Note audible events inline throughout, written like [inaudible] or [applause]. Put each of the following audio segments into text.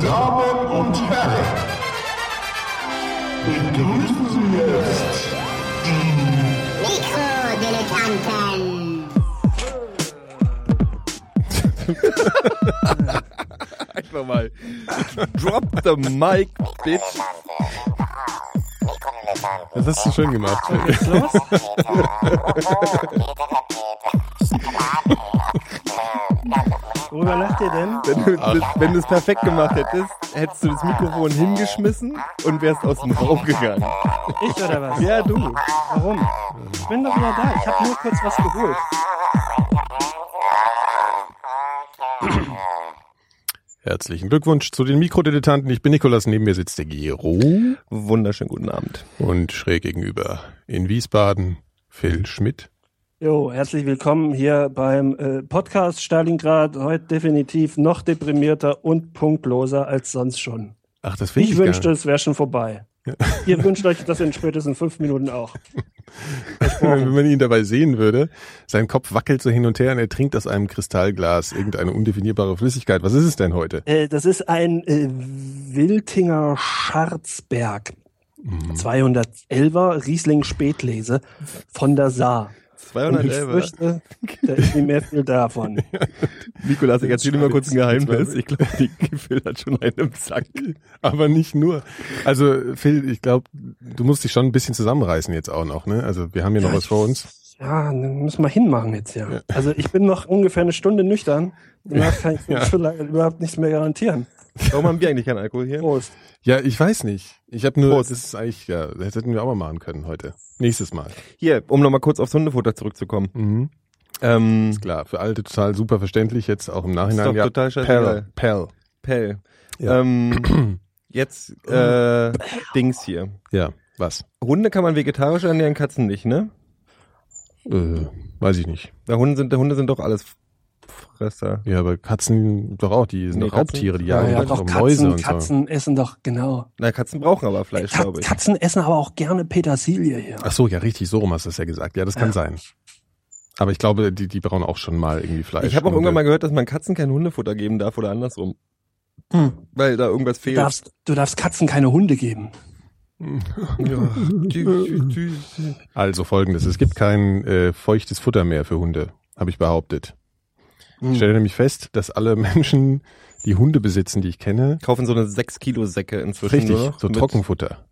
Damen und Herren, begrüßen Sie jetzt die Mikrodilettanten. Einfach mal. Drop the mic, bitch. Das hast du schön gemacht. Worüber lacht ihr denn? Wenn du, das, wenn du es perfekt gemacht hättest, hättest du das Mikrofon hingeschmissen und wärst aus dem Raum gegangen. Ich oder was? Ja, du. Warum? Ich bin doch wieder da. Ich habe nur kurz was geholt. Herzlichen Glückwunsch zu den Mikrodilettanten. Ich bin Nikolas, neben mir sitzt der Gero Wunderschönen guten Abend. und schräg gegenüber in Wiesbaden Phil Schmidt. Jo, herzlich willkommen hier beim äh, Podcast Stalingrad. Heute definitiv noch deprimierter und punktloser als sonst schon. Ach, das finde Ich ich, wünschte, gar es wäre schon vorbei. Ihr wünscht euch das in spätestens fünf Minuten auch. nicht. [laughs] Wenn man ihn dabei sehen würde, sein Kopf wackelt so hin und her und er trinkt aus einem Kristallglas irgendeine undefinierbare Flüssigkeit. Was ist es denn heute? Äh, das ist ein äh, Wiltinger Scharzberg. Mhm. 211er Riesling Spätlese von der Saar. Und ich 211. fürchte, da ist nicht mehr [laughs] viel davon. Nikolas, ich erzähle mal kurz ein Geheimnis. Ich glaube, die Gefühl hat schon einen im Sack. Aber nicht nur. Also Phil, ich glaube, du musst dich schon ein bisschen zusammenreißen jetzt auch noch. Ne? Also wir haben hier noch was vor uns. Ja, dann müssen wir hinmachen jetzt, ja. Also ich bin noch ungefähr eine Stunde nüchtern. Danach kann ich Ja. schon lange überhaupt nichts mehr garantieren. Warum haben wir eigentlich keinen Alkohol hier? Prost. Ja, ich weiß nicht. Ich habe nur, Prost. das ist eigentlich, ja, das hätten wir auch mal machen können heute. Nächstes Mal. Hier, um nochmal kurz aufs Hundefutter zurückzukommen. Mhm. Ähm, Klar, für alle total super verständlich, jetzt auch im Nachhinein. Ist doch ja, total Pell, scheißegal. Pell. Pell. Ja. Ähm, jetzt äh, Dings hier. Ja, was? Hunde kann man vegetarisch ernähren, Katzen nicht, ne? Äh, weiß ich nicht. Na, Hunde sind, Hunde sind doch alles Fresser. Ja, aber Katzen doch auch, die sind Nee, doch Katzen- Raubtiere, die Ja, jagen ja, doch doch auch Mäuse Katzen, und so. Katzen essen doch, genau. Na, Katzen brauchen aber Fleisch, Kat- glaube ich. Katzen essen aber auch gerne Petersilie hier. Ach so, ja, richtig, so rum hast du das ja gesagt. Ja, das kann sein. Aber ich glaube, die, die brauchen auch schon mal irgendwie Fleisch. Ich habe auch Und, irgendwann mal gehört, dass man Katzen kein Hundefutter geben darf oder andersrum. Hm. Weil da irgendwas Du fehlt. darfst, du darfst Katzen keine Hunde geben. Ja. äh, Also folgendes, es gibt kein äh, feuchtes Futter mehr für Hunde, habe ich behauptet. Hm. Ich stelle nämlich fest, dass alle [laughs] Menschen, die Hunde besitzen, die ich kenne, Kaufen so eine 6 Kilo Säcke inzwischen. Richtig, nur noch so mit- Trockenfutter.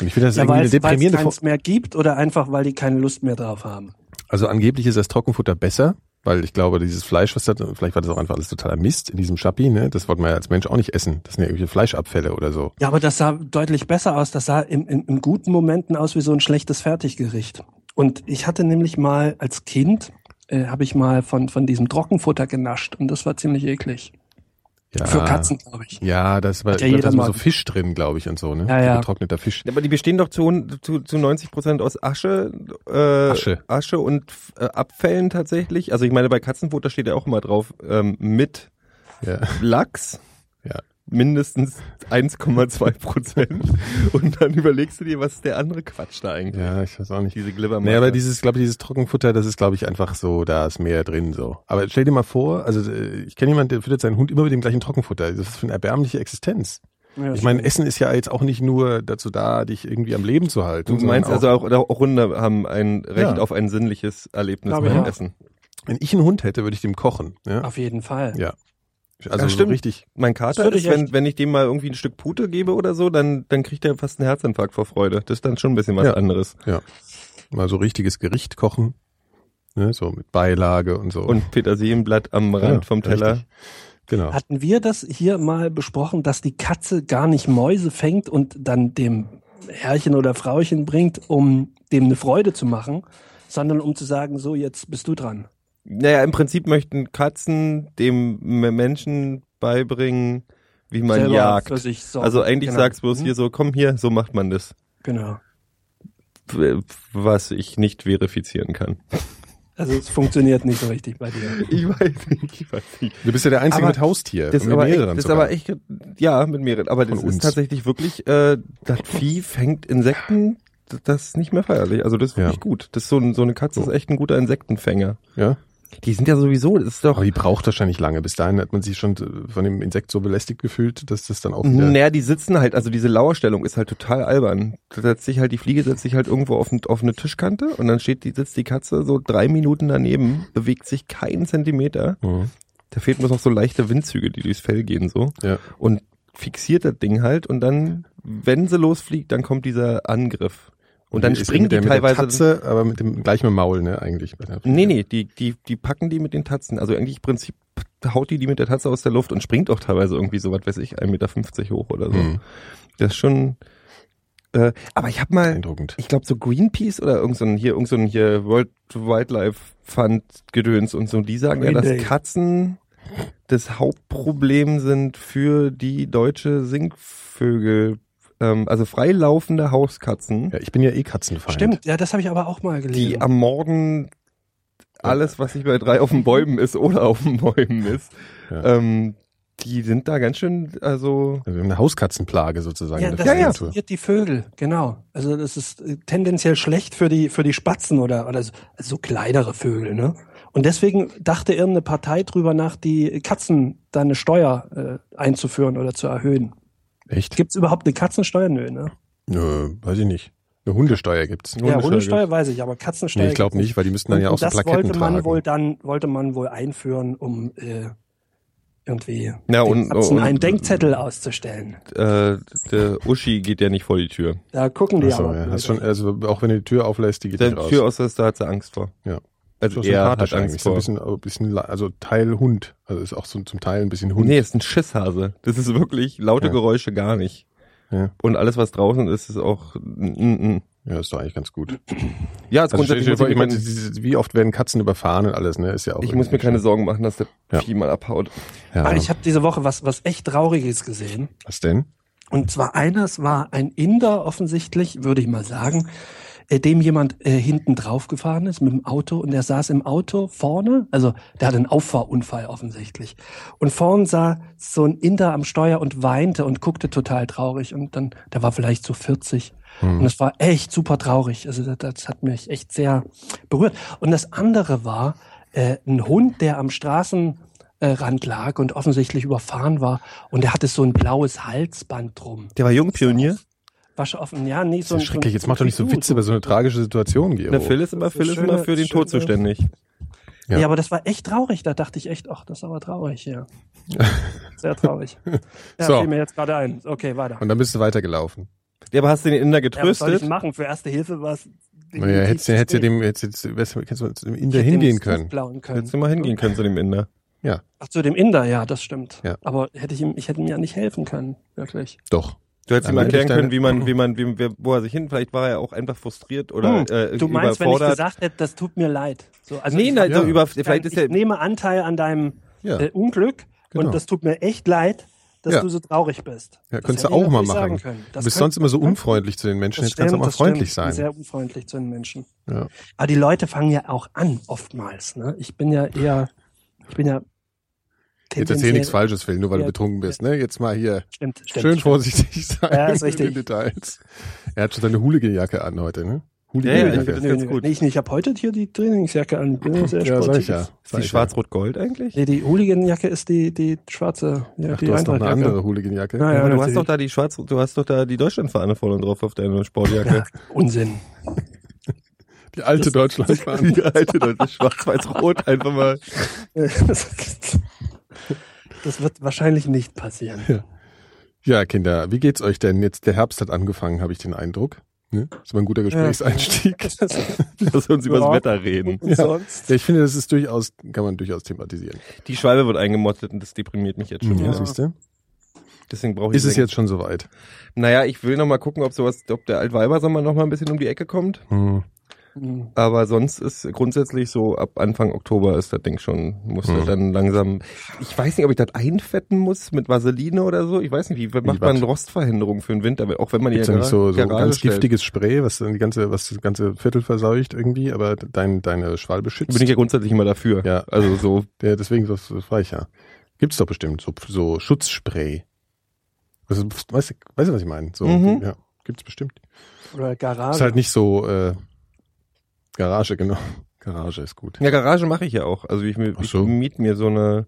Und ich finde das Ja, irgendwie weil eine es deprimierende Vor keins mehr gibt oder einfach, weil die keine Lust mehr drauf haben. Also angeblich ist das Trockenfutter besser, weil ich glaube, dieses Fleisch, was da, vielleicht war das auch einfach alles totaler Mist in diesem Schappi, ne? Das wollten wir ja als Mensch auch nicht essen. Das sind ja irgendwelche Fleischabfälle oder so. Ja, aber das sah deutlich besser aus. Das sah in, in, in guten Momenten aus wie so ein schlechtes Fertiggericht. Und ich hatte nämlich mal als Kind, äh, habe ich mal von, von diesem Trockenfutter genascht und das war ziemlich eklig. Ja. Für Katzen, glaube ich. Ja, das war, Hat Ah. ja ich glaub, jeder da ist immer so mal. Fisch drin, glaube ich, und so, ne? Ja, So ja. Getrockneter Fisch. Aber die bestehen doch zu, hun- zu, zu 90 Prozent aus Asche, äh, Asche. Asche und äh, Abfällen tatsächlich. Also ich meine, bei Katzenfutter steht ja auch immer drauf, ähm, mit Ja. [laughs] Lachs. Ja. Mindestens 1,2 [laughs] Prozent. Und dann überlegst du dir, was ist der andere Quatsch da eigentlich? ja, ich weiß auch nicht. Diese Glibber. Nee, aber dieses, glaube ich, dieses Trockenfutter, das ist, glaube ich, einfach so, da ist mehr drin so. Aber stell dir mal vor, also äh, ich kenne jemanden, der füttert seinen Hund immer mit dem gleichen Trockenfutter. Das ist für eine erbärmliche Existenz. Ja, Ich meine, Essen ist ja jetzt auch nicht nur dazu da, dich irgendwie am Leben zu halten. Du meinst sondern auch, also auch, auch Hunde haben ein Recht Ja. auf ein sinnliches Erlebnis Glaube ich beim auch. Essen. wenn ich einen Hund hätte, würde ich dem kochen. Ja? auf jeden Fall. Ja. Also Ja, so stimmt. richtig. Mein Das Kater würde ist, ich wenn, echt- wenn ich dem mal irgendwie ein Stück Pute gebe oder so, dann, dann kriegt er fast einen Herzinfarkt vor Freude. Das ist dann schon ein bisschen was Ja. anderes. Mal so richtiges Gericht kochen. Ne? So mit Beilage und so. Und Petersilienblatt am Ja, Rand vom Teller. richtig. Genau. Hatten wir das hier mal besprochen, dass die Katze gar nicht Mäuse fängt und dann dem Herrchen oder Frauchen bringt, um dem eine Freude zu machen, sondern um zu sagen, so, jetzt bist du dran. Naja, im Prinzip möchten Katzen dem M- Menschen beibringen, wie man Selber jagt. für sich sorgen. Also eigentlich Genau. sagst du bloß Mhm. hier so, komm hier, so macht man das. Genau. Was ich nicht verifizieren kann. Also es funktioniert nicht so richtig bei dir. [laughs] Ich weiß nicht, ich weiß nicht. Du bist ja der Einzige Aber mit Haustier. Das ist mit aber, echt, mehreren das ist sogar. aber echt, ja, mit mehreren. Aber das Von uns. ist tatsächlich wirklich, äh, das Vieh fängt Insekten, das ist nicht mehr feierlich. Also das ist Ja. wirklich gut. Das ist so, ein, so eine Katze ist echt ein guter Insektenfänger. Ja? Die sind ja sowieso, das ist Aber doch. die braucht wahrscheinlich lange. Bis dahin hat man sich schon äh, von dem Insekt so belästigt gefühlt, dass das dann auch wieder... Naja, die sitzen halt, also diese Lauerstellung ist halt total albern. Da setzt sich halt, die Fliege setzt sich halt irgendwo auf, n- auf eine Tischkante und dann steht die, sitzt die Katze so drei Minuten daneben, bewegt sich keinen Zentimeter. Mhm. Da fehlt mir noch so leichte Windzüge, die durchs Fell gehen so. Ja. Und fixiert das Ding halt und dann, wenn sie losfliegt, dann kommt dieser Angriff. Und dann Ist springen mit der, die mit teilweise. Der Tatze, aber mit dem gleichen Maul, ne, eigentlich. bei der- Nee, nee, die, die, die packen die mit den Tatzen. Also eigentlich im Prinzip haut die die mit der Tatze aus der Luft und springt auch teilweise irgendwie so, was weiß ich, 1,50 Meter hoch oder so. Mhm. Das ist schon. Äh, aber ich habe mal, Beeindruckend. ich glaube so Greenpeace oder irgend so ein hier, irgend so ein hier World Wildlife Fund Gedöns und so, die sagen ja, Green Day. dass Katzen das Hauptproblem sind für die deutsche Singvögel, ähm, also freilaufende Hauskatzen, Ja, ich bin ja eh Katzenfeind. Stimmt, ja, das habe ich aber auch mal gelesen. die am Morgen alles, was nicht bei drei auf den Bäumen ist oder auf den Bäumen ist, Ja. ähm, die sind da ganz schön, also Also wir haben eine Hauskatzenplage sozusagen. ja, in das der ja, Natur. die Vögel, genau. Also das ist äh, tendenziell schlecht für die, für die Spatzen oder, oder so, so kleinere Vögel, ne? Und deswegen dachte irgendeine Partei drüber nach, die Katzen da eine Steuer äh, einzuführen oder zu erhöhen. Echt? Gibt es überhaupt eine Katzensteuer? Nö, ne? Nö, weiß ich nicht. Eine Hundesteuer gibt's. Ja, Hundesteuer Hundesteuer weiß ich, aber gibt's. Katzensteuer. Nee, ich glaube gibt's nicht, weil die müssten dann ja auch und so das Plaketten wollte man tragen. wohl dann wollte man wohl einführen, um äh, irgendwie Ja, den und- Katzen und- einen Denkzettel auszustellen. äh, der Uschi geht ja nicht vor die Tür. Da gucken die Ach so, aber. ja, blöd. hast schon, also auch wenn du die Tür auflässt, die geht Der nicht raus. Tür aus da hat sie Angst vor. Ja. Also Ist doch er hat sympathisch eigentlich. Angst Ist ein vor. bisschen, ein bisschen, la- also Teil Hund. Also ist auch so, zum Teil ein bisschen Hund. Nee, ist ein Schisshase. Das ist wirklich laute Ja. Geräusche gar nicht. Ja. Und alles, was draußen ist, ist auch. Mm, mm. Ja, ist doch eigentlich ganz gut. Ja, ist Also stell, grundsätzlich. dir muss vor, ich ich, mir meine, keine- dieses- wie oft werden Katzen überfahren und alles, ne? Ist ja auch. ich muss mir keine Sorgen machen, dass der Ja. Vieh mal abhaut. Ja. Aber ich habe diese Woche was, was echt Trauriges gesehen. Was denn? Und zwar eines war ein Inder offensichtlich, würde ich mal sagen, äh, dem jemand äh, hinten drauf gefahren ist mit dem Auto und der saß im Auto vorne, also der hatte einen Auffahrunfall offensichtlich. Und vorn sah so ein Inder am Steuer und weinte und guckte total traurig und dann, der war vielleicht so 40. Und das war echt super traurig. Also das, das hat mich echt sehr berührt. Und das andere war äh, ein Hund, der am Straßen äh, Rand lag und offensichtlich überfahren war. Und er hatte so ein blaues Halsband drum. Der war Jungpionier. Wasche offen, ja, nicht so Das ist ja schrecklich. Jetzt mach doch nicht so Witze über so eine tragische Situation, Gero. Der Phil ist immer, Das ist Phil ist schöne- immer für den Tod schöne- zuständig. Ja. Ja. aber das war echt traurig. Da dachte ich echt, ach, das ist aber [laughs] traurig, ja. Sehr traurig. Ja, So. fiel mir jetzt gerade ein. Okay, weiter. Und dann bist du weitergelaufen. Ja, aber hast du den Inder Ja, was soll ich getröstet? machen? Für Erste Hilfe war es. Naja, hättest du hättest ja dem, jetzt, jetzt, weißt du, kannst du in der hingehen können. Blauen können. Hättest du mal hingehen können zu dem Inder. Ach, zu dem Inder, ja, das stimmt. Ja. Aber hätte ich ihm, ich hätte ihm ja nicht helfen können, wirklich. Doch. Du hättest Dann ihm würde erklären ich deine- können, wie man, wie man, wie, wer- wo er sich hin. Vielleicht war er auch einfach frustriert oder Hm, äh, du meinst, wenn ich überfordert. gesagt hätte, das tut mir leid. So, also nee, ich nein, so Ja. über, vielleicht ist ich er nehme Anteil an deinem Ja. äh, Unglück Genau. und das tut mir echt leid, dass Ja. du so traurig bist. Ja, Das könntest du hätte ich auch mal natürlich sagen machen. können. Du Das bist könnte- sonst immer so unfreundlich zu den Menschen. Jetzt kannst du auch mal das stimmt, freundlich das stimmt. Ich bin sein. Sehr unfreundlich zu den Menschen. Ja. Aber die Leute fangen ja auch an, oftmals. Ne? Ich bin ja eher, ich bin ja Jetzt erzähl nichts tendenziell- Falsches, Phil, nur weil Ja. du betrunken bist. Ne? Jetzt mal hier Stimmt, stimmt. schön vorsichtig sein Ja, ist mit den richtig. Details. Er hat schon seine Hooligan-Jacke an heute, ne? Ja, ich Nö, finde Hooligan-Jacke. das nö, ganz nö. gut. Nee, ich nicht. ich habe heute hier die Trainingsjacke an. Ich bin sehr ja, sag ich sportlich. ja. Ist Sag die ich schwarz-rot-gold eigentlich? Nee, die Hooligan-Jacke ist die, die schwarze. Ja, Ja. Ach, die du hast noch eine Eintracht-Jacke. andere Hooligan-Jacke. Ja, Ja, aber du hast natürlich. doch da die schwarz, du hast doch da die Deutschlandfahne vorne drauf auf deiner [laughs] Sportjacke. Unsinn. Die alte [laughs] Deutschlandfahne. Die alte Leute, schwarz-weiß-rot, einfach mal. [laughs] das wird wahrscheinlich nicht passieren. Ja, Kinder, wie geht's euch denn? Jetzt der Herbst hat angefangen, habe ich den Eindruck. Ne? Ist mal ein [laughs] guter Gesprächseinstieg. Lass uns über Ja. das Wetter reden. Und sonst? Ja, ich finde, das ist durchaus, kann man durchaus thematisieren. Die Schwalbe wird eingemottet und das deprimiert mich jetzt schon Ja, wieder. siehst du? Deswegen brauche ich. Ist es Senf. jetzt schon soweit? Naja, ich will noch mal gucken, ob sowas, ob der Altweibersommer noch mal ein bisschen um die Ecke kommt. Hm. Hm. Aber sonst ist grundsätzlich so ab Anfang Oktober ist das Ding schon, muss das Hm. dann langsam. Ich weiß nicht, ob ich das einfetten muss mit Vaseline oder so. Ich weiß nicht, wie macht was? man Rostverhinderung für den Winter, auch wenn man Gibt's die ja nicht so, so Garage ganz stellt. giftiges Spray, was dann die ganze, was das ganze Viertel verseucht irgendwie, aber dein, deine Schwalbe schützt. Bin ich ja grundsätzlich immer dafür. Ja. Also so, ja, deswegen das, das war ich ja. Gibt's doch bestimmt so, so Schutzspray. Also, weißt, du, weißt du, was ich meine? So, Mhm. ja, gibt's bestimmt. Oder Garage. Ist halt nicht so äh, Garage, genau. [laughs] Garage ist gut. Ja, Garage mache ich ja auch. Also ich, mir- Ach so. ich miete mir so eine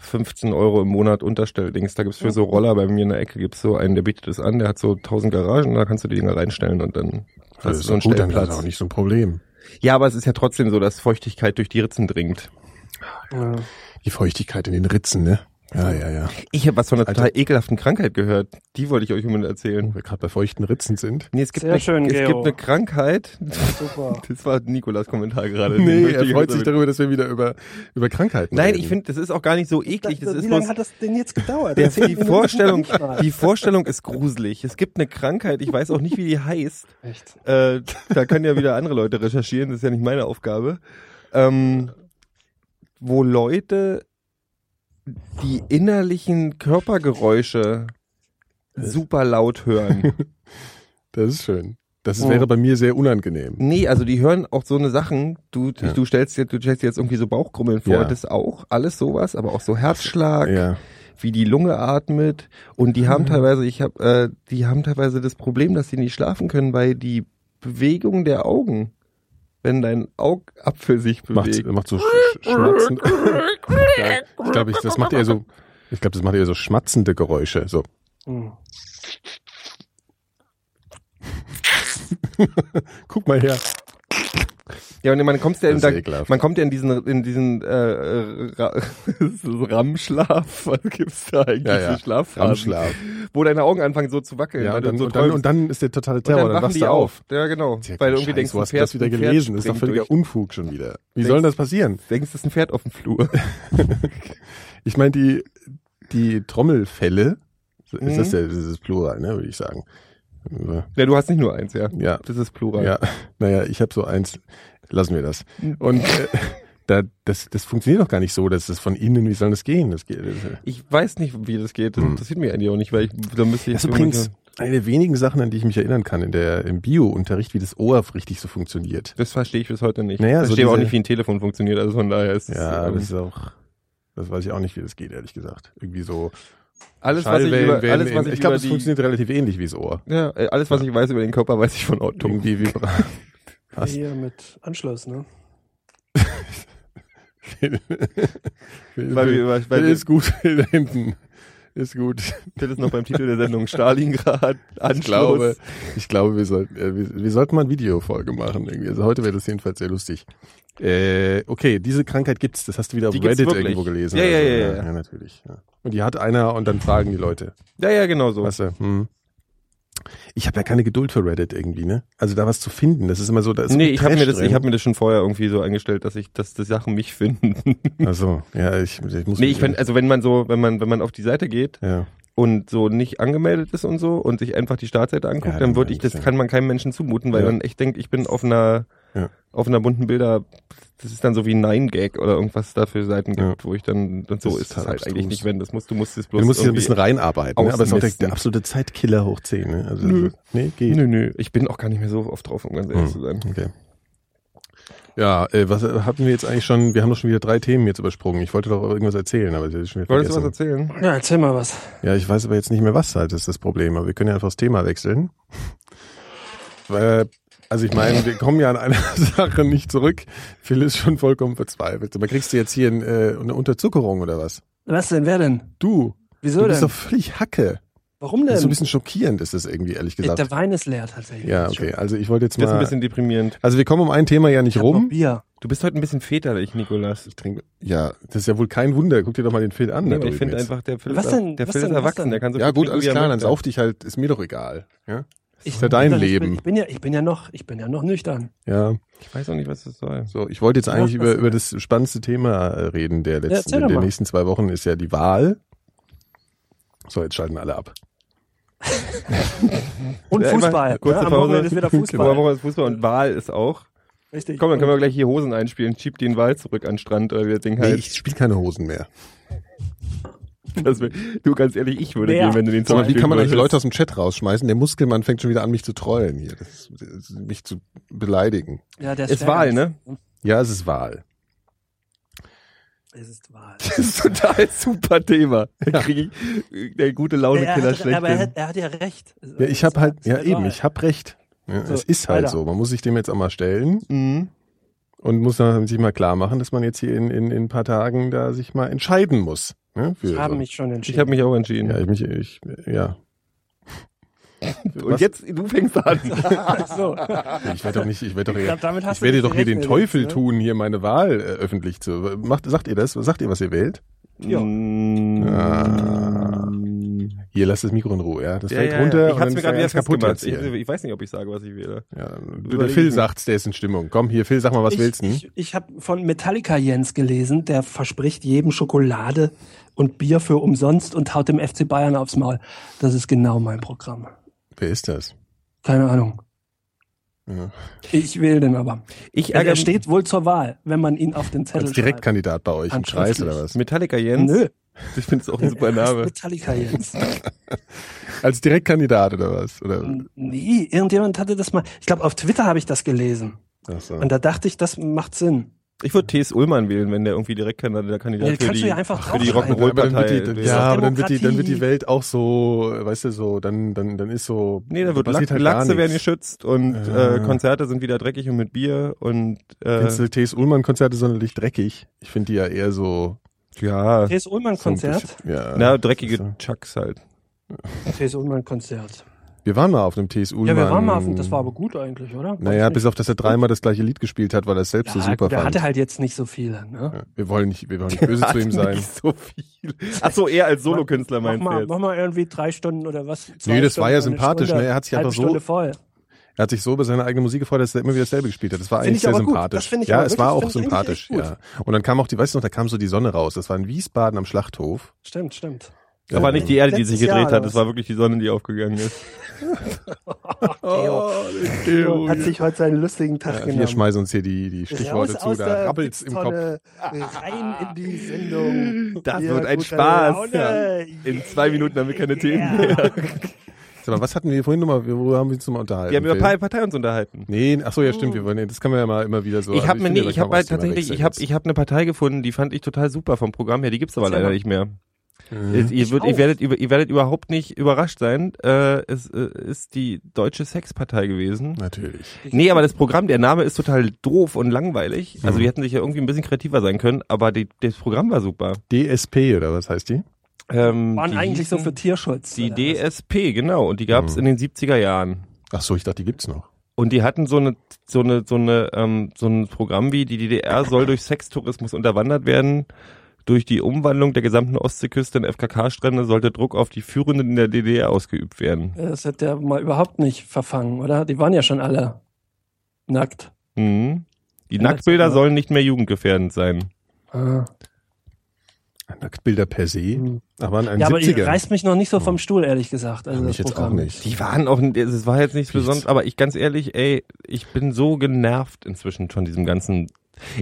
15 Euro im Monat Unterstelldings. Da gibt's für so Roller bei mir in der Ecke gibt's so einen, der bietet das an, der hat so 1000 Garagen, da kannst du die Dinger reinstellen und dann hast du so einen gut, dann ist das Stellplatz. auch nicht Also so ein Problem. Ja, aber es ist ja trotzdem so, dass Feuchtigkeit durch die Ritzen dringt. Ja. Die Feuchtigkeit in den Ritzen, ne? Ja, ja, ja. Ich habe was von einer Alter. total ekelhaften Krankheit gehört. Die wollte ich euch unbedingt erzählen. Wenn wir gerade bei feuchten Ritzen sind. Nee, es gibt, Sehr eine, schön, es Gero. gibt eine Krankheit. [laughs] Super. Das war Nikolas Kommentar gerade. Den [laughs] Nee, möchte er ich freut jetzt sich damit- darüber, dass wir wieder über, über Krankheiten Nein, reden. ich finde, das ist auch gar nicht so eklig. Das ist wie bloß, lange hat das denn jetzt gedauert? Der, Das sind die, [laughs] Minuten Vorstellung, nicht mal. die Vorstellung ist gruselig. Es gibt eine Krankheit, ich weiß auch nicht, wie die heißt. Echt. Äh, da können ja wieder andere Leute recherchieren, das ist ja nicht meine Aufgabe. Ähm, wo Leute die innerlichen Körpergeräusche Äh. super laut [laughs] hören. Das ist schön. Das ist- Oh. wäre bei mir sehr unangenehm. Nee, also die hören auch so eine Sachen. Du, Ja. du stellst dir, du stellst dir jetzt irgendwie so Bauchkrummeln vor, Ja. das auch, alles sowas, aber auch so Herzschlag. Ja. wie die Lunge atmet und die Ah. haben teilweise, ich habe, äh, die haben teilweise das Problem, dass sie nicht schlafen können, weil die Bewegung der Augen, wenn dein Augapfel sich Macht, bewegt, macht so sch sch- [laughs] schmatzend. Ja, ich glaube, ich, das macht eher so, ich glaube, das macht eher so schmatzende Geräusche. So. Oh. Hm. [laughs] Guck mal her. ja und man kommt ja in, Das ist da- ekelhaft. man kommt ja in diesen in diesen äh, äh, Ra- [laughs] das ist Ramschlaf, [laughs] was gibt's da eigentlich [laughs] Ja, ja. für Schlafphasen, Ramschlaf. wo deine Augen anfangen so zu wackeln, Ja, weil und du dann, so und, dann, träumst. und dann ist der totale Und Terror, dann, wachst wachen die du auf. Ja, genau. Ist ja weil du kein irgendwie denkst, Scheiß, wo ein hast du Pferd, das wieder ein Pferd gelesen? Das ist doch springt völliger durch. Unfug schon wieder. Wie Denkst- soll denn das passieren? Denkst, es ist ein Pferd auf dem [laughs] Flur. Ich meine, die, die Trommelfälle, ist Mhm. das, der, das ist Plural, ne, würde ich sagen. ja, du hast nicht nur eins, ja. Ja, Das ist Plural. ja. naja, ich habe so eins, lassen wir das. Mhm. Und äh, da, das, das funktioniert doch gar nicht so, dass das von innen, wie soll das gehen? Das, geht, das, äh, Ich weiß nicht, wie das geht. Das Hm. interessiert mich eigentlich auch nicht, weil ich da müsste ich Das ist übrigens eine der wenigen Sachen, an die ich mich erinnern kann in der, im Bio-Unterricht, wie das Ohr richtig so funktioniert. Das verstehe ich bis heute nicht. Naja, ich so verstehe auch diese- nicht, wie ein Telefon funktioniert. Also von daher ist es, Ja, ähm, das ist auch, das weiß ich auch nicht, wie das geht, ehrlich gesagt. Irgendwie so. alles, was ich Schallwellen über, werden alles, was in- ich, ich glaube, über es die, funktioniert relativ ähnlich wie [laughs] das Ohr. ja, äh, alles, was ich weiß über den Körper, weiß ich von Auto. Irgendwie [laughs] wie, Was? Hier mit Anschluss, ne? Weil wir, weil, weil wir, ist gut, [laughs] Phil Hinton. Ist gut. das ist noch beim Titel der Sendung [laughs] Stalingrad, Ich Anschluss. glaube, ich glaube, wir sollten, äh, wir, wir sollten mal eine Videofolge machen. Irgendwie. Also heute wäre das jedenfalls sehr lustig. Äh, okay, diese Krankheit gibt's. Das hast du wieder auf Die gibt's Reddit wirklich. irgendwo gelesen. Ja, oder ja, so. ja, ja. ja, natürlich. Ja. Und die hat einer und dann fragen die Leute. ja, ja, genau so. Weißt du, hm. Ich habe ja keine Geduld für Reddit irgendwie, ne? Also da was zu finden, das ist immer so, da ist so nee, viel ich habe Trash mir das, ich drin. habe mir das schon vorher irgendwie so eingestellt, dass ich, dass die Sachen mich finden. [laughs] Ach so, ja, ich, ich muss nee, mich- ich wenn, also wenn man so, wenn man, wenn man auf die Seite geht, ja. und so nicht angemeldet ist und so und sich einfach die Startseite anguckt, Ja, dann dann würde ich kann ich das ja. kann man keinem Menschen zumuten, weil Ja. dann ich denke, ich bin auf einer Ja. auf einer bunten Bilder, das ist dann so wie Nein Gag oder irgendwas da für Seiten gibt, Ja. wo ich dann und so Das ist ist es halt halt eigentlich abstrus. nicht, wenn das musst du musst es bloß Du musst dich ein irgendwie- bisschen reinarbeiten, ne? aber es ist auch der, ausmisten. der absolute Zeitkiller hoch 10. Ne? Also, Nö. Nee, geht. Nö, nö, ich bin auch gar nicht mehr so oft drauf, um ganz ehrlich Hm. zu sein. Okay. Ja, äh, was hatten wir jetzt eigentlich schon? Wir haben doch schon wieder drei Themen jetzt übersprungen. Ich wollte doch irgendwas erzählen, aber ich hab schon wieder Wolltest du vergessen. was erzählen? Ja, erzähl mal was. Ja, ich weiß aber jetzt nicht mehr, was halt ist das Problem. Aber wir können ja einfach das Thema wechseln. [laughs] Weil, also ich meine, wir kommen ja an einer [laughs] Sache nicht zurück. Phil ist schon vollkommen verzweifelt. Aber kriegst du jetzt hier ein, äh, eine Unterzuckerung oder was? Was denn, wer denn? Du, Wieso du bist denn? doch völlig Hacke. Warum Das denn? Äh, ist so ein bisschen schockierend, ist das irgendwie, ehrlich gesagt. der Wein ist leer tatsächlich. Ja, okay. Also ich wollte jetzt Das ist ein mal... bisschen deprimierend. Also wir kommen um ein Thema ja Ich nicht hab noch rum. Bier. Du bist heute ein bisschen väterlich, Nikolas. Ich trinke. Ja, das ist ja wohl kein Wunder. Guck dir doch mal den Phil an. Nee, da aber ich drüben finde jetzt. einfach, der Phil Was ist, denn? Der Was Phil ist denn? Was erwachsen, denn? der kann so Ja viel gut, trinken, alles wie er klar, dann möchte. sauf dich halt, ist mir doch egal. Ja, Ich, ja dein Also ich Leben. Bin, ich, bin ja, ich bin ja noch, ich bin ja noch nüchtern. ja. Ich weiß auch nicht, was das soll. so, ich wollte jetzt Ja, eigentlich was über, denn? über das spannendste Thema äh, reden der letzten, erzähl doch der mal. nächsten zwei Wochen ist ja die Wahl. So, jetzt schalten alle ab. Und Ja, immer Fußball. kurze ja, am Pause. [laughs] Wochenende ist wieder Fußball. Fußball. ist Fußball und Wahl ist auch. Richtig. Komm, dann können wir gleich hier Hosen einspielen. Schiebt den Wal zurück an den Strand oder wie das Ding Nee, heißt. ich spiele keine Hosen mehr. Das wär- du, ganz ehrlich, ich würde Wer? gehen, wenn du den Sag Song mal, wie kann man eigentlich spielen Leute würdest. aus dem Chat rausschmeißen? Der Muskelmann fängt schon wieder an, mich zu trollen hier. Das ist, das ist, mich zu beleidigen. Ja, der Ist Wahl, ne? Ja, es ist Wahl. Es ist Wahl. Das ist total super Thema. Da krieg ich der gute er Launekiller hat, schlecht aber er hat, er hat ja recht. Also, Ja, ich habe halt, ja Es ist eben, Wahl. ich habe recht. Ja, So, es ist halt weiter. so. Man muss sich dem jetzt auch mal stellen. mhm. und muss dann sich mal klar machen, dass man jetzt hier in, in, in ein paar Tagen da sich mal entscheiden muss. Ne, für Ich habe so. mich schon entschieden. Ich habe mich auch entschieden. ja, ich mich, ich, ja. Und jetzt, du fängst an. so. Ich werde doch nicht, ich werde doch eher, Ich glaub, damit hast ich du werde nicht doch hier den gerechnet Teufel jetzt, ne? tun, hier meine Wahl äh, öffentlich zu. Macht, sagt ihr das? Sagt ihr, was ihr wählt? Ja. Mm. Ah. Hier lasst das Mikro in Ruhe, ja. Das Ja, fällt ja, ja. runter. und Ich hab's dann mir ist gerade ja wieder ganz kaputt kaputt jetzt ich, hier. ich weiß nicht, ob ich sage, was ich wähle. Ja, der Überleg Phil ich. sagt's, der ist in Stimmung. Komm, hier, Phil, sag mal, was ich, willst du? denn? Ich, ich habe von Metallica Jens gelesen, der verspricht jedem Schokolade und Bier für umsonst und haut dem FC Bayern aufs Maul. Das ist genau mein Programm. Wer ist das? Keine Ahnung. Ja. Ich wähle den aber. Ich Er ärgere steht wohl zur Wahl, wenn man ihn auf den Zettel Als Direktkandidat bei euch im Kreis Handschriftlich. oder was? Metallica schreibt. Jens. Nö, Ich finde es auch ein [laughs] super er heißt Name. Metallica Jens. Als Direktkandidat oder was? Oder? nee, irgendjemand hatte das mal. Ich glaube, auf Twitter habe ich das gelesen. Ach so. Und da dachte ich, das macht Sinn. Ich würde T.S. Ullmann wählen, wenn der irgendwie Direktkandidat der Kandidat Ja, für kannst die, du ja einfach für die draufschreiben. Rock'n'Roll-Partei Aber dann wird die, wäre. ja, aber dann wird die, dann wird die Demokratie. Welt auch so, äh, weißt du, so, dann, dann, dann ist so. Nee, da wird passiert Lach, halt gar Lachse werden nichts. geschützt und Ja. äh, Konzerte sind wieder dreckig und mit Bier und Findest äh, du T.S. Ullmann-Konzerte sonderlich dreckig? Ich finde die ja eher so. ja, T.S. Ullmann-Konzert. so ein bisschen- Ja. na, dreckige so. Chucks halt. T.S. Ullmann-Konzert. Wir waren mal auf einem T.S. Ullmann. Ja, wir waren mal auf dem, das war aber gut eigentlich, oder? Naja, Weiß nicht. bis auf, dass er dreimal das gleiche Lied gespielt hat, weil er es selbst so Ja, super gut, er fand. hatte halt jetzt nicht so viele. Ne? Ja, wir wollen nicht, wir wollen nicht [laughs] böse zu ihm sein. Nicht so viel. Ach so, eher als Solokünstler Mach, meinst du mal, jetzt? mach mal irgendwie drei Stunden oder was. Nee, das war ja eine sympathisch, Stunde, ne? Er hat sich halbe einfach so- Stunde voll. Er hat sich so über seine eigene Musik gefreut, dass er immer wieder dasselbe gespielt hat. Das war Find eigentlich ich sehr aber gut. sympathisch. Das find ich ja, aber es wirklich- war auch find ich eigentlich sympathisch, echt gut. ja. Und dann kam auch die, weißt du noch, da kam so die Sonne raus. Das war in Wiesbaden am Schlachthof. Stimmt, stimmt. Das war nicht die Erde, die sich Letztes Jahr gedreht oder hat, was? es war wirklich die Sonne, die aufgegangen ist. [laughs] Oh, Theo. Hat sich heute seinen lustigen ja, Tag wir genommen. schmeißen uns hier die, die Stichworte Genau. Raus zu, aus da der rappelt's im Kopf. Sonne, rein in [laughs] die Sendung. Das Hier, wird ein gute Spaß. Laune. In zwei Minuten haben wir keine Themen mehr. Sag mal, was hatten wir vorhin nochmal, worüber haben wir uns nochmal unterhalten? Wir haben über Phil? Pa- Partei uns unterhalten. Nee, ach so, ja, Oh. stimmt, wir wollen, nee, das kann man ja mal immer wieder so. ich habe also mir finde, nee, da ich kann habe man das halt Thema tatsächlich, wechseln ich habe jetzt. ich habe eine Partei gefunden, die fand ich total super vom Programm her. Die gibt's aber Erzähl leider mal. nicht mehr. Mhm. Ihr, ihr, Ich würd, auch. ihr werdet über, ihr werdet überhaupt nicht überrascht sein. Äh, es äh, ist die deutsche Sexpartei gewesen. Natürlich. Nee, aber das Programm, der Name ist total doof und Mhm. langweilig. Also die hätten sich ja irgendwie ein bisschen kreativer sein können, aber die, das Programm war super. DSP oder was heißt die? Ähm, Waren die eigentlich hießen so für Tierschutz. die oder? DSP, genau, und die Mhm. gab's in den 70er Jahren. Ach so, ich dachte, die gibt's noch. Und die hatten so eine, so eine, so eine, ähm, so ein Programm wie die DDR soll durch Sextourismus unterwandert werden. Durch die Umwandlung der gesamten Ostseeküste in FKK-Strände sollte Druck auf die Führenden in der DDR ausgeübt werden. Das hat der mal überhaupt nicht verfangen, oder? Die waren ja schon alle nackt. Mhm. Die Ja, Nacktbilder super. sollen nicht mehr jugendgefährdend sein. Ah. Nacktbilder per se, Hm. Mhm. aber in einem Ja, aber ihr 70er. Oh, reißt mich noch nicht so vom Stuhl, ehrlich gesagt. Also Kann das ich Hm. jetzt auch Programm. nicht. Die waren auch, es war jetzt nichts Nichts. Besonderes, aber ich ganz ehrlich, ey, ich bin so genervt inzwischen von diesem ganzen.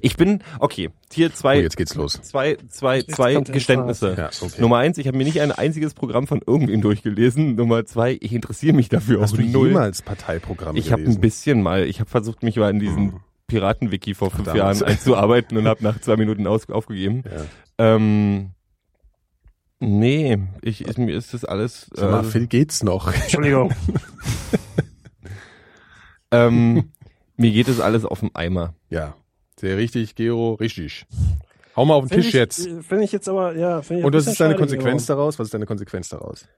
Ich bin, okay, hier oh, zwei, jetzt geht's los. zwei, zwei, zwei kommt der Geständnisse. Ja, okay. Nummer eins, ich habe mir nicht ein einziges Programm von irgendwem durchgelesen. Nummer zwei, ich interessiere mich dafür Hast auch du null. jemals Parteiprogramme ich habe ein gelesen? bisschen mal, ich habe versucht, mich mal in diesen Piraten-Wiki vor fünf Ah. Verdammt. Jahren einzuarbeiten und habe nach zwei Minuten aus, aufgegeben. Ja. Ähm, nee, ich, ist, mir ist das alles. Sag mal, äh, Phil [laughs] geht's noch. [laughs] Entschuldigung. [laughs] ähm, mir geht das alles auf den Eimer. ja, sehr richtig, Gero, richtig. Hau mal auf den Find Tisch ich- jetzt. äh, Finde ich jetzt aber, ja. find ich Und ein was bisschen ist deine schade, genau. Konsequenz daraus? Was ist deine Konsequenz daraus?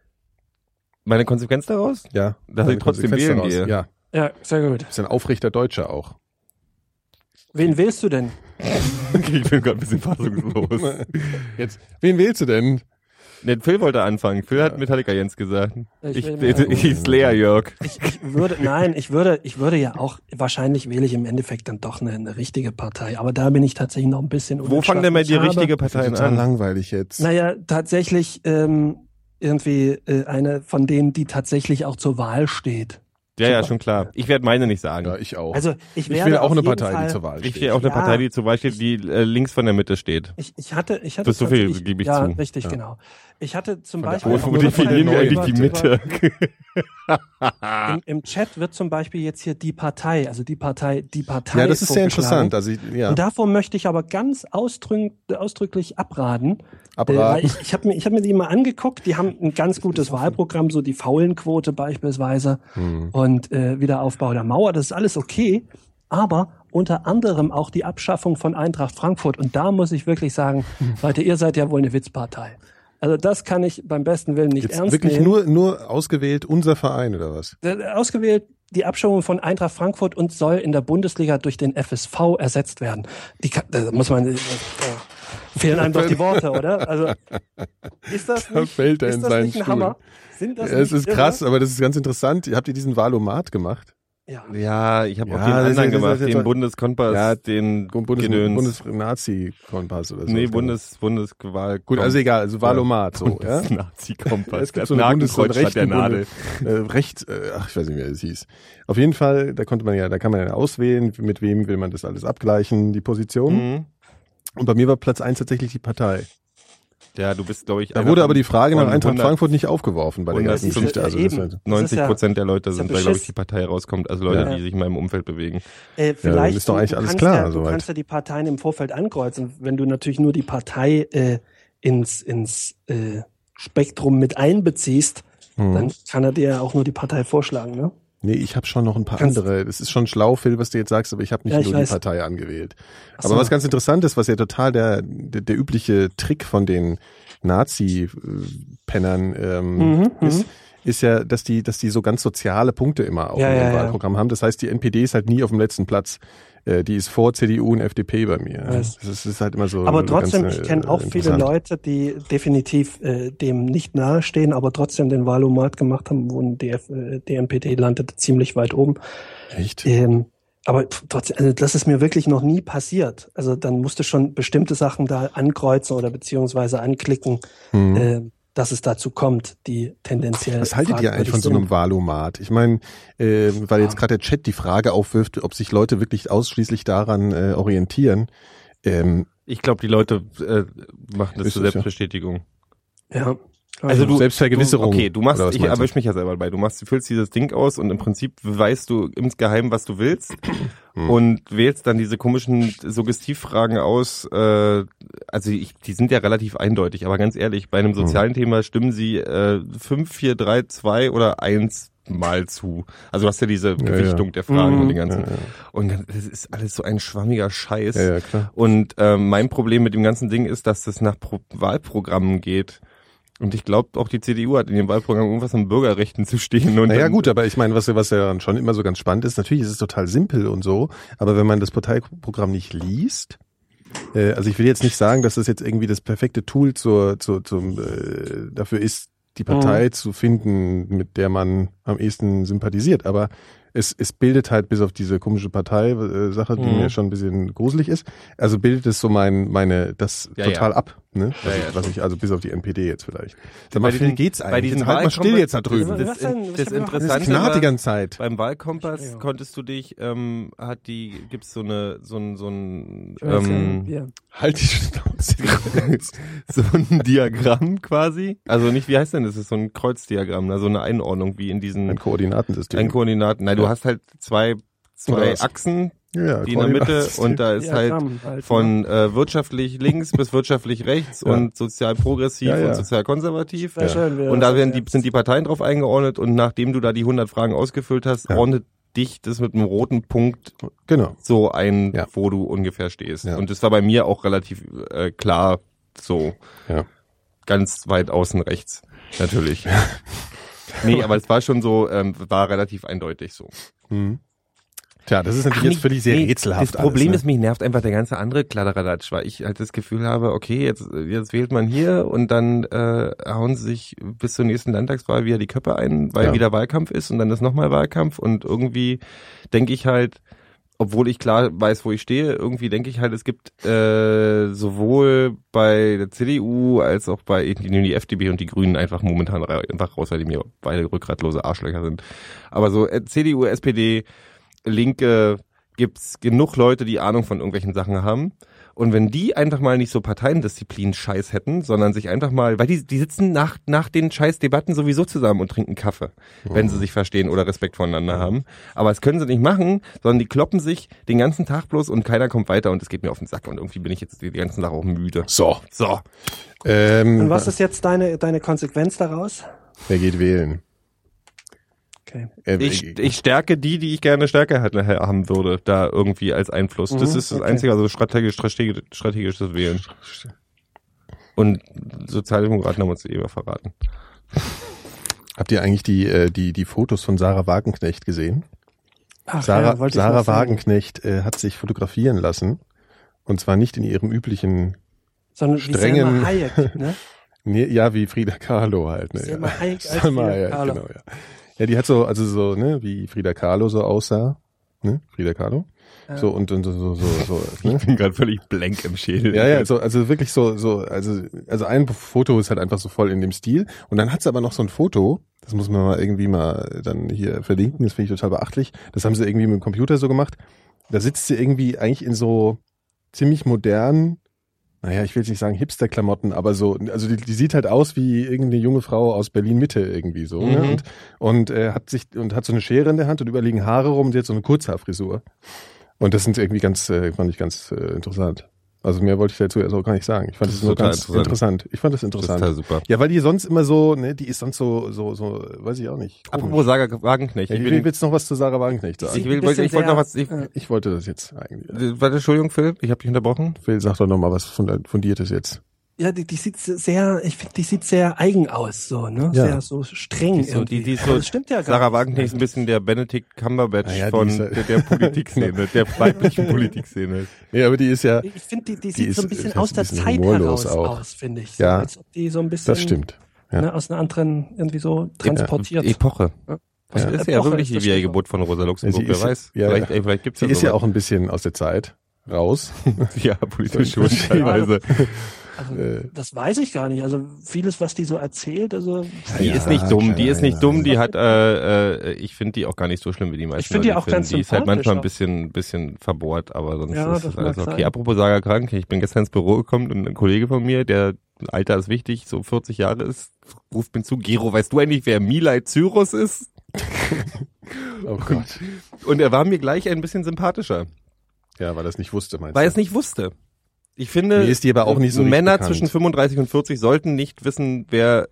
Meine Konsequenz daraus? Ja, Dass deine ich trotzdem Konsequenz wählen daraus. gehe. Ja, Gero. Ja, sehr gut. bist ein aufrechter Deutscher auch. Wen wählst du denn? [laughs] Okay, ich bin gerade ein bisschen fassungslos. [laughs] Jetzt, wen wählst du denn? nee, Phil wollte anfangen. Phil hat Metallica Jens gesagt. Ich Ich, [laughs] will ich, mal- ich Slayer Jörg. Würde, nein, ich würde, ich würde ja auch, wahrscheinlich wähle ich im Endeffekt dann doch eine, eine richtige Partei. Aber da bin ich tatsächlich noch ein bisschen Wo fangen denn mal die unentschlossen. Ich richtige habe- Das ist Partei total an? langweilig jetzt. Naja, tatsächlich ähm, irgendwie äh, eine von denen, die tatsächlich auch zur Wahl steht. Ja, ja, schon klar. Ich werde meine nicht sagen. Ja, ich auch. Also ich ich, werde will auch auf eine jeden Partei, Fall, die zur Wahl Ich steht. stehe auch eine Ja. Partei, die zum Beispiel die äh, links von der Mitte steht. Ich, ich hatte, ich hatte Das ist so viel, tatsächlich- gebe ich ja, zu. richtig, Ja. genau. Ich hatte Von zum der Beispiel Wo auch Alten Wo nur noch von der definieren wir Neuen eigentlich die drüber- Mitte? Im, Im Chat wird zum Beispiel jetzt hier die Partei, also die Partei, die Partei. ja, das ist sehr vorgeschlagen. interessant. Also, ich- ja, Und davon möchte ich aber ganz ausdrück, ausdrücklich abraten. Äh, weil Apparat. ich ich habe mir, ich hab mir die mal angeguckt, die haben ein ganz gutes Wahlprogramm, so die Faulenquote beispielsweise Hm. und äh, Wiederaufbau der Mauer, das ist alles okay. Aber unter anderem auch die Abschaffung von Eintracht Frankfurt. Und da muss ich wirklich sagen, Hm. Leute, ihr seid ja wohl eine Witzpartei. Also das kann ich beim besten Willen nicht Jetzt ernst wirklich nehmen. nur, nur ausgewählt unser Verein oder was? Äh, ausgewählt die Abschaffung von Eintracht Frankfurt und soll in der Bundesliga durch den FSV ersetzt werden. Die kann, da muss man äh, äh, fehlen einem doch die Worte, oder? Also ist das Da nicht, fällt er ist in das seinen nicht ein Stuhl. Hammer? Sind das Es nicht ist irre? krass, aber das ist ganz interessant. Habt ihr diesen Valomat gemacht? Ja. Ja, ich habe Ja, auch den das anderen ist- das ist gemacht, jetzt den mal- Bundeskompass, Ja, den Bundes, Gedöns. Bundes-Nazi-Kompass oder so. nee, Bundes, Bundeswahl. Gut, also egal, also Valomat, so, ja? Nazi-Kompass. [laughs] Es gibt Das so eine Bundes- so einen Nagenkreuz statt der rechten Nadel. Bunde- [laughs] Äh, recht, äh, ach, ich weiß nicht mehr, wie es hieß. Auf jeden Fall, da konnte man ja, da kann man ja auswählen, mit wem will man das alles abgleichen, die Position. Mhm. Und bei mir war Platz eins tatsächlich die Partei. Ja, du bist, glaube ich, Da einer wurde von aber die Frage nach von Eintracht 100 Frankfurt nicht aufgeworfen bei der Hundert- ganzen Geschichte. Also das Eben. war- 90 Das ist Prozent der Leute ist ja sind da, glaube ich, beschissen. die Partei rauskommt. Also Leute, Ja. die sich in meinem Umfeld bewegen. Äh, dann vielleicht ist doch eigentlich alles kannst klar Ja, du soweit. kannst ja die Parteien im Vorfeld ankreuzen. Wenn du natürlich nur die Partei äh, ins, ins äh, Spektrum mit einbeziehst, Mhm. dann kann er dir ja auch nur die Partei vorschlagen. Ne? Nee, ich habe schon noch ein paar Kannst- andere. Das ist schon schlau, Phil, was du jetzt sagst, aber ich habe nicht Ja, ich nur weiß. die Partei angewählt. Ach Aber so. was ganz interessant ist, was ja total der, der, der übliche Trick von den Nazi-Pennern ähm, Mhm, ist, ist ja, dass die, dass die so ganz soziale Punkte immer auch Ja, in ihrem ja, ja. Wahlprogramm haben. Das heißt, die NPD ist halt nie auf dem letzten Platz. Äh, die ist vor CDU und FDP bei mir. Weiß. Das ist, ist halt immer so. Aber trotzdem, ganz, äh, ich kenne auch viele interessant. Leute, die definitiv äh, dem nicht nahestehen, aber trotzdem den Wahlomat gemacht haben, wo ein DF, äh, DMPD landete ziemlich weit oben. Echt? Ähm, aber pf- trotzdem, also das ist mir wirklich noch nie passiert. Also dann musst du schon bestimmte Sachen da ankreuzen oder beziehungsweise anklicken, Hm. ähm, dass es dazu kommt, die tendenziell. Was haltet ihr eigentlich fragwürdig von so sind. einem Wahlomat? Ich meine, äh, weil jetzt gerade der Chat die Frage aufwirft, ob sich Leute wirklich ausschließlich daran äh, orientieren. Ähm, Ich glaube, die Leute äh, machen das Ist zur es ja. Selbstbestätigung. Ja. Also du, Selbstvergewisserung, Du, okay, du machst, oder was ich meinst du? erwische mich ja selber dabei. Du machst, du füllst dieses Ding aus und im Prinzip weißt du insgeheim, was du willst und wählst dann diese komischen Suggestivfragen aus. Äh, also ich, die sind ja relativ eindeutig, aber ganz ehrlich, bei einem sozialen Thema stimmen sie äh, 5, 4, 3, 2 oder 1 mal zu. Also du hast ja diese ja. Hm. Gewichtung der Fragen Mhm. und den ganzen. Ja, ja. Und dann- das ist alles so ein schwammiger Scheiß. ja, ja, klar. Und ähm, mein Problem mit dem ganzen Ding ist, dass das nach Pro Wahlprogrammen geht. Und ich glaube, auch die CDU hat in ihrem Wahlprogramm irgendwas an Bürgerrechten zu stehen. Und Naja dann- gut, aber ich meine, was, was ja dann schon immer so ganz spannend ist, natürlich ist es total simpel und so, aber wenn man das Parteiprogramm nicht liest, äh, also ich will jetzt nicht sagen, dass das jetzt irgendwie das perfekte Tool zur, zur, zum, äh, dafür ist, die Partei Mhm. zu finden, mit der man am ehesten sympathisiert, aber es, es bildet halt bis auf diese komische Partei-Sache, die Mhm. mir schon ein bisschen gruselig ist, also bildet es so mein, meine, das Ja, total ja. ab, ne? Was, Ja, ich, ja, was schon. ich, also bis auf die NPD jetzt vielleicht. Sag mal, Bei Phil, diesen- geht's bei eigentlich? diesen Jetzt halt mal still jetzt da Wahlkommen- drüben. Das, Was das, das denn? Was hab ich gemacht? Das Das Interessante knarrt die war, ganze Zeit. beim Wahlkompass Ja. konntest du dich, ähm, hat die, gibt's so eine, so ein, so ein, Ich weiß ja, ähm, ja. Halt die Schnauze. [laughs] [laughs] so ein Diagramm quasi. Also nicht, wie heißt denn das? Das ist so ein Kreuzdiagramm, ne? so eine Einordnung wie in diesen Ein Koordinatensystem. ein Koordinaten. Nein, du Ja. hast halt zwei, Oder zwei was? Achsen, ja, die in der Mitte Koordinatensystem. und da ist halt Diagramm halt, ne? von äh, wirtschaftlich links bis wirtschaftlich [laughs] rechts Ja. und sozial progressiv Ja, ja. und sozial konservativ. Sehr schön, wie du Und das da werden die, erklärst. sind die Parteien drauf eingeordnet und nachdem du da die 100 Fragen ausgefüllt hast, Ja. ordnet dich das mit einem roten Punkt Genau. so ein, Ja. wo du ungefähr stehst. Ja. Und das war bei mir auch relativ äh, klar so. Ja. Ganz weit außen rechts, [laughs] natürlich. nee, aber es war schon so, ähm, war relativ eindeutig so. Mhm. Tja, das ist natürlich Ach, jetzt für dich sehr nee, rätselhaft. Das Problem alles, ne? ist, mich nervt einfach der ganze andere Kladderadatsch, weil ich halt das Gefühl habe, okay, jetzt, jetzt wählt man hier und dann äh, hauen sie sich bis zur nächsten Landtagswahl wieder die Köpfe ein, weil Ja. wieder Wahlkampf ist und dann ist nochmal Wahlkampf und irgendwie denke ich halt, obwohl ich klar weiß, wo ich stehe, irgendwie denke ich halt, es gibt äh, sowohl bei der CDU als auch bei irgendwie die FDP und die Grünen einfach momentan ra- einfach raus, weil die mir beide rückgratlose Arschlöcher sind. Aber so äh, CDU, SPD, Linke gibt's genug Leute, die Ahnung von irgendwelchen Sachen haben. Und wenn die einfach mal nicht so Parteiendisziplin-Scheiß hätten, sondern sich einfach mal, weil die, die sitzen nach, nach den Scheiß-Debatten sowieso zusammen und trinken Kaffee, wenn sie sich verstehen oder Respekt voneinander haben. Aber das können sie nicht machen, sondern die kloppen sich den ganzen Tag bloß und keiner kommt weiter und es geht mir auf den Sack und irgendwie bin ich jetzt die ganzen Sache auch müde. So. So, Ähm, Und was ist jetzt deine, deine Konsequenz daraus? Wer geht wählen? Okay. Äh, Ich, ich stärke die, die ich gerne stärker hätte, haben würde, da irgendwie als Einfluss. Das Mhm, ist das okay. einzige, also strategisch, strategisch, strategisches Wählen. Und Sozialdemokraten haben uns eh mal verraten. habt ihr eigentlich die, äh, die, die Fotos von Sarah Wagenknecht gesehen? Ach, Sarah, wollte ich Sarah noch sagen. Wagenknecht äh, hat sich fotografieren lassen. Und zwar nicht in ihrem üblichen, Sondern strengen- Wie Selma [laughs] Hayek, ne? nee, ja, wie Frida Kahlo halt. Ne, Selma ja. Hayek als Selma Frida Hayek, Kahlo. Genau, ja. ja, die hat so, also so, ne, wie Frida Kahlo so aussah. Ne? Frida Kahlo. Ja. So und, und so, so, so, so ne? [laughs] Ich bin gerade völlig blank im Schädel. Ja, ja, so, also wirklich so, so, also, also ein Foto ist halt einfach so voll in dem Stil. Und dann hat sie aber noch so ein Foto, das muss man mal irgendwie mal dann hier verlinken, das finde ich total beachtlich. Das haben sie irgendwie mit dem Computer so gemacht. Da sitzt sie irgendwie eigentlich in so ziemlich modernen, naja, ich will jetzt nicht sagen Hipster-Klamotten, aber so, also die, die sieht halt aus wie irgendeine junge Frau aus Berlin-Mitte irgendwie so. Ne? Mhm. Und, und äh, hat sich und hat so eine Schere in der Hand und überlegen Haare rum, sie hat so eine Kurzhaarfrisur. Und das sind irgendwie ganz, äh, fand ich ganz äh, interessant. Also mehr wollte ich dazu erst auch gar nicht sagen. Ich fand Das das, ist nur total ganz interessant. interessant. Ich fand das Das ist interessant. total super. ja, weil die sonst immer so, ne, die ist sonst so, so, so, weiß ich auch nicht. Komisch. Apropos Saga Wagenknecht. ja, Ich, ich bin, will jetzt noch was zu Sarah Wagenknecht sagen. ich, will, wollte- ich wollte noch was. Ich, Ich wollte das jetzt eigentlich. Warte, Entschuldigung, Phil, ich habe dich unterbrochen. Phil, sag doch noch mal was funda- Fundiertes jetzt. Ja, die, die sieht sehr, ich finde, die sieht sehr eigen aus, so, ne? Ja. Sehr so streng. Die ist so- irgendwie. die- die ist Aber so- das stimmt ja gar Sarah Wagenknecht ist ein bisschen der Benedict Cumberbatch Ah ja, die von ist ja- der, [laughs] der Politikszene, der [laughs] weiblichen Politikszene. Ja, aber die ist ja, Ich finde, die, die sieht so ein ist- bisschen ist aus ein der bisschen Zeit humorlos heraus auch. aus, finde ich. Ja. So, als ob die so ein bisschen das stimmt. ja. ne, aus einer anderen irgendwie so transportiert. Also Epoche. Ja. Das Ja. ist ja Epoche wirklich ist das die wieder schon so. Geburt von Rosa Luxemburg, Ja, sie wer ist- weiß. ja, vielleicht ja. ey, vielleicht gibt's Sie ja ist ja sowas. auch ein bisschen aus der Zeit [laughs] raus. ja [laughs] politisch schon teilweise. also, äh, das weiß ich gar nicht. Also vieles, was die so erzählt, also Die Ja, ist nicht dumm, die ist nicht nein, dumm, die hat, äh, äh, ich finde die auch gar nicht so schlimm wie die meisten. Ich find die Leute auch ganz Die ist halt manchmal ein sympathisch bisschen, bisschen verbohrt, aber sonst Ja, ist das das alles mag okay. sein. Apropos Saga Kranke, ich bin gestern ins Büro gekommen und ein Kollege von mir, der Alter ist wichtig, so 40 Jahre ist, ruft mir zu, Gero, weißt du eigentlich, wer Milay Cyrus ist? Oh Gott. Und er war mir gleich ein bisschen sympathischer, Ja, weil er es nicht wusste, meinst weil er du? es nicht wusste. Ich finde, Nee, ist die aber auch nicht so richtig Männer bekannt. zwischen 35 und 40 sollten nicht wissen, wer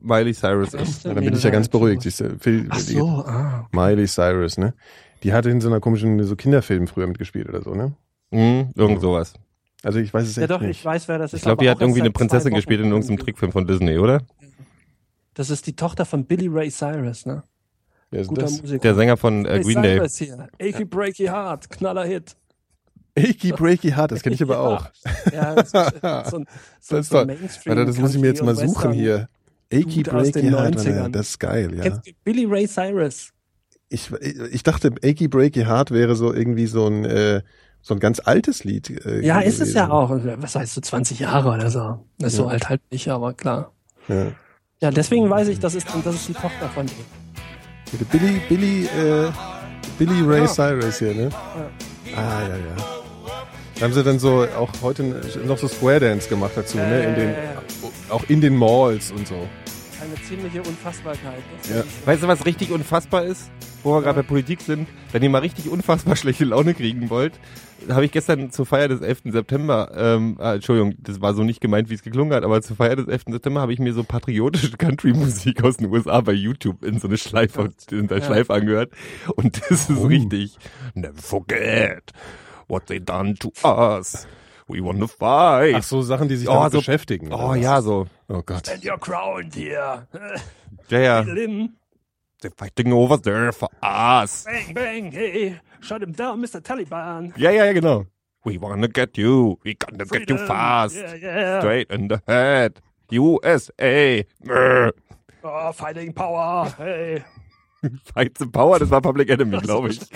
Miley Cyrus ist. Ja, dann bin ich ja ganz beruhigt. Siehst du, Phil, Ach so, ah. die, Miley Cyrus, ne? Die hatte in so einer komischen so Kinderfilm früher mitgespielt oder so, ne? Hm, irgend sowas. Also ich weiß es Ja echt doch, ich nicht. weiß, wer das ist. Ich glaube, aber die auch hat irgendwie eine erst seit zwei Prinzessin Wochen gespielt in irgendeinem irgendwie. Trickfilm von Disney, oder? Das ist die Tochter von Billy Ray Cyrus, ne? Wer ist Guter das? Musiker. Der Sänger von äh, Ray Green Day. Cyrus hier. Achy Breaky Heart, Knallerhit. Achy Breaky Heart, das kenne [laughs] ich aber Ja. auch. Ja, [laughs] das ist äh, so ein, so, Das ist so toll. ein Mainstream. Warte, das muss ich mir jetzt mal Country- und suchen eh Western. hier. Achy Dude aus Breaky den Heart, Mann, 90ern. das ist geil, ja. Kennst du Billy Ray Cyrus. Ich, ich dachte, Achy Breaky Heart wäre so irgendwie so ein, äh, so ein ganz altes Lied. äh, Ja, ist es gewesen. ja auch. Was heißt so 20 Jahre oder so? Das ist Ja. so alt halt nicht, aber klar. Ja. Ja, deswegen weiß ich, das ist, das ist die Tochter von ihm. Billy, Billy, äh, Billy Ray Ja. Cyrus hier, ne? Ah, ja, ja. Da haben sie dann so auch heute noch so Square Dance gemacht dazu, ne? In den, Äh, auch in den Malls und so. Eine ziemliche Unfassbarkeit. Das Ja. ist- Weißt du, was richtig unfassbar ist? Wo wir gerade bei Politik sind, wenn ihr mal richtig unfassbar [laughs] schlechte Laune kriegen wollt, habe ich gestern zur Feier des 11. September, ähm, ah, Entschuldigung, das war so nicht gemeint, wie es geklungen hat, aber zur Feier des 11. September habe ich mir so patriotische [laughs] Country-Musik aus den USA bei YouTube in so eine Schleife, in der Ja. Schleife angehört. Und das Oh. ist richtig. Never forget what they done to us. We wanna fight. Ach, so Sachen, die sich Oh, damit so- beschäftigen. Oh oder ja, so. was? Oh Gott. And you're crowned [laughs] here. Ja, ja. Lynn. They're fighting over there for us. Bang, bang, hey. Shut him down, Mr. Taliban. Ja, ja, ja, genau. We wanna get you. We gonna get you Freedom. fast. Yeah, yeah. Straight in the head. USA. Brr. Oh, fighting power. Hey. Fight the power, das war [laughs] Public Enemy, glaube ich. [laughs]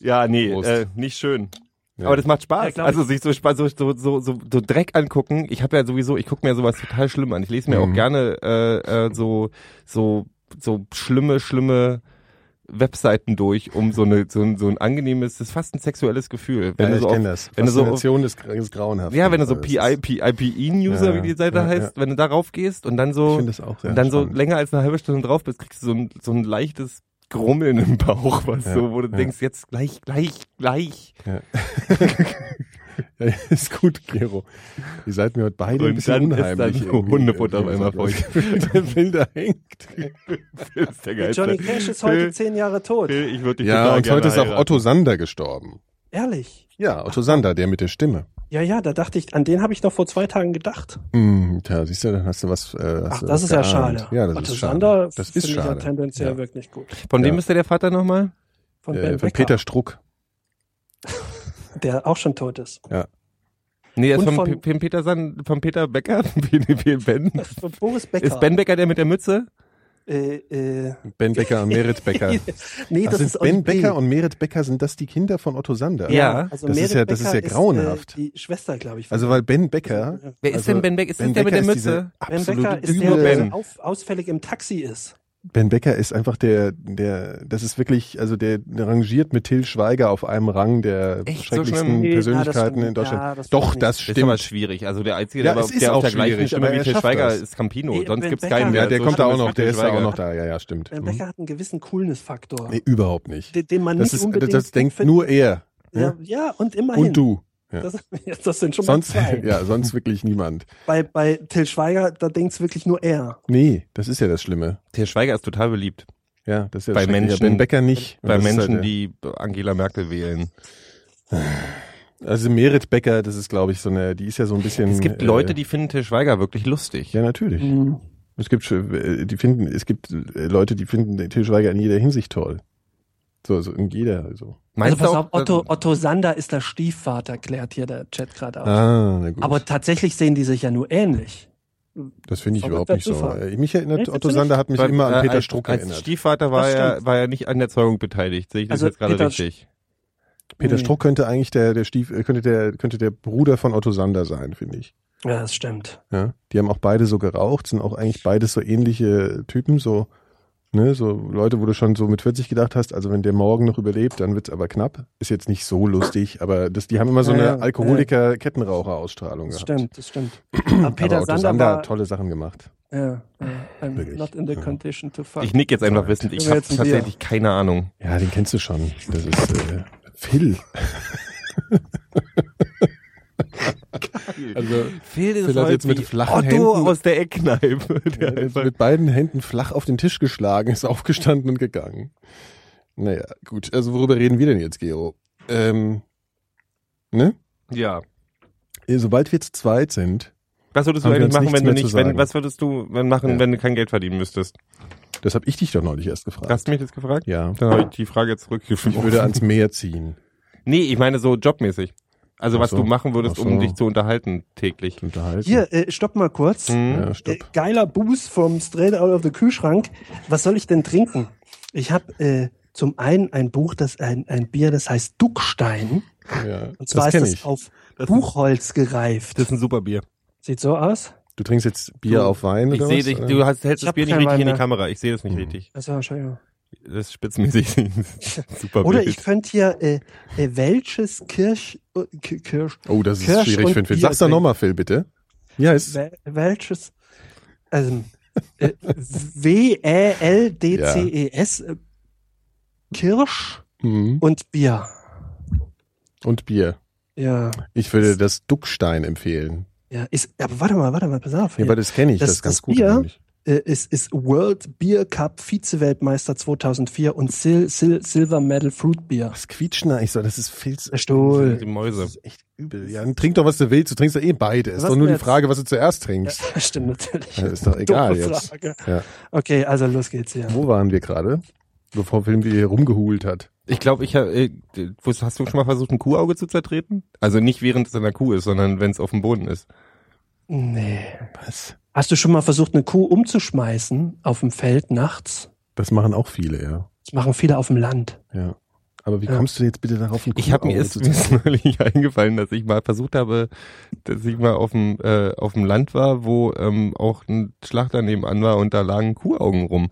ja, nee, Prost. äh, nicht schön. Ja. Aber das macht Spaß. Ja, glaub ich. also sich so, Spaß- so, so, so, so, so Dreck angucken. Ich habe ja sowieso, ich gucke mir sowas total schlimm an. Ich lese mir Mhm. auch gerne äh, äh, so, so, so schlimme, schlimme Webseiten durch, um so, eine, so, ein, so ein angenehmes, das ist fast ein sexuelles Gefühl. Ja, du ich so kenne auf- das. wenn du so auf- Faszination ist, ist grauenhaft. ja, wenn du so Das ist- PIPE-User, Ja, wie E die Seite ja, heißt, wenn du darauf gehst und dann Ich so finde das auch sehr und dann so spannend. länger als eine halbe Stunde drauf bist, kriegst du so ein, so ein leichtes Grummeln im Bauch, was Ja, so, wo du ja. denkst, jetzt gleich, gleich, gleich. [laughs] Ja, ist gut, Gero. Ihr seid mir heute beide ein Und bisschen dann ist unheimlich. dann irgendwie. Hundefutter auf [laughs] einmal vor euch. Wie der Bill da hängt. Das [laughs] ist der geilste. Johnny Cash ist heute Phil, zehn Jahre tot. Phil, ich würde dich Ja, total und gerne heute ist auch heiraten. Otto Sander gestorben. Ehrlich. Ja, Otto Sander, der mit der Stimme. Ja, ja, da dachte ich, an den habe ich noch vor zwei Tagen gedacht. Hm, tja, siehst du, dann hast du was. Äh, hast Ach, du das was ist ja geahnt. schade. Ja, das Otto ist schade. Sander das ist finde ich schade. ja tendenziell Ja. wirklich gut. Von Ja. wem ist der, der Vater nochmal? Von äh, Ben von Becker, Peter Struck. der auch schon tot ist. Nee, der ist von, Und von- Pe- Peter, San, von Peter Becker. [laughs] Wie- wie ben. Von Boris Becker. Ist Ben Becker der mit der Mütze? äh, äh, Ben Becker und Merit Becker. [laughs] nee, Ach, Eh, das sind ist ben Oli B. Becker und Merit Becker sind das die Kinder von Otto Sander? Ja. also Das ist Merit ja- das ist ja Becker grauenhaft. Äh, die Schwester, glaube ich. von- Also weil Ben Becker, Ben Wer ist Also, denn Ben Becker? Ist das ben der Becker mit der ist diese Mütze? Becker absolute ist der, Dübel. der Ben. so auf, ausfällig im Taxi ist. Ben Becker ist einfach der, der, das ist wirklich, also der, der rangiert mit Till Schweiger auf einem Rang der Echt, so schlimm? schrecklichsten Nee, ja, das Persönlichkeiten stimmt. in Deutschland. Ja, das Doch, stimmt. das Das ist aber stimmt. schwierig. Also der Einzige, Ja, der, es auf- ist der auch auf der gleichen schwierig, aber Stimme er wie Til schafft Schweiger das. ist Campino. Nee, Sonst Ben gibt's Becker- keinen Ja, mehr. der So kommt da also schlimm auch noch, der Til ist da auch Schweiger. noch da, ja, ja, stimmt. Ben Mhm. Becker hat einen gewissen Coolness-Faktor, Nee, überhaupt nicht. den, den man Das, nicht ist, das, unbedingt das denkt fit- nur er Ja, ja, und immerhin. und du. Das, [laughs] das sind schon mal Sonst, zwei. [laughs] ja, sonst wirklich niemand. Bei, bei Till Schweiger, da denkt's wirklich nur er. Nee, das ist ja das Schlimme. Til Schweiger ist total beliebt. Ja, das ist ja Bei das Schreckliche. Menschen- Ben Becker nicht. Und Bei das ist halt, Menschen, ja. die Angela Merkel wählen. Also Merit Becker, das ist, glaube ich, so eine, die ist ja so ein bisschen. Es gibt äh, Leute, die finden Til Schweiger wirklich lustig. Ja, natürlich. Mhm. Es gibt, äh, die finden, es gibt äh, Leute, die finden den Til Schweiger in jeder Hinsicht toll. So, so in jeder. So. Also Meinst pass du auf, auch- ähm, ähm, Otto, Otto Sander ist der Stiefvater, klärt hier der Chat gerade auf. Ah, na gut. Aber tatsächlich sehen die sich ja nur ähnlich. das finde ich Aber überhaupt der nicht so. Zufall. Äh, Mich erinnert, Nee, findest Otto du Sander hat mich Weil, immer an äh, Peter als, Struck als erinnert. Stiefvater war Das er, stimmt. war er nicht an der Zeugung beteiligt. Sehe ich das Also jetzt gerade Peter richtig? Peter Nee. Struck könnte eigentlich der, der Stief, äh, könnte der, könnte der Bruder von Otto Sander sein, finde ich. Ja, das stimmt. Ja, die haben auch beide so geraucht, sind auch eigentlich beides so ähnliche Typen, so, ne, so Leute, wo du schon so mit 40 gedacht hast, also wenn der morgen noch überlebt, dann wird's aber knapp. Ist jetzt nicht so lustig, aber das, die haben immer so Ja, eine ja, Alkoholiker-Kettenraucher-Ausstrahlung Das gehabt. stimmt, das stimmt. Aber Peter [clears throat] Peter aber Otto Sander, Sander, war, hat tolle Sachen gemacht. ja, ja, I'm Wirklich. not in the Ja. ne- condition to fuck. Ich nick jetzt einfach wissend. Ich Können wir habe jetzt ein Bier? tatsächlich keine Ahnung. Ja, den kennst du schon. Das ist äh, [laughs] Phil. also Phil ist Phil hat heute jetzt mit wie flachen Otto Händen- aus der [laughs] Eckkneipe. Der er hat jetzt einfach- mit beiden Händen flach auf den Tisch geschlagen, [laughs] ist aufgestanden und gegangen. Naja, gut. Also worüber reden wir denn jetzt, Gero? Ähm, ne? ja. Sobald wir zu zweit sind, Was würdest du Haben wir eigentlich uns machen, wenn du nichts mehr nicht, zu wenn, sagen. was würdest du wenn machen, Ja. wenn du kein Geld verdienen müsstest? das habe ich dich doch neulich erst gefragt. Oh. Hast du mich jetzt gefragt? ja. Dann habe ich die Frage zurückgeführt. Ich würde ans Meer ziehen. nee, ich meine so jobmäßig. Also Ach was so. du machen würdest, Ach um so. dich zu unterhalten täglich. Unterhalten. Hier, äh, stopp mal kurz. Hm? Ja, Äh, stopp. geiler Boost vom Straight Out of the Kühlschrank. Was soll ich denn trinken? Ich habe äh, zum einen ein Buch, das ein, ein Bier, das heißt Duckstein. Ja, Und das zwar ist kenne es ich. auf Buchholz gereift. Das ist ein super Bier. Sieht so aus. Du trinkst jetzt Bier Du- auf Wein Ich oder sehe was? dich, oder? du hast, hältst Ich das hab Bier nicht keinen richtig in Wein die mehr. Kamera. Ich sehe das nicht Hm. richtig. Also, Entschuldigung. Das ist [laughs] spitzenmäßig. super Oder Bild. ich könnte hier, äh, äh, welches Kirsch, äh, Ki- Kirsch, oh, das ist Kirsch schwierig und für einen Phil. Bier Sag's doch trinken. nochmal, Phil, bitte. Ja, ist. wel, welches, also, äh, E, W-E-L-D-C-E-S, äh, Kirsch Mhm. und Bier. Und Bier. Ja, Ich würde das Duckstein empfehlen. ja, ist, aber warte mal, warte mal, pass auf. Ja, hier. aber das kenne ich, das, Das- ist ganz das gut. Bier- eigentlich. äh, ist, ist World Beer Cup Vize-Weltmeister 2004 und Sil Sil Silver Medal Fruit Beer. Was quietscht denn eigentlich so? Das ist Filz. Der Stuhl. Die Mäuse. Das ist echt übel. Ja, dann trink doch, was du willst. Du trinkst ja eh beide. Ist Was doch nur denn die jetzt? Frage, was du zuerst Ja, trinkst. stimmt natürlich. Ja, ist doch egal Dumme jetzt. Frage. Ja. Okay, also los geht's hier. Wo waren wir gerade? Bevor Film hier rumgeholt hat. Ich glaube, ich habe. Äh, wo- hast du schon mal versucht, ein Kuhauge zu zertreten? Also nicht während es an der Kuh ist, sondern wenn es auf dem Boden ist. Nee. Was? Hast du schon mal versucht, eine Kuh umzuschmeißen auf dem Feld nachts? Das machen auch viele, ja. Das machen viele auf dem Land. ja. Aber wie Ja. kommst du jetzt bitte darauf? ein Ich habe mir Kuhauge erst zu mir zeigen? ist [laughs] neulich eingefallen, dass ich mal versucht habe, dass ich mal auf dem äh, auf dem Land war, wo ähm, auch ein Schlachter nebenan war und da lagen Kuhaugen rum.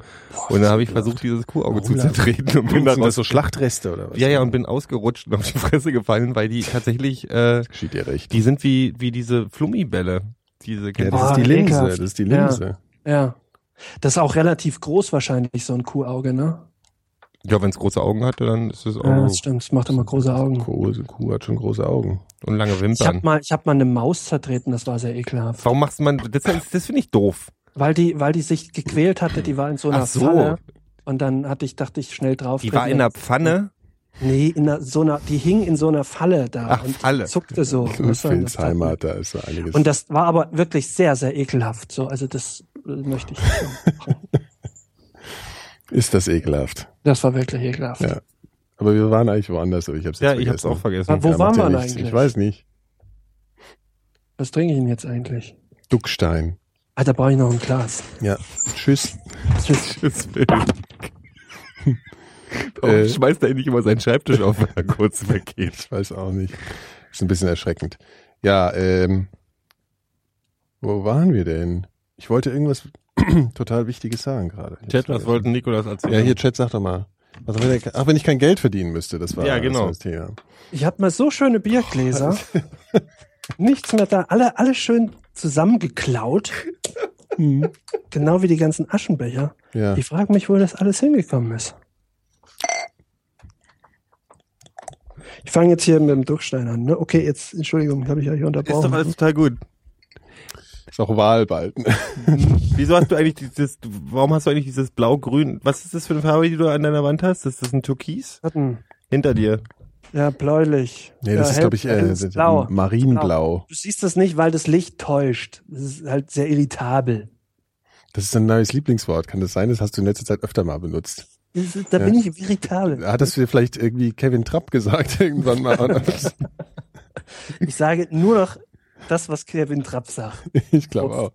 und da habe ich versucht, dieses Kuhauge Warum zu zertreten [laughs] und bin Sind dann das [laughs] so aus, Schlachtreste oder was? ja ja und bin ausgerutscht und auf die Fresse gefallen, weil die tatsächlich äh, Geschieht dir recht. die sind wie wie diese Flummibälle. Diese ja, das Boah, ist die Linse. ekelhaft. Das ist die Ja. Linse. Ja. Das ist auch relativ groß wahrscheinlich, so ein Kuhauge, ne? Ja, wenn es große Augen hatte, dann ist es auch. Ja, das stimmt. Es macht immer große Augen. Große Kuh hat schon große Augen. und lange Ich habe Wimpern. mal, ich hab mal eine Maus zertreten, das war sehr ekelhaft. Warum machst man das? ist- Das finde ich doof. Weil die, weil die sich gequält hatte, die war in so einer Ach so. Pfanne. Und dann hatte ich, dachte ich, schnell drauf. Die war in der Pfanne. Nee, in einer, so einer, die hing in so einer Falle da Ach, und Falle. [laughs] zuckte so. Weißt du, das tat mir- Filzheimer, da ist so einiges. Und das war aber wirklich sehr, sehr ekelhaft. So, also das äh, möchte ich. nicht machen. ist das ekelhaft. [laughs] Das war wirklich ekelhaft. Ja. Aber wir waren eigentlich woanders, aber ich hab's jetzt Ja, vergessen. ich hab's auch vergessen. Aber Ah, wo Ja, waren macht ja wir denn nichts. eigentlich? Ich weiß nicht. Was trinke ich denn jetzt eigentlich? Duckstein. Alter, Ah, brauche ich noch ein Glas. Ja. [laughs] Tschüss. Tschüss. Gottes Willen. Warum Oh, Äh. schmeißt er nicht immer seinen Schreibtisch auf, wenn er kurz weggeht? Ich weiß auch nicht. Ist ein bisschen erschreckend. Ja, ähm. Wo waren wir denn? Ich wollte irgendwas [clears throat] total Wichtiges sagen gerade. Chat, was wollten Nikolas erzählen? Ja, hier, Chat, sag doch mal. Also wenn er, ach, wenn ich kein Geld verdienen müsste, das war Ja, genau. das war das Thema. Ich habe mal so schöne [laughs] Biergläser. Nichts mehr da. Alle, alle schön zusammengeklaut. Genau wie die ganzen Aschenbecher. Ja. Ich frage mich, wo das alles hingekommen ist. Ich fange jetzt hier mit dem Durchstein an. Ne? Okay, jetzt, Entschuldigung, habe ich euch Ist doch unterbrochen. alles total gut. Ist auch Wahl bald. Wieso hast du eigentlich dieses, warum hast du eigentlich dieses blau-grün? Was ist das für eine Farbe, die du an deiner Wand hast? Ist das ein Türkis? Hatten. Hinter dir. Ja, bläulich. [laughs] Nee, das ja, ist, hell- glaube ich, äh, helles blau. Marienblau. Du siehst das nicht, weil das Licht täuscht. Das ist halt sehr irritabel. Das ist ein neues Lieblingswort. Kann das sein? Das hast du in letzter Zeit öfter mal benutzt. Das ist, da Ja. bin ich irritabel. Hattest du dir vielleicht irgendwie Kevin Trapp gesagt [laughs] irgendwann mal? Ich sage nur noch das, was Kevin Trapp sagt. ich glaube auch.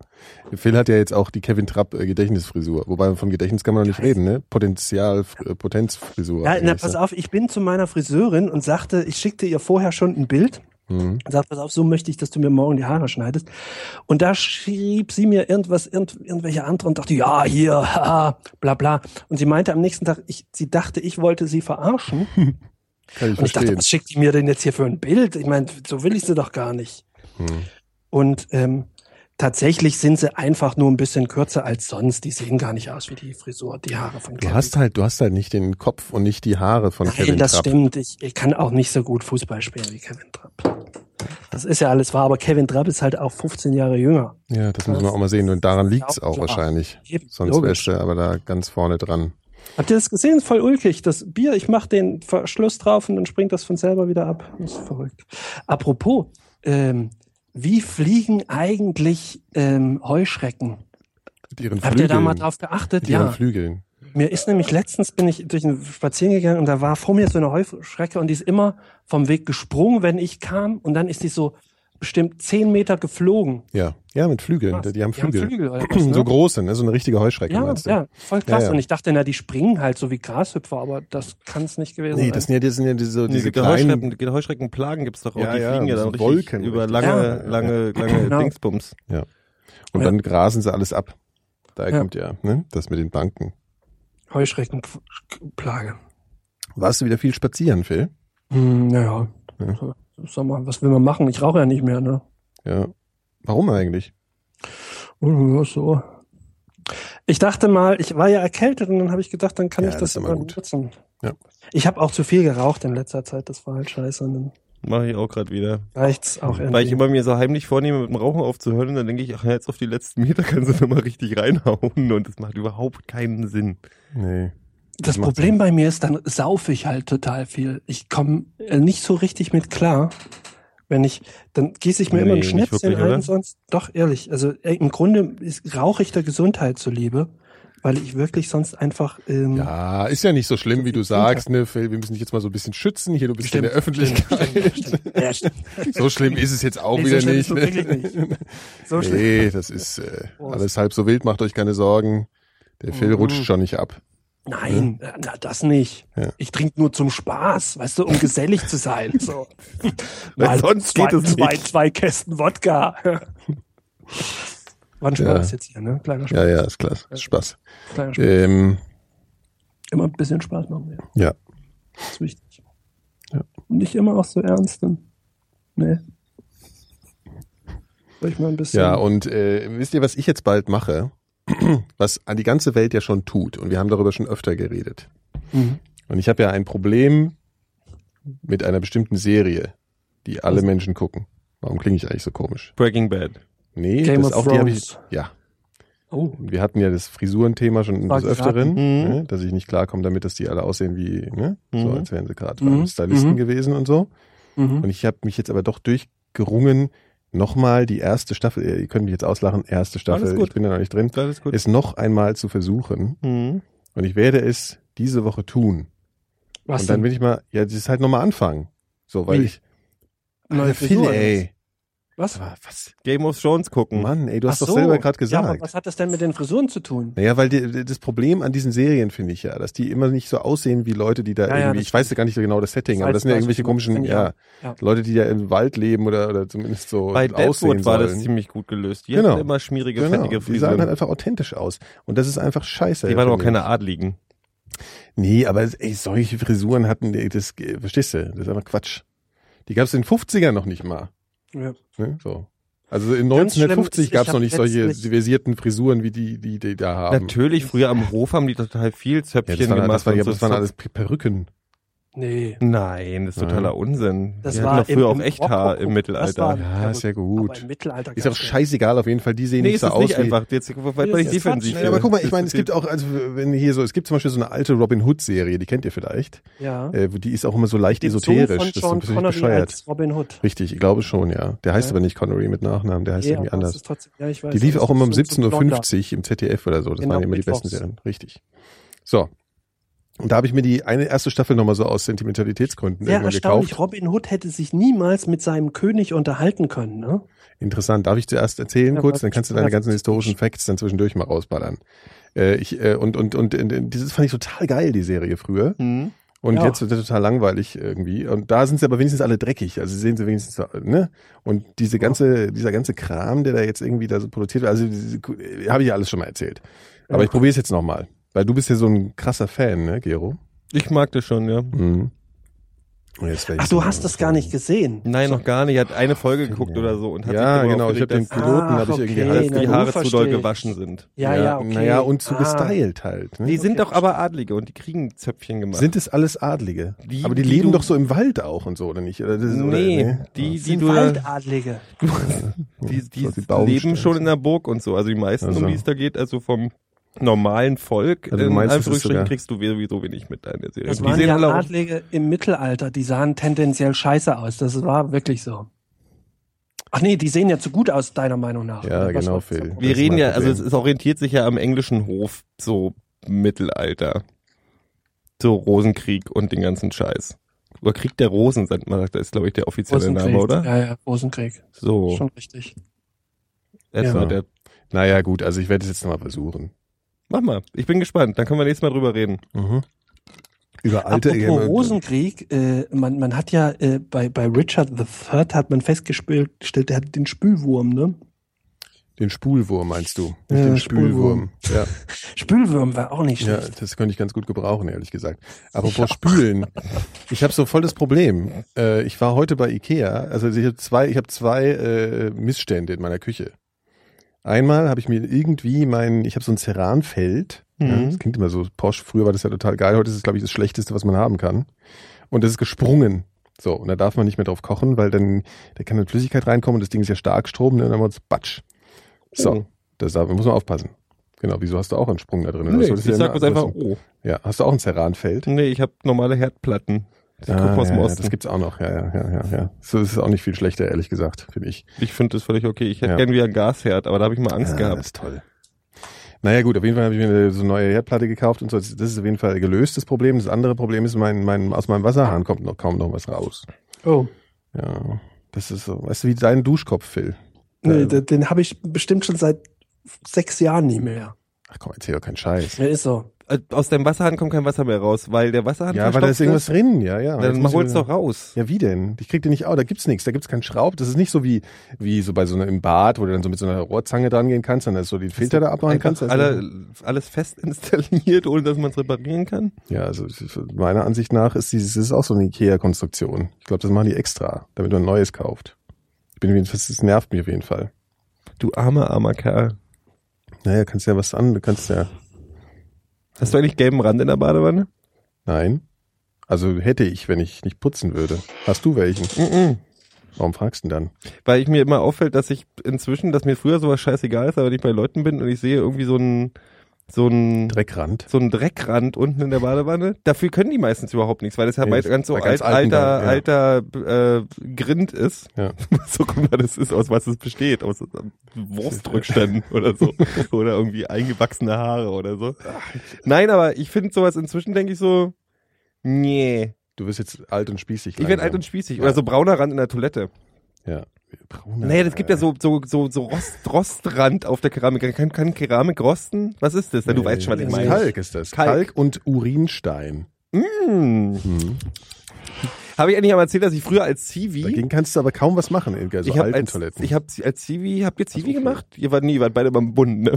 Phil hat ja jetzt auch die Kevin Trapp äh, Gedächtnisfrisur. Wobei von Gedächtnis kann man noch nicht reden, ne? Potenzial, äh, Potenzfrisur. Ja, na, eigentlich, pass ne? auf, ich bin zu meiner Friseurin und sagte, ich schickte ihr vorher schon ein Bild. Mhm. Und sagte, pass auf, so möchte ich, dass du mir morgen die Haare schneidest. Und da schrieb sie mir irgendwas, irgend, irgendwelche andere und dachte, ja, hier, [laughs] haha, bla bla. Und sie meinte am nächsten Tag, ich, sie dachte, ich wollte sie verarschen. Kann ich Und ich dachte, verstehen. was schickt die mir denn jetzt hier für ein Bild? Ich meine, so will ich sie doch gar nicht. Hm. Und ähm, tatsächlich sind sie einfach nur ein bisschen kürzer als sonst. Die sehen gar nicht aus wie die Frisur, die Haare von du Kevin. hast halt, du hast halt nicht den Kopf und nicht die Haare von Nein, Kevin das Trapp. stimmt. Ich, ich kann auch nicht so gut Fußball spielen wie Kevin Trapp. Das ist ja alles wahr, aber Kevin Trapp ist halt auch 15 Jahre jünger. Ja, das muss man auch mal sehen. Und daran liegt's Ja, auch klar. wahrscheinlich. Eben, Sonst logisch. wärst du aber da ganz vorne dran. Habt ihr das gesehen? Voll ulkig. Das Bier, ich mache den Verschluss drauf und dann springt das von selber wieder ab. Das ist verrückt. Apropos, ähm, wie fliegen eigentlich ähm, Heuschrecken? Mit ihren Habt ihr da mal drauf geachtet? Mit ihren Ja. Flügeln. Mir ist nämlich letztens bin ich durch einen Spazieren gegangen und da war vor mir so eine Heuschrecke und die ist immer vom Weg gesprungen, wenn ich kam und dann ist die so bestimmt zehn Meter geflogen. Ja, ja, mit Flügeln. Krass. Die haben Die haben Flügel. [clears throat] Flügel oder was, ne? So große, ne? So eine richtige Heuschrecke, Ja, meinst du? ja, voll krass. Ja, ja. Und ich dachte, na, die springen halt so wie Grashüpfer, aber das kann es nicht gewesen Nee, sein. das sind ja, das sind ja diese, Diese, diese diese kleinen Heuschrecken, Heuschreckenplagen gibt's doch auch. Ja, die ja, fliegen ja so dann richtig Wolken über richtig. lange, Ja. lange, lange Genau. Dingsbums. Und Ja. dann grasen sie alles ab. Daher Ja. kommt ja ne? das mit den Banken. Heuschreckenplage. Warst du wieder viel spazieren, Phil? Hm, naja. Sag mal, was will man machen? Ich rauche ja nicht mehr, ne? Ja. Warum eigentlich? Oh, ja, so. Ich dachte mal, ich war ja erkältet und dann habe ich gedacht, dann kann Ja, ich das das, ist immer mal gut. nutzen. Ja. Ich habe auch zu viel geraucht in letzter Zeit, das war halt scheiße. Und dann Mache ich auch gerade wieder. reicht's auch Weil ich irgendwie. immer mir so heimlich vornehme, mit dem Rauchen aufzuhören und dann denke ich, ach ja, jetzt auf die letzten Meter kannst du nochmal richtig reinhauen und das macht überhaupt keinen Sinn. Nee. Das macht Problem bei mir ist, dann saufe ich halt total viel. Ich komme äh, nicht so richtig mit klar. Wenn ich, dann gieße ich mir Nee, immer ein nicht Schnäpschen wirklich, oder? ein, sonst, doch ehrlich, also äh, im Grunde ist- rauche ich der Gesundheit zuliebe, weil ich wirklich sonst einfach, ähm, Ja, ist ja nicht so schlimm, wie du sagst, ne, Phil? Wir müssen dich jetzt mal so ein bisschen schützen. Hier, du bist in der Öffentlichkeit. [laughs] Ja, stimmt. So schlimm ist es jetzt auch Nee, so wieder schlimm nicht. ist es ne? wirklich so schlimm. Nee, das ist äh, Prost. alles halb so wild, macht euch keine Sorgen. Der Phil Mhm. rutscht schon nicht ab. Nein, äh, na, das nicht. Ja. Ich trinke nur zum Spaß, [laughs] weißt du, um gesellig zu sein. So. Weil Mal sonst zwei, geht es zwei, nicht. zwei Kästen Wodka. [laughs] War ein Ja. Spaß jetzt hier, ne? Kleiner Spaß. Ja, ja, ist klasse. Ist Spaß. Kleiner Spaß. Ähm, Immer ein bisschen Spaß machen wir. ja. Das ist wichtig. Ja. Und nicht immer auch so ernst. Und nee. Soll ich mal ein bisschen. Ja, und äh, wisst ihr, was ich jetzt bald [clears throat] mache? Was an die ganze Welt ja schon tut. Und wir haben darüber schon öfter geredet. Mhm. Und ich habe ja ein Problem mit einer bestimmten Serie, die alle Menschen gucken. Warum klinge ich eigentlich so komisch? Breaking Bad. Nee, Game das of auch die hab ich. Thrones. Ja. Oh. Wir hatten ja das Frisurenthema schon War des Öfteren, geraten. Mhm. ne, dass ich nicht klarkomme damit, dass die alle aussehen wie, ne? So Mhm. als wären sie gerade Mhm. beim Stylisten Mhm. gewesen und so. Mhm. Und ich habe mich jetzt aber doch durchgerungen, nochmal die erste Staffel, äh, ihr könnt mich jetzt auslachen, erste Staffel, Alles gut. ich bin da noch nicht drin, Das ist gut. ist noch einmal zu versuchen. Mhm. Und ich werde es diese Woche tun. Was und dann denn? will ich mal, ja, das ist halt nochmal anfangen. So, weil Wie? ich. Neue Phil, Frisuren. ey. Was? Hm. Aber was? Game of Thrones gucken. Mann, ey, du hast Ach doch so. selber gerade gesagt. Ja, aber was hat das denn mit den Frisuren zu tun? Naja, weil die, die- das Problem an diesen Serien finde ich ja, dass die immer nicht so aussehen wie Leute, die da Ja, ja, irgendwie, das ich weiß ja gar nicht so genau das Setting, Das aber weiß das sind ja ich, irgendwelche das komischen, finde ich ja, auch. Ja. Leute, die ja im Wald leben oder, oder zumindest so Bei aussehen Deadwood war das sollen. ziemlich gut gelöst. Die Genau. hatten immer schmierige, genau, fettige die sahen halt Frisuren. einfach authentisch aus. Und das ist einfach scheiße. Die waren finde auch keine ich. Adligen. Nee, aber ey, solche Frisuren hatten, ey, das, äh, verstehst du, das ist einfach Quatsch. Die gab es in den 50ern noch nicht mal. Ja. Ne? So. Also in Ganz schlimm 1950 ist, gab es ich noch hab nicht solche letztlich- diversierten Frisuren, wie die, die, die da haben. Natürlich, früher am Hof haben die total viel Ja, Zöpfchen das, waren, gemacht. das, war, und ja, so das waren Zopf- alles Pe- Perücken. Nee. Nein, das ist Nein. totaler Unsinn. Das die hatten war doch früher im- auch im echt Haar Rokoko. im Das Mittelalter. war- Ja, ist ja Aber gut. im Mittelalter Ist auch gab's ja- scheißegal, auf jeden Fall, die sehen Nee, nicht ist so das aus nicht wie. einfach. Jetzt weil Ja, ich das ist defensiv. Quatsch. ne? Nein, aber guck mal, ich meine, es gibt auch, also wenn hier so, es gibt zum Beispiel so eine alte Robin Hood Serie, die kennt ihr vielleicht. Ja. Äh, wo- die ist auch immer so leicht Den Sohn esoterisch. von das ist so ein Sean bisschen Connery bescheuert. als Robin Hood. Richtig, ich glaube schon, ja. Der heißt Ja. aber nicht Connery mit Nachnamen, der heißt Nee, irgendwie aber es anders. ist Trotzdem, ja, ich weiß, Die lief aber auch es immer um ist so- so ein 17.50 Uhr im ZDF oder so. Das Genau, waren immer mittwochs. die besten Serien. Richtig. So. Und da habe ich mir die eine erste Staffel nochmal so aus Sentimentalitätsgründen Sehr irgendwann erstaunlich. gekauft. Robin Hood hätte sich niemals mit seinem König unterhalten können. Ne? Interessant. Darf ich zuerst erzählen Ja, kurz? warte, Dann kannst du ich- deine warte. ganzen historischen Facts dann zwischendurch mal rausballern. Äh, ich, äh, und, und, und, und, und dieses fand ich total geil, die Serie früher. Hm? Und Ja. jetzt wird er total langweilig irgendwie. Und da sind sie aber wenigstens alle dreckig. Also sehen sie wenigstens, so, ne? Und diese ganze, dieser ganze Kram, der da jetzt irgendwie da so produziert wird, also diese- äh, habe ich ja alles schon mal erzählt. Aber Ja. ich probiere es jetzt nochmal. Weil du bist ja so ein krasser Fan, ne, Gero? Ich mag das schon, ja. Mhm. Und jetzt werd ich Ach, so- du hast das gar nicht gesehen. Nein, noch gar nicht. Er hat eine Folge geguckt oder so und hat sich Ja, darüber genau. Ich habe aufgeregt, den dass, Piloten, Ach, habe ich irgendwie Ah, okay, halb na dass die gut, Haare zu verstehe doll ich. gewaschen sind. Ah Ja, ja, okay. Naja, und zu Ah. gestylt halt. Ne? Die sind Okay. doch aber Adlige und die kriegen Zöpfchen gemacht. Sind es alles Adlige? Die, aber die, die leben du- doch so im Wald auch und so, oder nicht? Oder das, oder, ne? nee, die, Das die, sind du, äh, Waldadlige. [laughs] die, die, So die Baumstämme. leben schon in der Burg und so. Also die meisten, Also. um die es da geht, also vom normalen Volk, Also du in meinst, das ist Anführungsstrichen, sogar- kriegst du sowieso wenig mit deiner Serie. Das die waren sehen ja alle auch Adlige im Mittelalter. Die sahen tendenziell scheiße aus. Das war wirklich so. Ach nee, die sehen ja zu gut aus, deiner Meinung nach. Ja, Oder was genau, war das Phil. denn? Das Wir ist reden mein ja, also es, Problem. es orientiert sich ja am englischen Hof, so Mittelalter. So Rosenkrieg und den ganzen Scheiß. Oder Krieg der Rosen, sagt man, das ist, glaube ich, der offizielle Rosenkrieg. Name, oder? Ja, ja, Rosenkrieg. So, Schon richtig. das Ja. war der. Naja, gut, also ich werde es jetzt nochmal versuchen. Mach mal, ich bin gespannt, dann können wir nächstes Mal drüber reden. Mhm. Über alte Apropos Ehemann- Rosenkrieg, äh, man, man hat ja äh, bei, bei Richard III hat man festgestellt, der hat den Spülwurm, ne? Den Spulwurm meinst du? Nicht Ja, den Spülwurm. Spulwurm. Ja, Spülwurm war auch nicht ja, schlecht. das könnte ich ganz gut gebrauchen, ehrlich gesagt. [laughs] Apropos Spülen. Ich habe so voll das Problem. Äh, ich war heute bei Ikea. Also ich habe zwei, ich habe zwei äh, Missstände in meiner Küche. Einmal habe ich mir irgendwie mein, ich habe so ein Ceranfeld. Ja, Mhm. das klingt immer so Porsche. Früher war das ja total geil. Heute ist es, glaube ich, das Schlechteste, was man haben kann. Und das ist gesprungen. So, und da darf man nicht mehr drauf kochen, weil dann, da kann dann Flüssigkeit reinkommen und das Ding ist ja Starkstrom, ne? Und dann haben wir uns Batsch. So, Oh. das, da muss man aufpassen. Genau, wieso hast du auch einen Sprung da drin? Oder Nee, solltest ich du ja sag immer was einfach, anpassen? oh. Ja, hast du auch ein Ceranfeld? Nee, ich habe normale Herdplatten. Ich guck aus Ah, ja, dem ja, Osten. das gibt's auch noch, ja, ja, ja, ja, ja. So ist es auch nicht viel schlechter, ehrlich gesagt, finde ich. ich finde das völlig okay. Ich hätte Ja. gern wieder einen Gasherd, aber da habe ich mal Angst Ah, gehabt. Das ist toll. Naja gut, auf jeden Fall habe ich mir eine, so eine neue Herdplatte gekauft und so. Das ist auf jeden Fall gelöst, das Problem. Das andere Problem ist, mein, mein, aus meinem Wasserhahn kommt noch kaum noch was raus. Oh. Ja, das ist so, weißt du, wie dein Duschkopf, Phil. Nee, Ähm. den, den habe ich bestimmt schon seit sechs Jahren nicht mehr. Ach komm, erzähl doch keinen Scheiß. Ja, ist so. Äh, Aus deinem Wasserhahn kommt kein Wasser mehr raus, weil der Wasserhahn Ja, weil da ist verstopft irgendwas drin, ja, ja. Jetzt Dann muss ich hol's wieder- doch raus. Ja, wie denn? Ich krieg den nicht auf, da gibt's nichts, da gibt's keinen Schraub. Das ist nicht so wie, wie so bei so einem im Bad, wo du dann so mit so einer Rohrzange dran gehen kannst, dann ist so die Filter da abmachen Einfach kannst. Also, alle, alles fest installiert, ohne dass man es reparieren kann. ja, also meiner Ansicht nach ist dieses das ist auch so eine IKEA-Konstruktion. Ich glaube, das machen die extra, damit man ein neues kauft. Ich bin jedenfalls, das nervt mich auf jeden Fall. Du armer, armer Kerl. Naja, kannst ja was an, du kannst ja. Hast du eigentlich gelben Rand in der Badewanne? Nein. Also hätte ich, wenn ich nicht putzen würde. Hast du welchen? Mm, Mhm. Warum fragst du denn dann? Weil ich mir immer auffällt, dass ich inzwischen, dass mir früher sowas scheißegal ist, aber wenn ich bei Leuten bin und ich sehe irgendwie so einen, so einen, Dreckrand. so einen Dreckrand unten in der Badewanne, dafür können die meistens überhaupt nichts, weil das ja Nee, meist das ganz so bei ganz alt, Alten alter, dann, ja. alter äh, Grind ist. Ja. [laughs] so guck mal, das ist, aus was es besteht, aus äh, [laughs] Wurstrückständen oder so. Oder irgendwie eingewachsene Haare oder so. Nein, aber ich finde sowas inzwischen, denke ich so, nee. Du wirst jetzt alt und spießig. Ich werde alt und spießig. Oder so brauner Rand in der Toilette. Ja. Brauner. Naja, das gibt ja so, so, so, so Rost, Rostrand auf der Keramik. Kann, kann Keramik rosten? Was ist das? Ja, du weißt schon, was ich das meine. ist Kalk ist das. Kalk. Kalk, und Urinstein. Hm. Habe ich eigentlich einmal erzählt, dass ich früher als Zivi... Dagegen kannst du aber kaum was machen, in so ich habe alten als, Toiletten. ich hab, als Zivi... Habt ihr Zivi okay. gemacht? Ihr wart nie, ihr wart beide beim Bund, ne?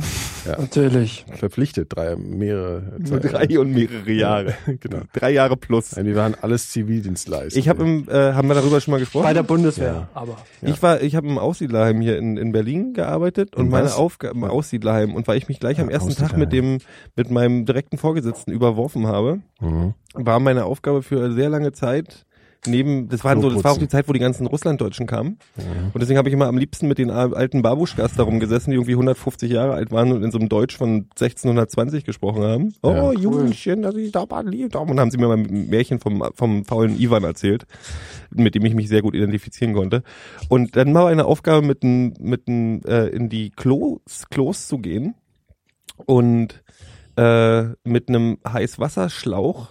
Natürlich. Verpflichtet, drei, mehrere. [laughs] zwei- Drei und mehrere Jahre. [laughs] genau. Drei Jahre plus. Nein, wir waren alles Zivildienstleister. Ich habe im, äh, haben wir darüber schon mal gesprochen? Bei der Bundeswehr, Ja. aber. Ich war, ich habe im Aussiedlerheim hier in, in Berlin gearbeitet und Im meine was? Aufgabe im Aussiedlerheim und weil ich mich gleich am Ah, ersten Tag mit dem, mit meinem direkten Vorgesetzten überworfen habe, Mhm. war meine Aufgabe für eine sehr lange Zeit neben, das war so, das war auch Kloputzen. die Zeit, wo die ganzen Russlanddeutschen kamen und deswegen habe ich immer am liebsten mit den a- alten Babuschkas da rumgesessen, die irgendwie 150 Jahre alt waren und in so einem Deutsch von 1620 gesprochen haben. Oh, Ja. Jungchen, das ist da liebt. Und dann haben sie mir mal ein Märchen vom, vom faulen Ivan erzählt, mit dem ich mich sehr gut identifizieren konnte. Und dann war eine Aufgabe, mit n, mit n, äh, in die Klos, Klos zu gehen und äh, mit einem Heißwasserschlauch,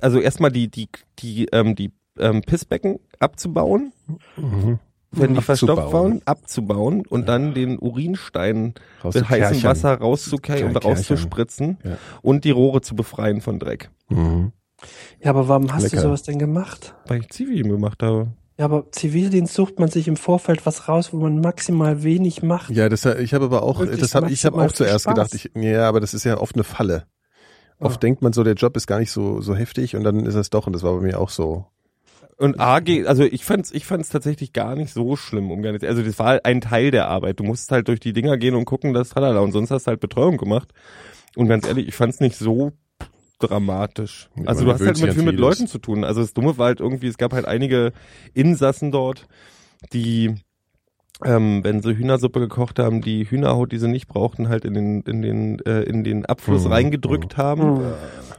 also erstmal die, die, die, ähm, die ähm, Pissbecken abzubauen, Mhm. wenn die Abzubauen. verstopft waren, abzubauen und dann den Urinstein Raus zu mit heißem Kerchern. Wasser rauszukeilen und Kerchern. rauszuspritzen Ja. und die Rohre zu befreien von Dreck. Mhm. Ja, aber warum hast Lecker. du sowas denn gemacht? Weil ich Zivi gemacht habe. Ja, aber Zivildienst sucht man sich im Vorfeld was raus, wo man maximal wenig macht. Ja, das, ich habe aber auch, Wirklich das hab, ich habe maximal auch zuerst Spaß. gedacht, ich, ja, aber das ist ja oft eine Falle. Oft Ah. denkt man so, der Job ist gar nicht so, so heftig und dann ist es doch, und das war bei mir auch so. Und A geht, also ich fand's, ich fand's tatsächlich gar nicht so schlimm, um gar nicht, also das war ein Teil der Arbeit. Du musst halt durch die Dinger gehen und gucken, dass tralala und sonst hast du halt Betreuung gemacht. Und ganz ehrlich, ich fand's nicht so dramatisch. Ja, also man du hast halt gewöhnt sich mit, viel an mit vieles. Leuten zu tun. Also das Dumme war halt irgendwie, es gab halt einige Insassen dort, die, ähm, wenn sie Hühnersuppe gekocht haben, die Hühnerhaut, die sie nicht brauchten, halt in den, in den, äh, in den Abfluss Mhm. reingedrückt haben Hm.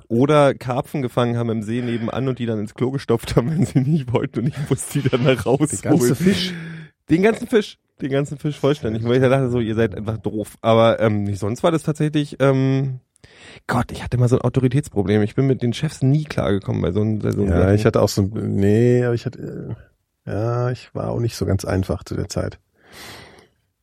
oder Karpfen gefangen haben im See nebenan und die dann ins Klo gestopft haben, wenn sie nicht wollten und ich musste die dann da rausholen. Fisch. Den ganzen Fisch, den ganzen Fisch vollständig. Weil ich da dachte so, ihr seid einfach doof. Aber ähm, sonst war das tatsächlich, ähm, Gott, ich hatte mal so ein Autoritätsproblem. Ich bin mit den Chefs nie klargekommen bei so einem. Bei so einem Ja, Sachen. ich hatte auch so, nee, aber ich hatte, äh, ja, ich war auch nicht so ganz einfach zu der Zeit.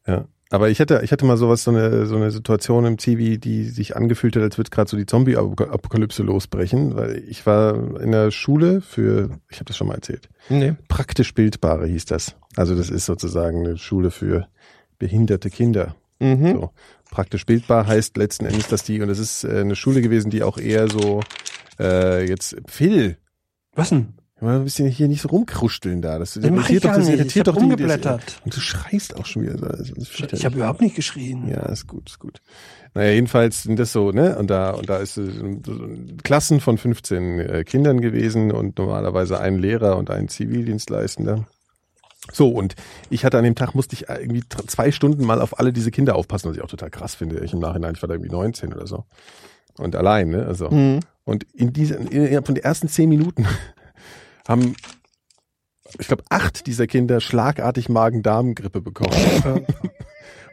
Ja. Aber ich hatte, ich hatte mal sowas, so eine, so eine Situation im Zivi, die sich angefühlt hat, als würde gerade so die Zombie-Apokalypse losbrechen, weil ich war in der Schule für, ich habe das schon mal erzählt, nee. praktisch Bildbare hieß das. Also das ist sozusagen eine Schule für behinderte Kinder. Mhm. So. Praktisch bildbar heißt letzten Endes, dass die, und es ist äh, eine Schule gewesen, die auch eher so äh, jetzt Phil, Was denn? hör mal ein bisschen hier nicht so rumkruscheln da. Das, Den mach ich doch, gar das nicht. Ich irritiert hab doch die- rumgeblättert. Und du schreist auch schon wieder. so. Das ist Ich, fürchterlich. habe überhaupt nicht geschrien. Ja, ist gut, ist gut. Naja, jedenfalls sind das so, ne? Und da, und da ist äh, so ein- Klassen von 15 äh, Kindern gewesen und normalerweise ein Lehrer und ein Zivildienstleistender. So, und ich hatte an dem Tag, musste ich äh, irgendwie dr- zwei Stunden mal auf alle diese Kinder aufpassen, was ich auch total krass finde. Ich im Nachhinein, ich war da irgendwie 19 oder so. Und allein, ne? Also. Mhm. Und in diesen, innerhalb von den ersten zehn Minuten haben, ich glaube, acht dieser Kinder schlagartig Magen-Darm-Grippe bekommen. [laughs]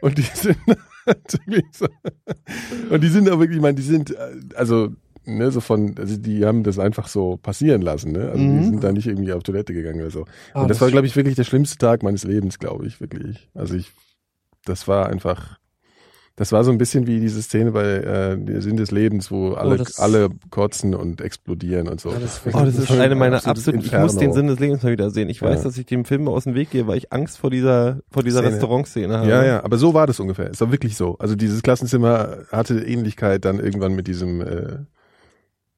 und die sind [laughs] natürlich so- und die sind auch wirklich, ich meine, die sind, äh, also, ne, so von, also die haben das einfach so passieren lassen, ne? Also Mhm. die sind da nicht irgendwie auf Toilette gegangen oder so. Ah, und das war, glaube ich, wirklich der schlimmste Tag meines Lebens, glaube ich, wirklich. Also ich, das war einfach. Das war so ein bisschen wie diese Szene bei äh, Der Sinn des Lebens, wo alle, Oh, das- alle kotzen und explodieren und so. Ja, das ist Oh, das ist schon eine ein meiner absolutes absoluten. Ich Inferno. muss den Sinn des Lebens mal wieder sehen. Ich weiß, Ja. dass ich dem Film aus dem Weg gehe, weil ich Angst vor dieser vor dieser Szene. Restaurantszene habe. Ja, ja, aber so war das ungefähr. Es war wirklich so. Also dieses Klassenzimmer hatte Ähnlichkeit dann irgendwann mit diesem. Äh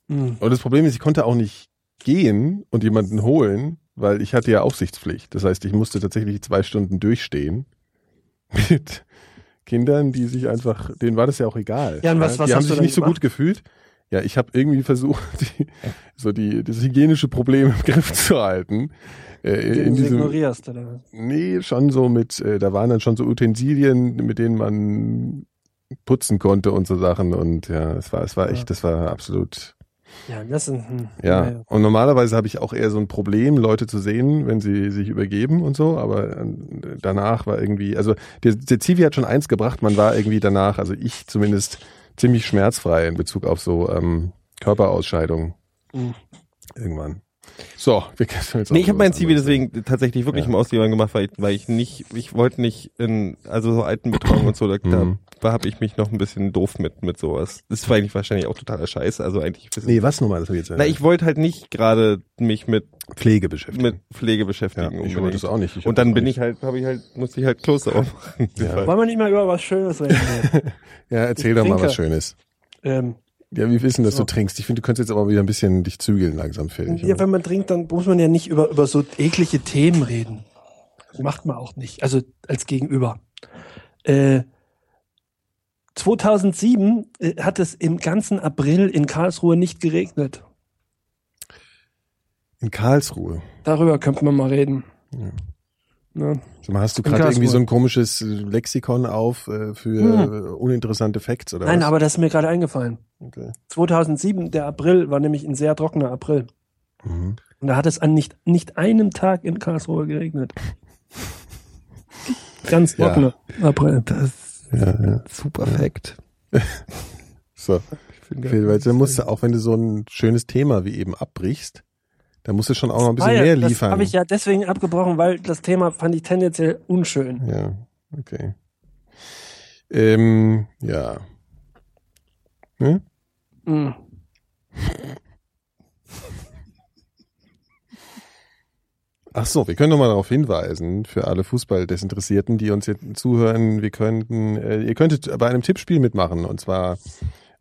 Hm. und das Problem ist, ich konnte auch nicht gehen und jemanden holen, weil ich hatte ja Aufsichtspflicht. Das heißt, ich musste tatsächlich zwei Stunden durchstehen [laughs] mit Kindern, die sich einfach, denen war das ja auch egal. Ja, und was- was die haben hast du sich dann nicht so gemacht? gut gefühlt. Ja, ich habe irgendwie versucht, [laughs] die, so die, das hygienische Problem im Griff zu halten. Äh, in Den du diesem, ignorierst. Oder? nee, schon so mit, äh, da waren dann schon so Utensilien, mit denen man putzen konnte und so Sachen. Und ja, es war, es war Ja. echt, das war absolut Ja, das sind, hm, Ja, naja. und normalerweise habe ich auch eher so ein Problem, Leute zu sehen, wenn sie sich übergeben und so, aber äh, danach war irgendwie, also der, der Zivi hat schon eins gebracht, man war irgendwie danach, also ich zumindest, ziemlich schmerzfrei in Bezug auf so ähm, Körperausscheidungen. Mhm. Irgendwann. So, wir können jetzt Nee, ich habe mein CV deswegen deswegen tatsächlich wirklich Ja. im Ausliefern gemacht, weil ich, weil ich nicht, ich wollte nicht in, also so Altenbetreuung und so, da, Mhm. da habe ich mich noch ein bisschen doof mit, mit sowas. Ist eigentlich wahrscheinlich auch totaler Scheiß, also eigentlich. Nee, was nochmal, das hab ich jetzt Na, ich wollte halt nicht gerade mich mit, Pflege beschäftigt. mit Pflege ja, beschäftigen. ich unbedingt. wollte das auch nicht. Ich hab und dann das bin auch ich halt, habe ich halt, musste ich halt Kloster aufmachen. Ja. Wollen wir nicht mal über was Schönes reden? [laughs] hier? Ja, erzähl ich doch mal trinke. was Schönes. ähm, Ja, wir wissen, dass So. du trinkst. Ich finde, du könntest jetzt aber wieder ein bisschen dich zügeln langsam, Phil. ja, wenn man trinkt, dann muss man ja nicht über, über so eklige Themen reden. Das macht man auch nicht. Also als Gegenüber. Äh, 2007 äh, hat es im ganzen April in Karlsruhe nicht geregnet. In Karlsruhe. Darüber könnten wir mal reden. Ja. Ne? Sag mal, hast du In gerade irgendwie Karlsruhe. Hm. so ein komisches äh, Lexikon auf äh, für äh, uninteressante Facts oder Nein, was? aber das ist mir gerade eingefallen. Okay. 2007, der April, war nämlich ein sehr trockener April. Mhm. Und da hat es an nicht, nicht einem Tag in Karlsruhe geregnet. Ganz Ja. trockener April. Ja, ja. Super Fact. So, Phil, weil dann musst du, auch wenn du so ein schönes Thema wie eben abbrichst, dann musst du schon auch noch ein bisschen Ah ja, mehr das liefern. habe ich ja deswegen abgebrochen, weil das Thema fand ich tendenziell unschön. ja, okay. Ähm, ja. Ne? Mhm. Ach so, wir können nochmal darauf hinweisen, für alle Fußballdesinteressierten, die uns jetzt zuhören, wir könnten, äh, ihr könntet bei einem Tippspiel mitmachen und zwar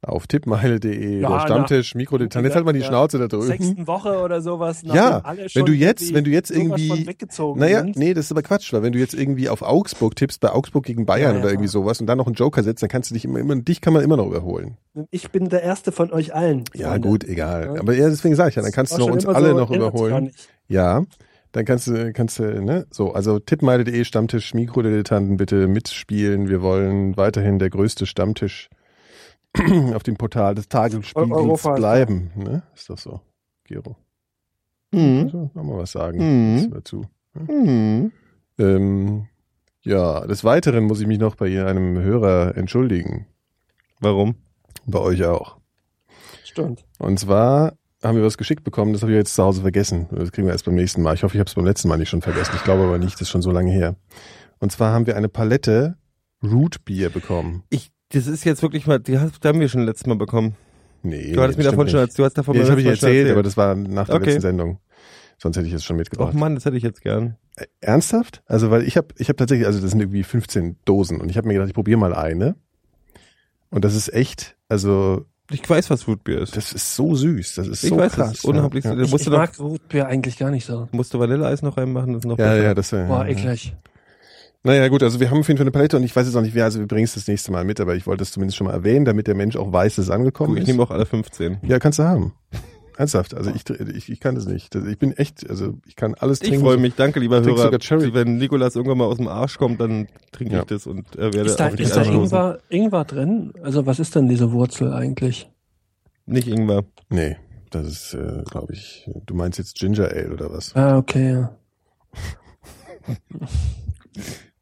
auf tippmeile.de, der Ja, na. Stammtisch, Mikrodilettant. Jetzt halt mal die Ja. Schnauze da drüben. Sechsten Woche oder sowas. nachdem Ja, alle wenn schon du jetzt, irgendwie wenn du jetzt sowas von irgendwie. weggezogen Naja, sind. nee, das ist aber Quatsch, weil wenn du jetzt irgendwie auf Augsburg tippst, bei Augsburg gegen Bayern Ja, ja, oder irgendwie ja. sowas und dann noch einen Joker setzt, dann kannst du dich immer, immer dich kann man immer noch überholen. Ich bin der erste von euch allen. Ja, Freunde. gut, egal. Ja. Aber ja, deswegen sage ich ja, dann Das kannst du war noch schon uns immer alle so noch überholen. irrational. Ja, dann kannst du, kannst du, ne? So, also tippmeile.de Stammtisch Mikrodilettanten bitte mitspielen. Wir wollen weiterhin der größte Stammtisch [clears throat] auf dem Portal des Tagesspiegels Europa ist bleiben. Ne? Ist doch so, Gero. Mhm. Also, nochmal was sagen Mhm. dazu. Mhm. ne? Ähm, ja, des Weiteren muss ich mich noch bei einem Hörer entschuldigen. Warum? Bei euch auch. Stimmt. Und zwar haben wir was geschickt bekommen, das habe ich jetzt zu Hause vergessen. Das kriegen wir erst beim nächsten Mal. Ich hoffe, ich habe es beim letzten Mal nicht schon vergessen. Ich glaube aber nicht, das ist schon so lange her. Und zwar haben wir eine Palette Root Beer bekommen. Ich, das ist jetzt wirklich mal, die hast, die haben wir schon letztes Mal bekommen. Nee, Du hattest mir stimmt davon schon, nicht. du hast davon Nee, beim das habe ich letzten Mal erzählt, schon aber das war nach der Okay. letzten Sendung. Sonst hätte ich es schon Och mitgebracht. Mann, das hätte ich jetzt gern. Äh, Ernsthaft? Also, weil ich habe ich hab tatsächlich, also das sind irgendwie 15 Dosen und ich habe mir gedacht, ich probiere mal eine. Und das ist echt, also Ich weiß, was Rootbeer ist. das ist so süß, das ist ich so weiß, krass. das ist unheimlich. ja. süß. Ich, Musst ich du noch, mag Rotbier eigentlich gar nicht so. musst du Vanilleeis noch reinmachen, das ist noch Ja, besser. ja, das war. Boah, ja. eklig. Naja, gut, also wir haben auf jeden Fall eine Palette und ich weiß jetzt auch nicht, wer, also wir bringen es das nächste Mal mit, aber ich wollte es zumindest schon mal erwähnen, damit der Mensch auch weiß, dass es angekommen Guck, ich ist. nehme auch alle 15. Ja, kannst du haben. Ernsthaft, also ich, ich, ich kann das nicht. Das- Ich bin echt, also ich kann alles Ich trinken. freue mich, danke lieber Trinkst Hörer. sogar Cherry. Wenn Nikolas irgendwann mal aus dem Arsch kommt, dann trinke Ja. ich das und äh, werde Ist da, auf dich ist da anstoßen. Ingwer, Ingwer drin? Also was ist denn diese Wurzel eigentlich? Nicht Ingwer. Nee, das ist, äh, glaube ich, du meinst jetzt Ginger Ale oder was? Ah, okay. Ja.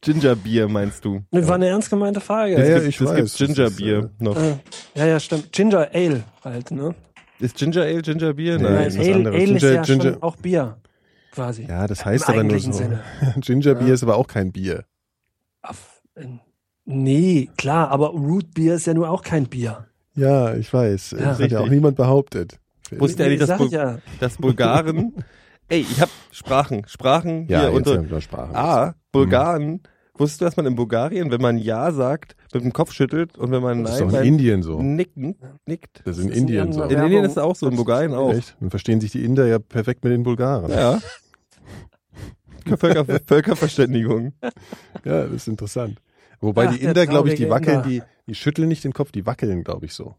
Gingerbier meinst du? Das war eine ernst gemeinte Frage. Ja, ja, Es ich gibt, weiß. Es gibt Gingerbier noch. Äh, ja, ja, stimmt. Ginger Ale halt, ne? Ist Ginger Ale Gingerbier? Nee. Nein. Nein. ist was Ale, anderes. Ale ist Ginger- ja Ginger- schon auch Bier, quasi. Ja, das Im heißt aber nur eigentlichen so. Sinne. [laughs] Ginger Beer Ja. ist aber auch kein Bier. Auf, äh, nee, klar, aber Root Beer ist ja nur auch kein Bier. Ja, ich weiß. das hat ja auch Richtig. niemand behauptet. Wusste Nee, eigentlich, dass sag Bul- ich ja. Das Bulgaren. Ey, ich hab Sprachen. Sprachen ja, hier jetzt unter. Ah, haben wir Sprache. A. Bulgaren. Wusstest du, dass man in Bulgarien, wenn man Ja sagt, mit dem Kopf schüttelt und wenn man Nein das ist doch in sagt, Indien so. nicken, nickt? Das ist in Das ist in Indien so. Indien. In Werbung. Indien ist es auch so, in Bulgarien auch. Echt? Dann verstehen sich die Inder ja perfekt mit den Bulgaren. Ja. Völker, Völkerverständigung. Ja, das ist interessant. Wobei Ach, die der Inder, glaube ich, die traurige wackeln, Inder. die, die schütteln nicht den Kopf, die wackeln, glaube ich, so.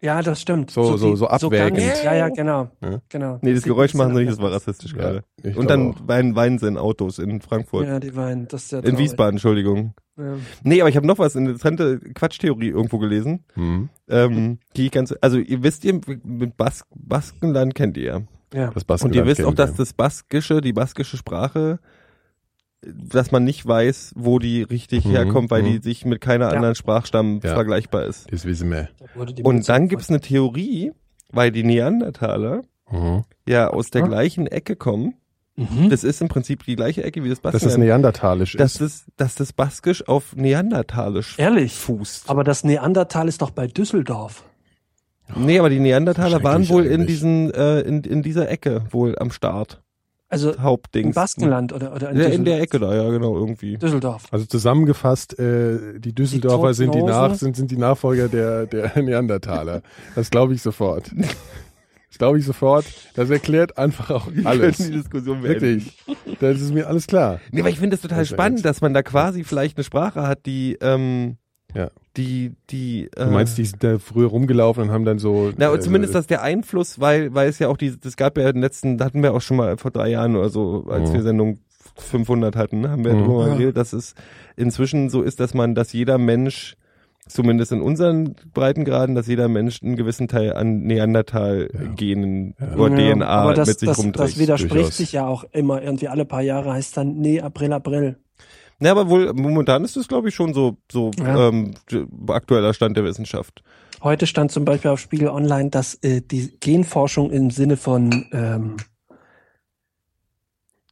Ja, das stimmt. So- so- so ganz- abwägend. ja, ja, genau. Ja. genau. Nee, das Die- Geräusch die machen sie nicht, sind das war rassistisch gerade. ich Und glaub dann auch. weinen, weinen sie in Autos in Frankfurt. Ja, die weinen. Das ist ja in traurig. Wiesbaden, Entschuldigung. Ja. Nee, aber ich habe noch was, eine interessante Quatschtheorie irgendwo gelesen. Hm. Ähm, die ich ganz, also ihr wisst ihr, mit Bas Baskenland kennt ihr ja. ja. Das Und ihr Baskenland wisst auch, kennen dass wir. das Baskische, die baskische Sprache, dass man nicht weiß, wo die richtig Mhm, herkommt, weil die mhm. sich mit keiner Ja. anderen Sprachstamm Ja. vergleichbar ist. Das wissen wir. Da wurde die Und Mütze dann gibt's eine Theorie, weil die Neandertaler Mhm. ja aus der Ah. gleichen Ecke kommen. Mhm. Das ist im Prinzip die gleiche Ecke wie das Dass es Baskenland. neandertalisch Dass ist. das, dass das Baskisch auf Neandertalisch Ehrlich? fußt. Aber das Neandertal ist doch bei Düsseldorf. nee, aber die Neandertaler waren Schrecklich wohl in eigentlich. diesen, äh, in, in dieser Ecke wohl am Start. Also im Hauptdings. Baskenland oder, oder in, Ja, Düsseldorf. in der Ecke da, ja, genau, irgendwie. Düsseldorf. Also zusammengefasst, äh, die Düsseldorfer Die sind, die Totenhosen. nach, sind, sind die Nachfolger der, der [laughs] Neandertaler. Das glaube ich sofort. Das glaube ich sofort. Das erklärt einfach auch Wir alles. können die Diskussion beenden. Wirklich. Das ist mir alles klar. Nee, aber ich finde das total Das wär spannend, jetzt- dass man da quasi vielleicht eine Sprache hat, die, ähm, Ja. die, die, äh, Du meinst, die sind da früher rumgelaufen und haben dann so. na, und äh, zumindest dass der Einfluss, weil, weil es ja auch die, das gab ja den letzten, da hatten wir auch schon mal vor drei Jahren oder so, als Mhm. wir Sendung 500 hatten, ne, haben wir Mhm. darüber mal Ja. geredet, dass es inzwischen so ist, dass man, dass jeder Mensch, zumindest in unseren Breitengraden, dass jeder Mensch einen gewissen Teil an Neandertal-Genen oder Ja, DNA aber das, mit sich das, rumträgt. das widerspricht durchaus. sich ja auch immer irgendwie alle paar Jahre heißt dann, nee, April, April. Na, aber wohl, momentan ist es, glaube ich, schon so, so Ja. ähm, aktueller Stand der Wissenschaft. Heute stand zum Beispiel auf Spiegel Online, dass äh, die Genforschung im Sinne von ähm,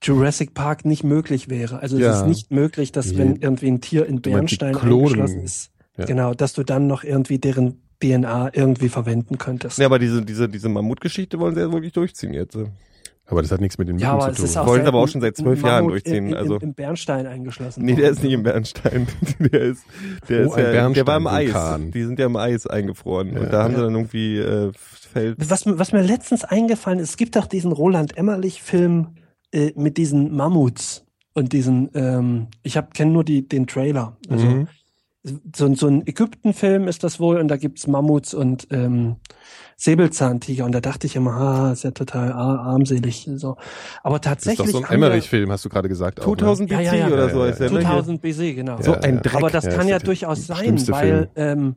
Jurassic Park nicht möglich wäre. Also Ja. es ist nicht möglich, dass Nee. wenn irgendwie ein Tier in Du meinst die Bernstein Klonen. eingeschlossen ist, Ja. genau, dass du dann noch irgendwie deren DNA irgendwie verwenden könntest. Ja, aber diese, diese, diese Mammutgeschichte wollen sie ja wirklich durchziehen jetzt. äh. Aber das hat nichts mit den Mücken zu tun. Wollen sie aber auch selten schon seit ein zwölf Jahren Mammut durchziehen, im- im- also. Im Bernstein eingeschlossen. Nee, der worden. ist nicht im Bernstein. [laughs] Der ist, der Oh, ist ein ja, der war im Bernstein-Vulkan. Eis. Die sind ja im Eis eingefroren. Ja. Und da haben sie Ja. dann irgendwie äh, Feld. Was, mir- was mir letztens eingefallen ist, es gibt doch diesen Roland Emmerlich-Film äh, mit diesen Mammuts und diesen, ähm, ich kenne nur die, den Trailer. Also Mhm. so, ein- so ein Ägypten-Film ist das wohl und da gibt's Mammuts und ähm, Säbelzahntiger. Und da dachte ich immer, ha, ist ja total ar- armselig. So. Das ist doch Aber tatsächlich. so ein haben wir- Emmerich-film, hast du gerade gesagt. auch, ne? 2000 BC Ja, ja, ja. oder Ja, so ja, heißt der, ne? 2000 BC, genau. So Ja, ein ja. Dreck. Aber das Ja, kann ist ja der durchaus sein, schlimmste weil. Ähm,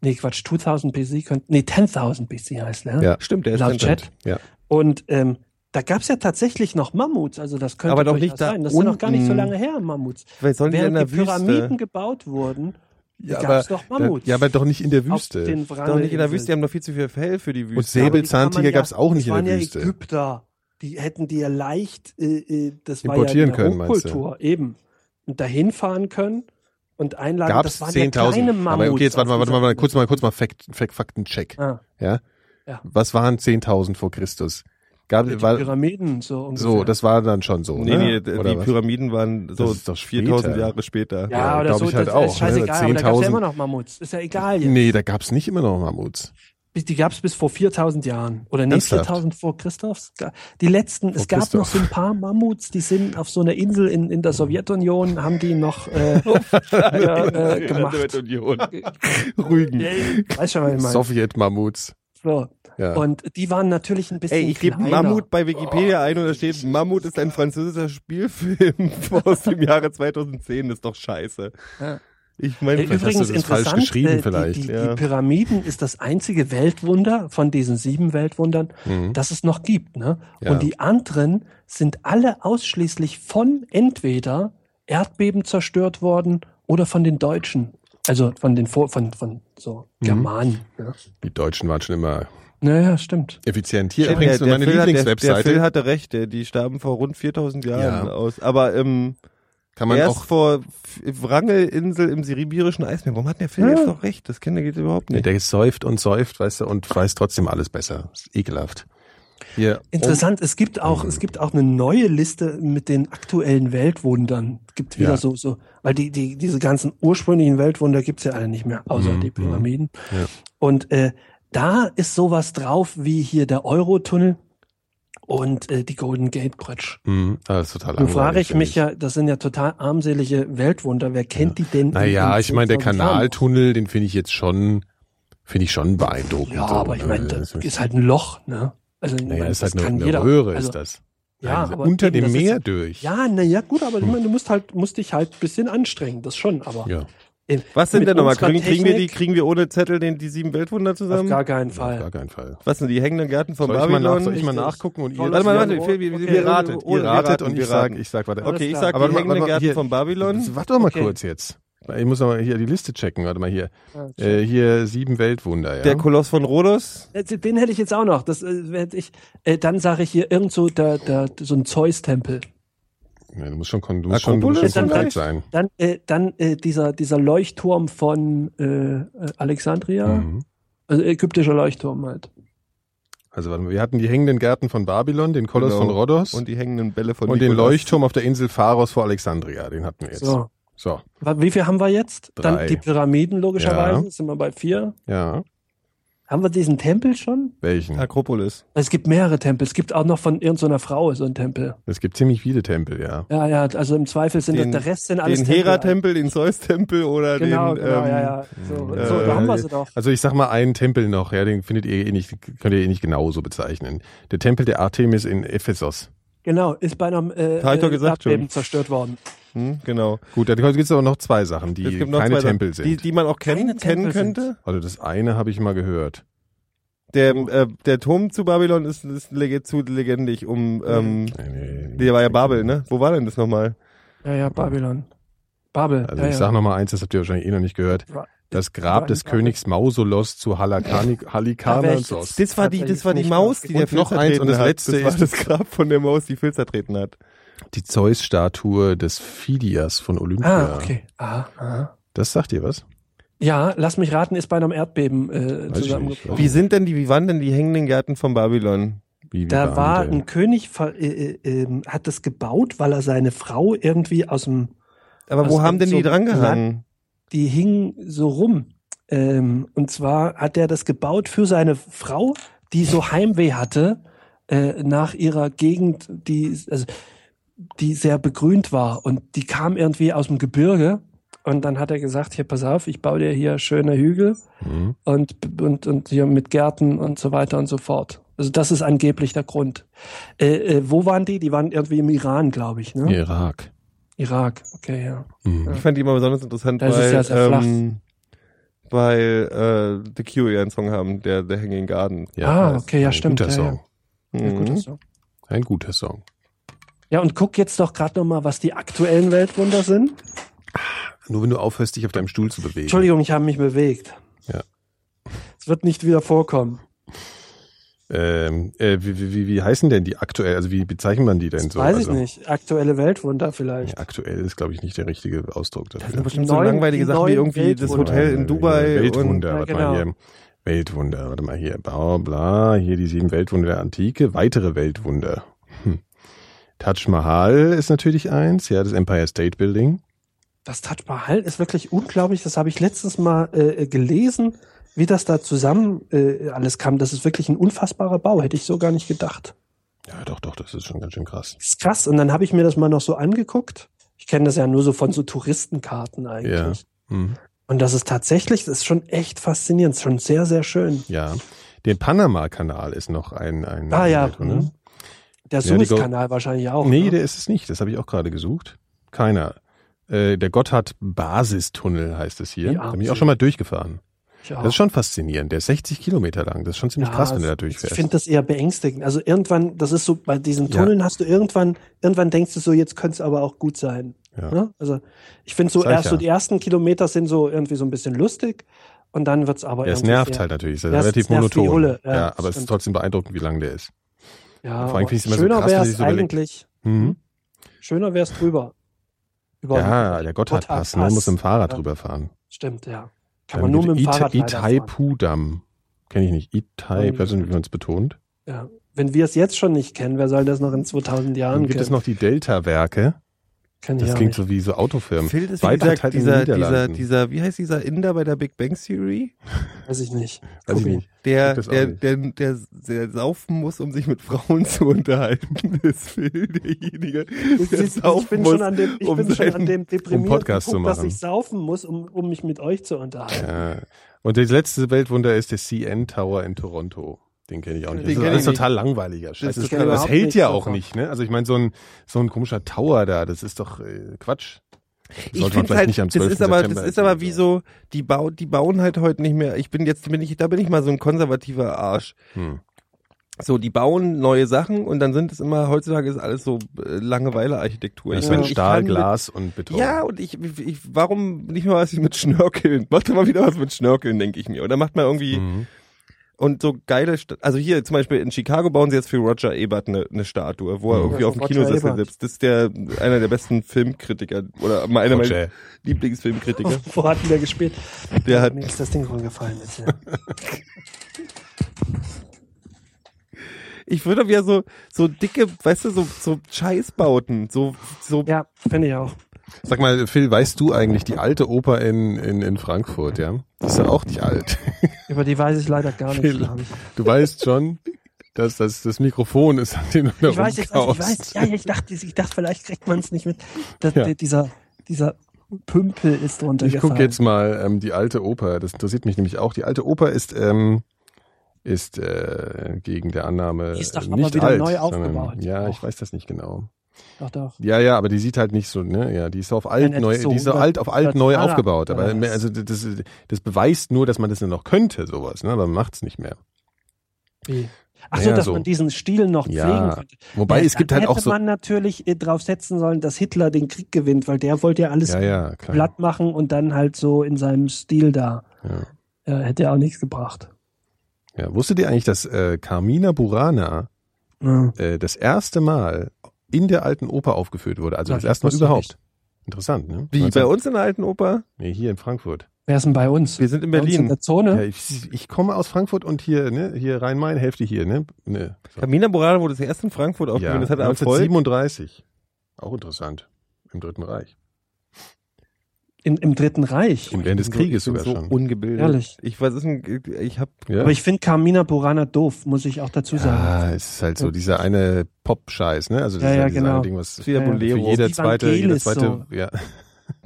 nee, Quatsch, 2000 BC könnte. Nee, 10.000 BC heißt der. Ja. Stimmt, der ist Laut dann- Chat. Ja. Und ähm, da gab's ja tatsächlich noch Mammuts, also das könnte Aber doch durchaus nicht da sein. Das ist ja noch gar nicht so unten. lange her, Mammuts. Weil sollen die in Während der die Pyramiden Wüste? gebaut wurden, Ja, gab's aber- doch Mammuts. Ja, aber doch nicht in der auf Wüste. den Doch nicht in der Wranelinseln. Wüste, die haben doch viel zu viel Fell für die Und Wüste. Ja, aber die kann Säbelzahntiger man gab es auch nicht das in der waren Wüste. Ja Ägypter, die hätten die ja leicht, äh, äh, das Importieren war ja können, eine meinst du? Hochkultur, eben. Und dahin fahren können und einladen. Gab es das waren ja kleine 10.000. Mammuts. Aber okay, jetzt warte mal, auf warte mal, dieser warte mal, kurz mal, kurz mal Fact, Fact, Faktencheck. Ah, Was waren 10.000 vor Christus? Gab, die war, Pyramiden, so ungefähr. so, das war dann schon so, Nee, nee, ne? die Oder was? Pyramiden waren so Das ist doch später. 4000 Jahre später. ja, oder glaub so, ich halt das auch, ne? ist scheißegal, aber da gab's 10.000. ja immer noch Mammuts. Ist ja egal. jetzt. Nee, da gab's nicht immer noch Mammuts. Bis- Die gab's bis vor 4000 Jahren. Oder nicht Ernsthaft? 4000 vor Christophs. Ga- Die letzten, es Vor gab Christoph. noch so ein paar Mammuts, die sind auf so einer Insel in, in der Sowjetunion, haben die [laughs] noch äh, Oh, ja, äh, gemacht. [laughs] Rügen. Weißt schon, was ich meine? Sowjet-Mammuts. So. Ja. Und die waren natürlich ein bisschen Ey, ich gebe kleiner. Mammut bei Oh, Wikipedia ein und da steht, Mammut ist ein französischer Spielfilm [laughs] aus dem Jahre 2010. Das ist doch scheiße. Ja. Ich Äh, meine, Vielleicht hast du Übrigens das falsch interessant, geschrieben äh, die- vielleicht. Die, die, Ja. Pyramiden ist das einzige Weltwunder von diesen sieben Weltwundern, Mhm. das es noch gibt. Ne? Ja. Und die anderen sind alle ausschließlich von entweder Erdbeben zerstört worden oder von den Deutschen. Also von den Vor von, von so Mhm. Germanen. Ja. Die Deutschen waren schon immer Naja, stimmt. effizient. Hier der- übrigens der meine Phil hat- Der, der Phil Lieblingswebseite. hatte recht, der- die starben vor rund 4000 Jahren Ja. aus. Aber ähm, Kann man erst auch. vor F- Wrangelinsel im sibirischen Eismeer. Warum hat der Phil jetzt noch recht? Das kennt er jetzt überhaupt Nee, nicht. der säuft und säuft, weißt du, und weiß trotzdem alles besser. Ist ekelhaft. Hier, um Interessant, es gibt auch, es gibt auch eine neue Liste mit den aktuellen Weltwundern. Es gibt wieder Ja. so, so, weil die, die, diese ganzen ursprünglichen Weltwunder gibt's ja alle nicht mehr, außer Mhm, die Pyramiden. ja. Und äh, da ist sowas drauf wie hier der Eurotunnel und äh, die Golden Gate Bridge. Oh, mh, das ist total Nun frage langweilig, ich mich finde ja, das sind ja total armselige Weltwunder. Wer kennt die denn? in- Naja, in ich meine, der 10.000 Jahren? Kanaltunnel, den finde ich jetzt schon Finde ich schon beeindruckend. Ja, so, aber ich ne? meine, das ist halt ein Loch, ne? Also, ich naja, meine, ist halt eine, kann eine jeder. Röhre, also, ist das. ja, Nein, aber unter eben, dem das ist- Meer durch. Ja, naja, gut, aber ich meine, du musst halt, musst dich halt ein bisschen anstrengen, das schon, aber. ja. äh, Was sind mit denn nochmal? unserer Kriegen, kriegen, wir die, Technik kriegen wir ohne Zettel den, die sieben Weltwunder Auf zusammen? gar keinen Auf Fall. gar keinen Fall. Was sind die hängenden Garten von Soll ich, mal nach, soll Babylon? ich mal Richtig. nachgucken und ihr, Soll Warte mal, warte, Ja, wir, wir, okay. wir ratet. ihr ratet und ich sag, sage. ich sag, warte. Alles Okay, ich klar. sag Aber die warte mal, hängenden warte mal, Garten hier- von Babylon. Warte doch mal Okay. kurz jetzt. Ich muss aber hier die Liste checken. Warte mal hier. Ja, Äh, hier sieben Weltwunder, ja. Der Koloss von Rhodos. jetzt- Äh, Den hätte ich jetzt auch noch. Das, äh, werd ich, äh, dann sage ich hier irgend so, da, da, so ein Zeus-Tempel. Ja, du musst schon, kon- du musst schon, du Akropolis musst schon dann konkret sein. vielleicht? Dann, äh, dann äh, dieser, dieser Leuchtturm von äh, äh, Alexandria, Mhm. also ägyptischer Leuchtturm halt. Also warte mal, wir hatten die hängenden Gärten von Babylon, den Koloss Genau. von Rhodos und, Und die hängenden Bälle von den Nikolas. Leuchtturm auf der Insel Pharos vor Alexandria. Den hatten wir jetzt. So. So. Wa- Wie viel haben wir jetzt? Drei. Dann die Pyramiden logischerweise, sind wir bei vier. Ja. Haben wir diesen Tempel schon? Also, Welchen? Akropolis. Es gibt mehrere Tempel. Es gibt auch noch von irgendeiner Frau so einen Tempel. Es gibt ziemlich viele Tempel, ja. Ja, ja, also im Zweifel sind Den- das, der Rest sind alles Den Hera-Tempel, den Zeus-Tempel oder Genau, den. genau, ähm, ja, ja. So, äh, so da haben wir sie doch. Also ich sag mal einen Tempel noch, ja, den findet ihr eh nicht, könnt ihr eh nicht genauso bezeichnen. Der Tempel der Artemis in Ephesos. Genau, ist bei einem äh, Hab ich doch gesagt Erdbeben schon. zerstört worden. Hm, genau. Gut, da gibt es aber noch zwei Sachen, die Es gibt noch keine zwei Tempel Sachen, sind. Die, die man auch kennen, Keine kennen Tempel sind. könnte. also das eine habe ich mal gehört. Der, äh, der Turm zu Babylon ist, ist lege- zu legendig um. Ähm, Nee, nee, genau. nee. der war ja Babel, ne? Wo war denn das nochmal? Ja, ja, Babylon. Babel. Also ja, ich ja. sag noch mal eins, das habt ihr wahrscheinlich eh noch nicht gehört. Ra- Das Grab des Königs Mausolos zu Halakani- Da wär ich Halikarnassos. jetzt- Das war die, das war die Maus, die Und der Filz noch eins, zertreten und das hat. letzte das war ist- das Grab von der Maus, die Filz zertreten hat. Die Zeus-Statue des Phidias von Olympia. Ah, okay. Aha, aha. Das sagt ihr was? Ja, lass mich raten, ist bei einem Erdbeben äh, Weiß ich zusammengebrochen. Wie sind denn die, wie waren denn die hängenden Gärten von Babylon? Wie, wie Da waren war die ein denn? König, ver- äh, äh, ähm, hat das gebaut, weil er seine Frau irgendwie aus dem, Aber Also wo haben denn so die drangehangen? die hing so rum. Ähm, und zwar hat er das gebaut für seine Frau, die so Heimweh hatte äh, nach ihrer Gegend, die, also, die sehr begrünt war. Und die kam irgendwie aus dem Gebirge. Und dann hat er gesagt, hier, pass auf, ich baue dir hier schöne Hügel Hm? und, und, und hier mit Gärten und so weiter und so fort. Also das ist angeblich der Grund. Äh, äh, wo waren die? Die waren irgendwie im Iran, glaube ich, ne? Irak. Irak, okay, ja. Hm. Ja. Ich fand die immer besonders interessant, Das ist weil, ja sehr flach. ähm, weil äh, The Cure ihren Song haben, der The Hanging Garden. Ah, okay, ja, ein stimmt, Guter ja, ja. Song. Ja, gut, Mhm. das so. Ein guter Song. ja und guck jetzt doch gerade nochmal, was die aktuellen Weltwunder sind. Nur wenn du aufhörst, dich auf deinem Stuhl zu bewegen. Entschuldigung, ich habe mich bewegt. Ja. Es wird nicht wieder vorkommen. Ähm, äh, wie, wie, wie, wie heißen denn die aktuell? Also wie bezeichnet man die denn Das so? weiß also, ich nicht. Aktuelle Weltwunder Ja, vielleicht. aktuell ist, glaube ich, nicht der richtige Ausdruck Das sind dafür. bestimmt so Neuen- langweilige die Sachen wie neuen irgendwie das Weltwunder. Hotel in Dubai und Weltwunder, und- warte Ja, mal genau. hier. Weltwunder, warte mal hier. Bla, bla, hier die sieben Weltwunder der Antike. Weitere Weltwunder. Hm. Taj Mahal ist natürlich eins, ja, das Empire State Building. Das Taj Mahal ist wirklich unglaublich. Das habe ich letztens mal äh, äh, gelesen, wie das da zusammen äh, alles kam. Das ist wirklich ein unfassbarer Bau. Hätte ich so gar nicht gedacht. Ja, doch, doch, das ist schon ganz schön krass. Das ist krass. Und dann habe ich mir das mal noch so angeguckt. Ich kenne das ja nur so von so Touristenkarten eigentlich. Ja. Hm. Und das ist tatsächlich, das ist schon echt faszinierend. Das ist schon sehr, sehr schön. Ja. Der Panama-Kanal ist noch ein, ein Ah ja. Weltwunder. mhm. Der ne? Ja, die Suezkanal wahrscheinlich auch. nee, ne? der ist es nicht. Das habe ich auch gerade gesucht. Keiner. Äh, der Gotthard-Basistunnel heißt es hier. Ja, da bin ich auch schon mal durchgefahren. Ich auch. Das ist schon faszinierend. Der ist 60 Kilometer lang. Das ist schon ziemlich Ja, also krass, wenn du da Ich durchfährst. finde das eher beängstigend. Also irgendwann, das ist so, bei diesen Tunneln hast du irgendwann, irgendwann denkst du so, jetzt könnte es aber auch gut sein. Ja. Ne? Also ich finde so Sag ich erst so ja. die ersten Kilometer sind so irgendwie so ein bisschen lustig und dann wird's aber ja, es irgendwie nervt sehr- halt natürlich. Es ist Ja, es relativ nervt wie monoton. Hulle. Ja, Ja, aber es ist stimmt. trotzdem beeindruckend, wie lang der ist. Ja, Vor allem aber finde ich es immer so schöner krass, wenn wär's ich so überleg- eigentlich, Mhm. schöner wär's drüber. Über Ja, der Gotthardpass. Man Gotthardpass. muss mit dem Fahrrad Ja. drüber fahren. Stimmt, ja. Dann Kann man nur geht mit dem Fahrrad Ita- leider fahren. Itaipu-Damm. Kenne ich nicht. Itai, ich Ähm, weiß nicht, wie man es betont. Ja. Wenn wir es jetzt schon nicht kennen, wer soll das noch in 2000 Jahren Dann gibt es kennen? noch die Delta-Werke. Kenn ich Das auch klingt nicht. so wie so Autofirmen. Phil ist wie gesagt Weiberteilen Ähm, in den dieser, dieser, Niederlanden. dieser, wie heißt dieser Inder bei der Big Bang Theory? Weiß ich nicht. Weiß ich Guck nicht. Der, Gibt es auch der, nicht. der, der, der saufen muss, um sich mit Frauen [laughs] zu unterhalten, ist Phil derjenige, Ich, der ich, saufen ich bin muss, schon an dem, ich um bin schon seinen an dem deprimierten Podcast zu Punkt, dass machen. ich saufen muss, um, um mich mit euch zu unterhalten. Äh, und das letzte Weltwunder ist der CN Tower in Toronto. Den kenne ich auch nicht. Den das kenn ist, ich alles nicht. total langweiliger Scheiß. ist Das, total- das überhaupt hält ja nichts auch davon. nicht, ne? Also ich meine, so ein, so ein komischer Tower da, das ist doch äh, Quatsch. Ich finde Sollte man vielleicht halt, nicht am das 12. ist aber, das September ist aber erzählen, wie so. so, die, bau, die bauen halt heute nicht mehr. Ich bin jetzt, bin ich, da bin ich mal so ein konservativer Arsch. Hm. So, die bauen neue Sachen und dann sind es immer, heutzutage ist alles so äh, Langeweile-Architektur. Das ist äh, Ich ein kann- ich Stahl, kann mit- Glas und Beton. Ja, und ich, ich, warum nicht mal was mit Schnörkeln? Macht doch mal wieder was mit Schnörkeln, denke ich mir. Oder macht mal irgendwie, Mhm. und so geile, Sta also hier zum Beispiel in Chicago bauen sie jetzt für Roger Ebert eine ne Statue, wo er Ja, irgendwie auf dem Roger Kinosessel Ebert. sitzt. Das ist der, einer der besten Filmkritiker oder einer meiner Roger. [laughs] Lieblingsfilmkritiker. Wo hat denn der gespielt? Der hat- Mir ist das Ding rumgefallen jetzt. [laughs] Ja. Ich würde wieder so, so dicke, weißt du, so, so Scheißbauten, so, so, Ja, finde ich auch. Sag mal, Phil, weißt du eigentlich die alte Oper in, in, in Frankfurt, ja? Die ist ja auch nicht alt. Über die weiß ich leider gar nichts, Phil. glaube ich. Du weißt schon, dass das, das Mikrofon ist, an dem du da Ich weiß jetzt, also ich weiß, rumkaust. ja, ja, ich dachte, ich dachte, vielleicht kriegt man es nicht mit. Das, Ja. Dieser, dieser Pümpel ist Ich runtergefallen. gucke jetzt mal ähm, die alte Oper. Das interessiert mich nämlich auch. Die alte Oper ist, ähm, ist äh, gegen der Annahme Die ist doch äh, aber nicht wieder alt. neu sondern- aufgebaut. Ja, ich Auch. weiß das nicht genau. Doch, doch. Ja, ja, aber die sieht halt nicht so, ne? Ja, die ist auf alt Nein, das neu, ist so die ist so 100 alt auf alt neu Jahre alt aufgebaut. oder Aber was? also das, das beweist nur, dass man das nur noch könnte, sowas, ne? Aber man macht's nicht mehr. Wie? Ach so, Ja, dass so. man diesen Stil noch Ja. pflegen könnte. Wobei Ja, es gibt dann halt auch hätte so. man natürlich äh, drauf setzen sollen, dass Hitler den Krieg gewinnt, weil der wollte ja alles Ja, ja, klar. platt machen und dann halt so in seinem Stil da. Ja. Äh, hätte ja auch nichts gebracht. Ja, wusstet ihr eigentlich, dass äh, Carmina Burana Ja. äh, das erste Mal in der alten Oper aufgeführt wurde? Also Ja, das das erste Mal wusste ich überhaupt. Interessant, ne? wie bei 19 uns in der alten Oper. Nee, hier in Frankfurt. Wer ist denn bei uns? Wir sind in Bei uns in Berlin. der Zone? Ja, ich, ich komme aus Frankfurt und hier, ne, hier Rhein-Main, Hälfte hier, ne? ne so. Camina Borana wurde das erste in Frankfurt aufgeführt, das hat er Erfolg. 1937. Auch interessant. Im Dritten Reich. In, Im Dritten Reich. Im Während des Krieges ich bin sogar so schon. ungebildet. Ehrlich. Ich weiß, es ist ein, ich hab, Ja. Aber ich finde Carmina Burana doof, muss ich auch dazu sagen. ja, es ist halt so dieser eine Pop-Scheiß, ne? Also das Ja, ist ja, halt dieses genau. eine Ding, was für wieder Ja, Bolero. jeder Die zweite, jeder Vangelis zweite, ja.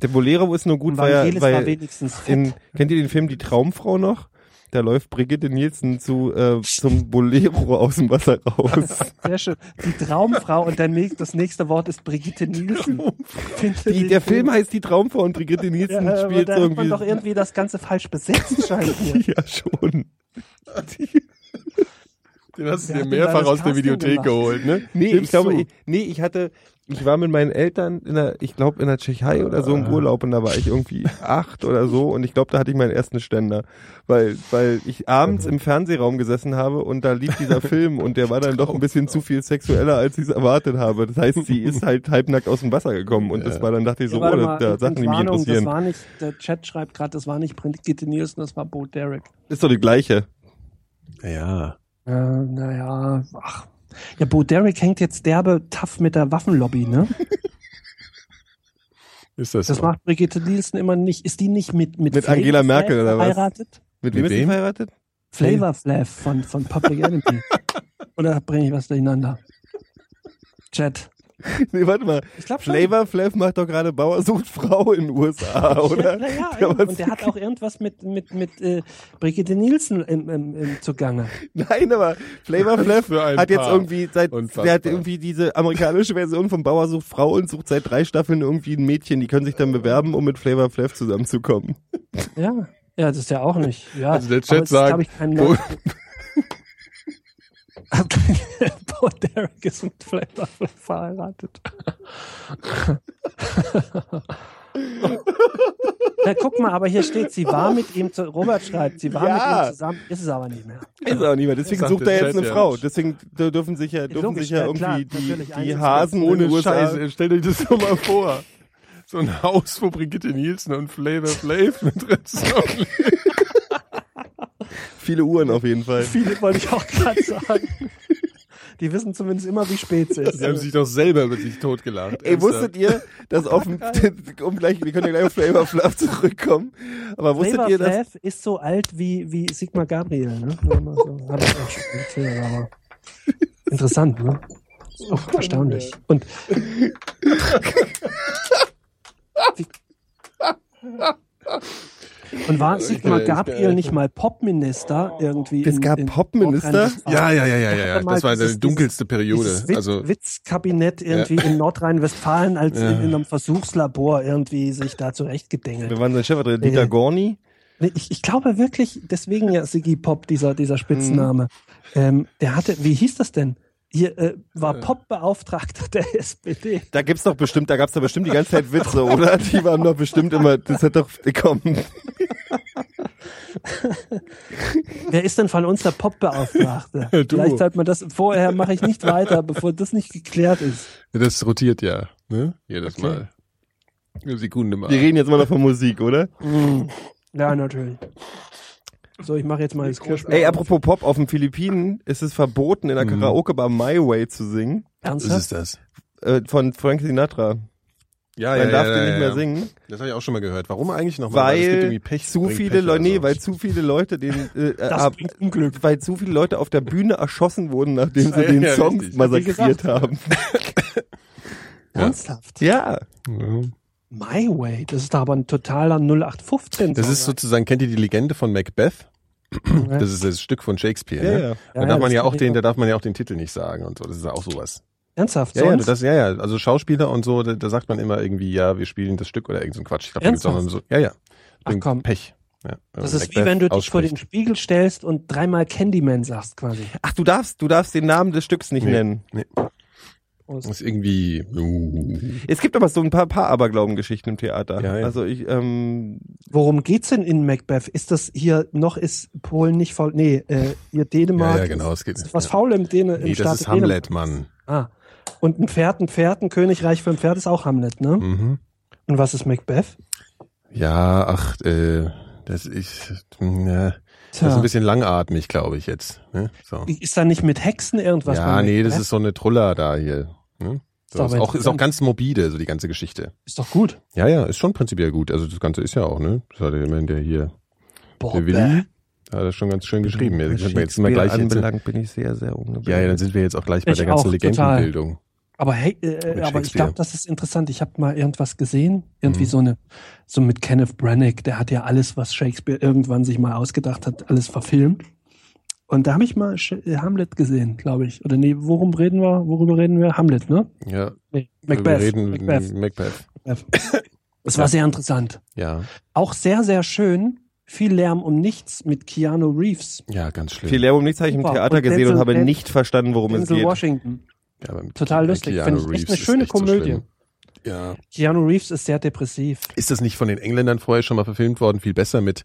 der Bolero ist nur gut, Und weil, er- Vangelis war weil wenigstens fett. in, kennt ihr den Film Die Traumfrau noch? Da läuft Brigitte Nielsen zu, äh, zum Bolero aus dem Wasser [laughs] raus. Sehr schön. Die Traumfrau und dann nächst- das nächste Wort ist Brigitte Nielsen. Finde Die, den der Film heißt Die Traumfrau und Brigitte Ja, Nielsen aber spielt da hat man irgendwie. [laughs] doch irgendwie das Ganze falsch besetzt, scheint mir. ja, [laughs] schon. Den hast du dir Wer hat denn da mehrfach das aus der Casting Videothek gemacht? geholt, ne? [laughs] Nee, ich Gib's glaube, zu. ich, nee, ich hatte, ich war mit meinen Eltern in der, ich glaube in der Tschechei oder so im Urlaub und da war ich irgendwie acht oder so und ich glaube, da hatte ich meinen ersten Ständer, weil, weil ich abends im Fernsehraum gesessen habe und da lief dieser Film und der war dann doch ein bisschen zu viel sexueller, als ich es erwartet habe. Das heißt, sie ist halt halbnackt aus dem Wasser gekommen und das war dann dachte ich so, Ja, warte oh, mal, das, da in- Sachen, die mich Entwarnung, interessieren. Das war nicht, der Chat schreibt gerade, das war nicht Brigitte Nielsen, das war Bo Derek. Ist doch die gleiche. Ja. Äh, naja, ach. Ja, Bo Derek hängt jetzt derbe tough mit der Waffenlobby, ne? Ist das, Das so? macht Brigitte Nielsen immer nicht. Ist die nicht mit mit, Mit Flavor Angela Flav Merkel oder was? verheiratet? Mit, Mit wem ist sie wem? verheiratet? [laughs] Flavor Flav von, von Public Enemy. oder bringe ich was durcheinander? Chat. Nee, warte mal. Ich glaube Flavor Flav macht doch gerade Bauer sucht Frau in den USA, oder? Ja, ja, [laughs] Der eben. war und der hat auch irgendwas mit, mit, mit äh, Brigitte Nielsen im, im, im zugange. Nein, aber Flavor Flav [laughs] Für ein hat jetzt Paar. irgendwie seit, Unfassbar. der hat irgendwie diese amerikanische Version von Bauer sucht Frau und sucht seit drei Staffeln irgendwie ein Mädchen. Die können sich dann bewerben, um mit Flavor Flav zusammenzukommen. Ja. Ja, das ist ja auch nicht. Ja, Also der aber Chat es ist, glaub sagt, ich, kein Bo- [laughs] Bo Derek ist mit Flavor Flav verheiratet. Na, guck mal, aber hier steht, sie war mit ihm, zu, Robert schreibt, sie war Ja. mit ihm zusammen, ist es aber nicht mehr. Ist auch niemand. Deswegen Sagt sucht der er jetzt Chat, eine ja. Frau. Deswegen d- dürfen sich ja, dürfen Logisch, sich ja ja, irgendwie klar, die, natürlich, die eines- Hasen Ohne in den USA. Scheiße, stellt euch das doch mal vor. So ein Haus, wo Brigitte Nielsen und Flavor Flav mit drin zusammen- Viele Uhren auf jeden Fall. Viele wollte ich auch gerade sagen. Die wissen zumindest immer, wie spät es ist. Sie haben sich doch selber über sich totgelacht. Ey, wusstet ihr, [laughs] dass auf dem, [laughs] um gleich, wir können ja gleich auf Flavor Flav zurückkommen, aber wusstet Flavor ihr, dass, Flav ist so alt wie, wie Sigmar Gabriel. Ne? Nur mal so. [laughs] Hab ich auch schon erzählt, aber interessant, ne? Oh, erstaunlich. Und [laughs] Wie- Und war Sigmar ich- ich- Gabriel nicht mal Popminister irgendwie? Es in- gab in Popminister? Nordrhein-Westfalen? Ja, ja, ja, ja, ja. ja. Warte mal, Das war dieses- eine dunkelste Periode. Dieses Witz, Also Witzkabinett irgendwie in Nordrhein-Westfalen als Ja. in, in einem Versuchslabor irgendwie sich da zurechtgedengelt. wir waren sein Chef, der also Dieter Äh. Gorni, Nee, Ich, ich glaube wirklich, deswegen ja Siggi Pop, dieser, dieser Spitzname. Ähm, der hatte, wie hieß das denn? Hier äh, war Pop-Beauftragter der [laughs] SPD. da gibt's doch bestimmt, da gab's doch bestimmt die ganze Zeit Witze, oder? Die waren doch bestimmt immer, das hat doch, komm, Wer ist denn von uns der [laughs] Pop-Beauftragte? Vielleicht sollte man das, vorher mache ich nicht weiter, bevor das nicht geklärt ist. das rotiert ja, ne? Jedes Okay. Mal. Eine Sekunde mal. wir reden jetzt mal noch von Musik, oder? Mm. Ja, natürlich. So, ich mache jetzt mal das Kirschspiel. Ey, apropos Pop, auf den Philippinen ist es verboten, in der Mhm. Karaoke-Bar My Way zu singen, Was ist das? äh, von Frank Sinatra. Ja, Man ja, darf ja, den ja, nicht mehr ja. singen. Das habe ich auch schon mal gehört. Warum eigentlich nochmal? Weil es gibt weil irgendwie Pech, zu bringt viele Pech oder Leute, nee, so. weil zu viele Leute den, [laughs] äh, Das ab- bringt Unglück. weil zu viele Leute auf der Bühne erschossen wurden, nachdem sie Ja, den ja, Song richtig. massakriert haben. Ernsthaft? Ja, Ja. My Way, das ist da aber ein totaler 0815. Das ist sozusagen, kennt ihr die Legende von Macbeth? ne? Das ist das Stück von Shakespeare. ja, ne? ja. Da Ja, darf man das ja kenn auch ich den, auch. da darf man ja auch den Titel nicht sagen und so. Das ist ja auch sowas. Ernsthaft? Ja, ja, sonst? das, ja, ja. Also Schauspieler und so, da, da sagt man immer irgendwie, ja, wir spielen das Stück oder irgend so ein Quatsch. Ich glaube, da gibt's auch noch so. Ja, ja. Ach, Bringt komm. Pech. Ja, wenn man Das ist wie Macbeth wenn du dich vor den ausspricht. Spiegel stellst und dreimal Candyman sagst quasi. Ach, du darfst, du darfst den Namen des Stücks nicht Nee. nennen. Prost. Das ist irgendwie. Uh, Es gibt aber so ein paar, paar Aberglaubengeschichten im Theater. Ja, ja. Also ich, ähm, Worum geht's denn in Macbeth? Ist das hier noch ist Polen nicht faul? Nee, äh, hier Dänemark. ja, ja, genau. Es geht, Ist was faul im, Däne, im nee, Staat das ist Dänemark. Hamlet, Mann. Ah. Und ein Pferd, ein Pferd, ein Königreich für ein Pferd ist auch Hamlet, ne? Mhm. Und was ist Macbeth? Ja, ach, äh, das ist, hm, ja, das ist ein bisschen langatmig, glaube ich jetzt. Ne? So. ist da nicht mit Hexen irgendwas? Ja, bei nee, das Macbeth? ist so eine Truller da hier. Ne? So, doch ist, auch, aber ist auch interessant. ganz morbide, so die ganze Geschichte. Ist doch gut. Ja, ja, ist schon prinzipiell gut. Also das Ganze ist ja auch, ne? Das hat ja immerhin der hier, Boah, der Willi, hat das schon ganz schön geschrieben. Ja, was das können wir jetzt mal gleich jetzt, anbelangt bin ich sehr, sehr ja, ja, dann ungebildet. sind wir jetzt auch gleich bei Ich der ganzen auch, total. Legendenbildung. Aber hey, äh, aber ich Shakespeare. glaube, das ist interessant. Ich habe mal irgendwas gesehen, irgendwie Mhm. so eine, so mit Kenneth Branagh, der hat ja alles, was Shakespeare irgendwann sich mal ausgedacht hat, alles verfilmt. Und da habe ich mal Sch- äh, Hamlet gesehen, glaube ich. Oder nee, worum reden wir? Worüber reden wir? Hamlet, ne? Ja, Nee, wir Macbeth. reden Macbeth. Macbeth. Macbeth. Das war sehr interessant. Ja, Auch sehr, sehr schön. Viel Lärm um nichts mit Keanu Reeves. ja, ganz schlimm. Viel Lärm um nichts habe ich im Super. Theater Und gesehen und Denzel- habe Den- nicht verstanden, worum es Denzel geht. Washington. Ja, aber mit Total lustig. Keanu Finde ich echt Reeves eine ist schöne so Komödie. schlimm. ja. Keanu Reeves ist sehr depressiv. Ist das nicht von den Engländern vorher schon mal verfilmt worden? Viel besser mit Das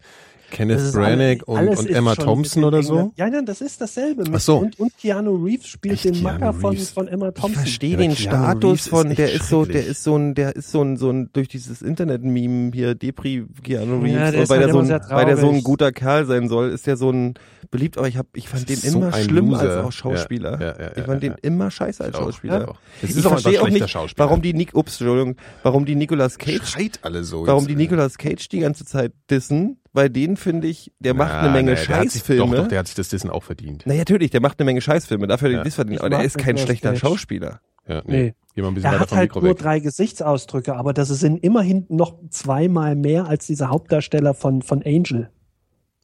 Kenneth ist alles- Branagh und, alles und ist Emma schon Thompson ein oder bisschen so? England. ne? Ja, nein, das ist dasselbe. Ach so. Und, und Keanu Reeves spielt Echt, den Keanu Macker von, Reeves. von Emma Ich Thompson. verstehe Ja, den Keanu Reeves Status ist von, echt der ist so, der schrecklich. ist so ein, der ist so ein, so ein, durch dieses Internet-Meme hier, Depri Keanu Reeves, Ja, der und ist weil, halt der so immer ein, sehr weil der so ein traurig. guter Kerl sein soll, ist der so ein beliebt, aber ich hab, ich fand den Das ist so immer ein schlimm Loser. als auch Schauspieler. Ja, ja, ja, ich fand ja, den immer scheiße als Auch, Schauspieler. ja. Ich Es ist auch einfach verstehe auch schlechter nicht, Schauspieler. warum die Nick, ups, Entschuldigung, warum die Nicolas Cage, Schreit alle so. warum jetzt, die äh. Nicolas Cage die ganze Zeit dissen, bei denen finde ich, der macht Na, eine Menge na, der hat sich- Scheißfilme. Doch, doch, der hat sich das Dissen auch verdient. naja, natürlich, der macht eine Menge Scheißfilme, dafür hat er Ja. den Diss verdient, Ich aber der mag ist kein Nicolas schlechter Cage. Schauspieler. Ja, nee. Nee. Geh mal ein bisschen Er weiter hat vom halt Mikro nur weg. drei Gesichtsausdrücke, aber das sind immerhin noch zweimal mehr als dieser Hauptdarsteller von, von Angel.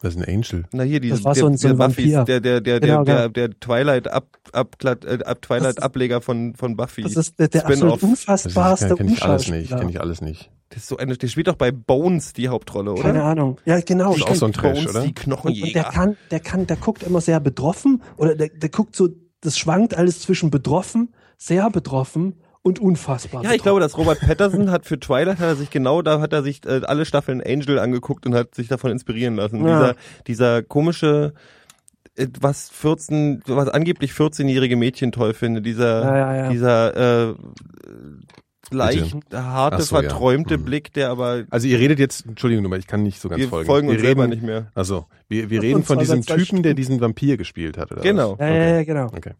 Das ist ein Angel. Na hier, diese, Das war so ein- so der, ein der Vampir. der, der, der, Genau, der, der, der Twilight Ab, Abklatt, äh, Ab Twilight Das- Ableger von, von Buffy. Das ist der, der absolut Spin-off. Das unfassbarste kenne ich alles nicht. Unschauspieler. Kenne ich alles nicht. Das ist so eine, der spielt doch bei Bones die Hauptrolle, oder? Keine Ahnung. Ja, genau. Das ist auch so ein Trash, Bones oder? die Und, und der Knochenjäger. kann, der kann, der guckt immer sehr betroffen oder der, der guckt so, das schwankt alles zwischen betroffen, sehr betroffen und unfassbar. Ja, ich glaube, dass Robert Patterson hat für Twilight hat er sich genau da hat er sich äh, alle Staffeln Angel angeguckt und hat sich davon inspirieren lassen. Ja. Dieser dieser komische äh, was 14 was angeblich 14-jährige Mädchen toll finde, dieser Ja, ja, ja. dieser äh, leicht Ach harte so, ja. verträumte Mhm. Blick, der aber Also ihr redet jetzt, Entschuldigung, aber ich kann nicht so ganz wir folgen. folgen uns wir selber reden, nicht mehr. Also, wir, wir Und reden von zwar diesem seit zwei Typen, der diesen Vampir gespielt hat, oder Genau. Was? ja, ja, ja, genau. Okay.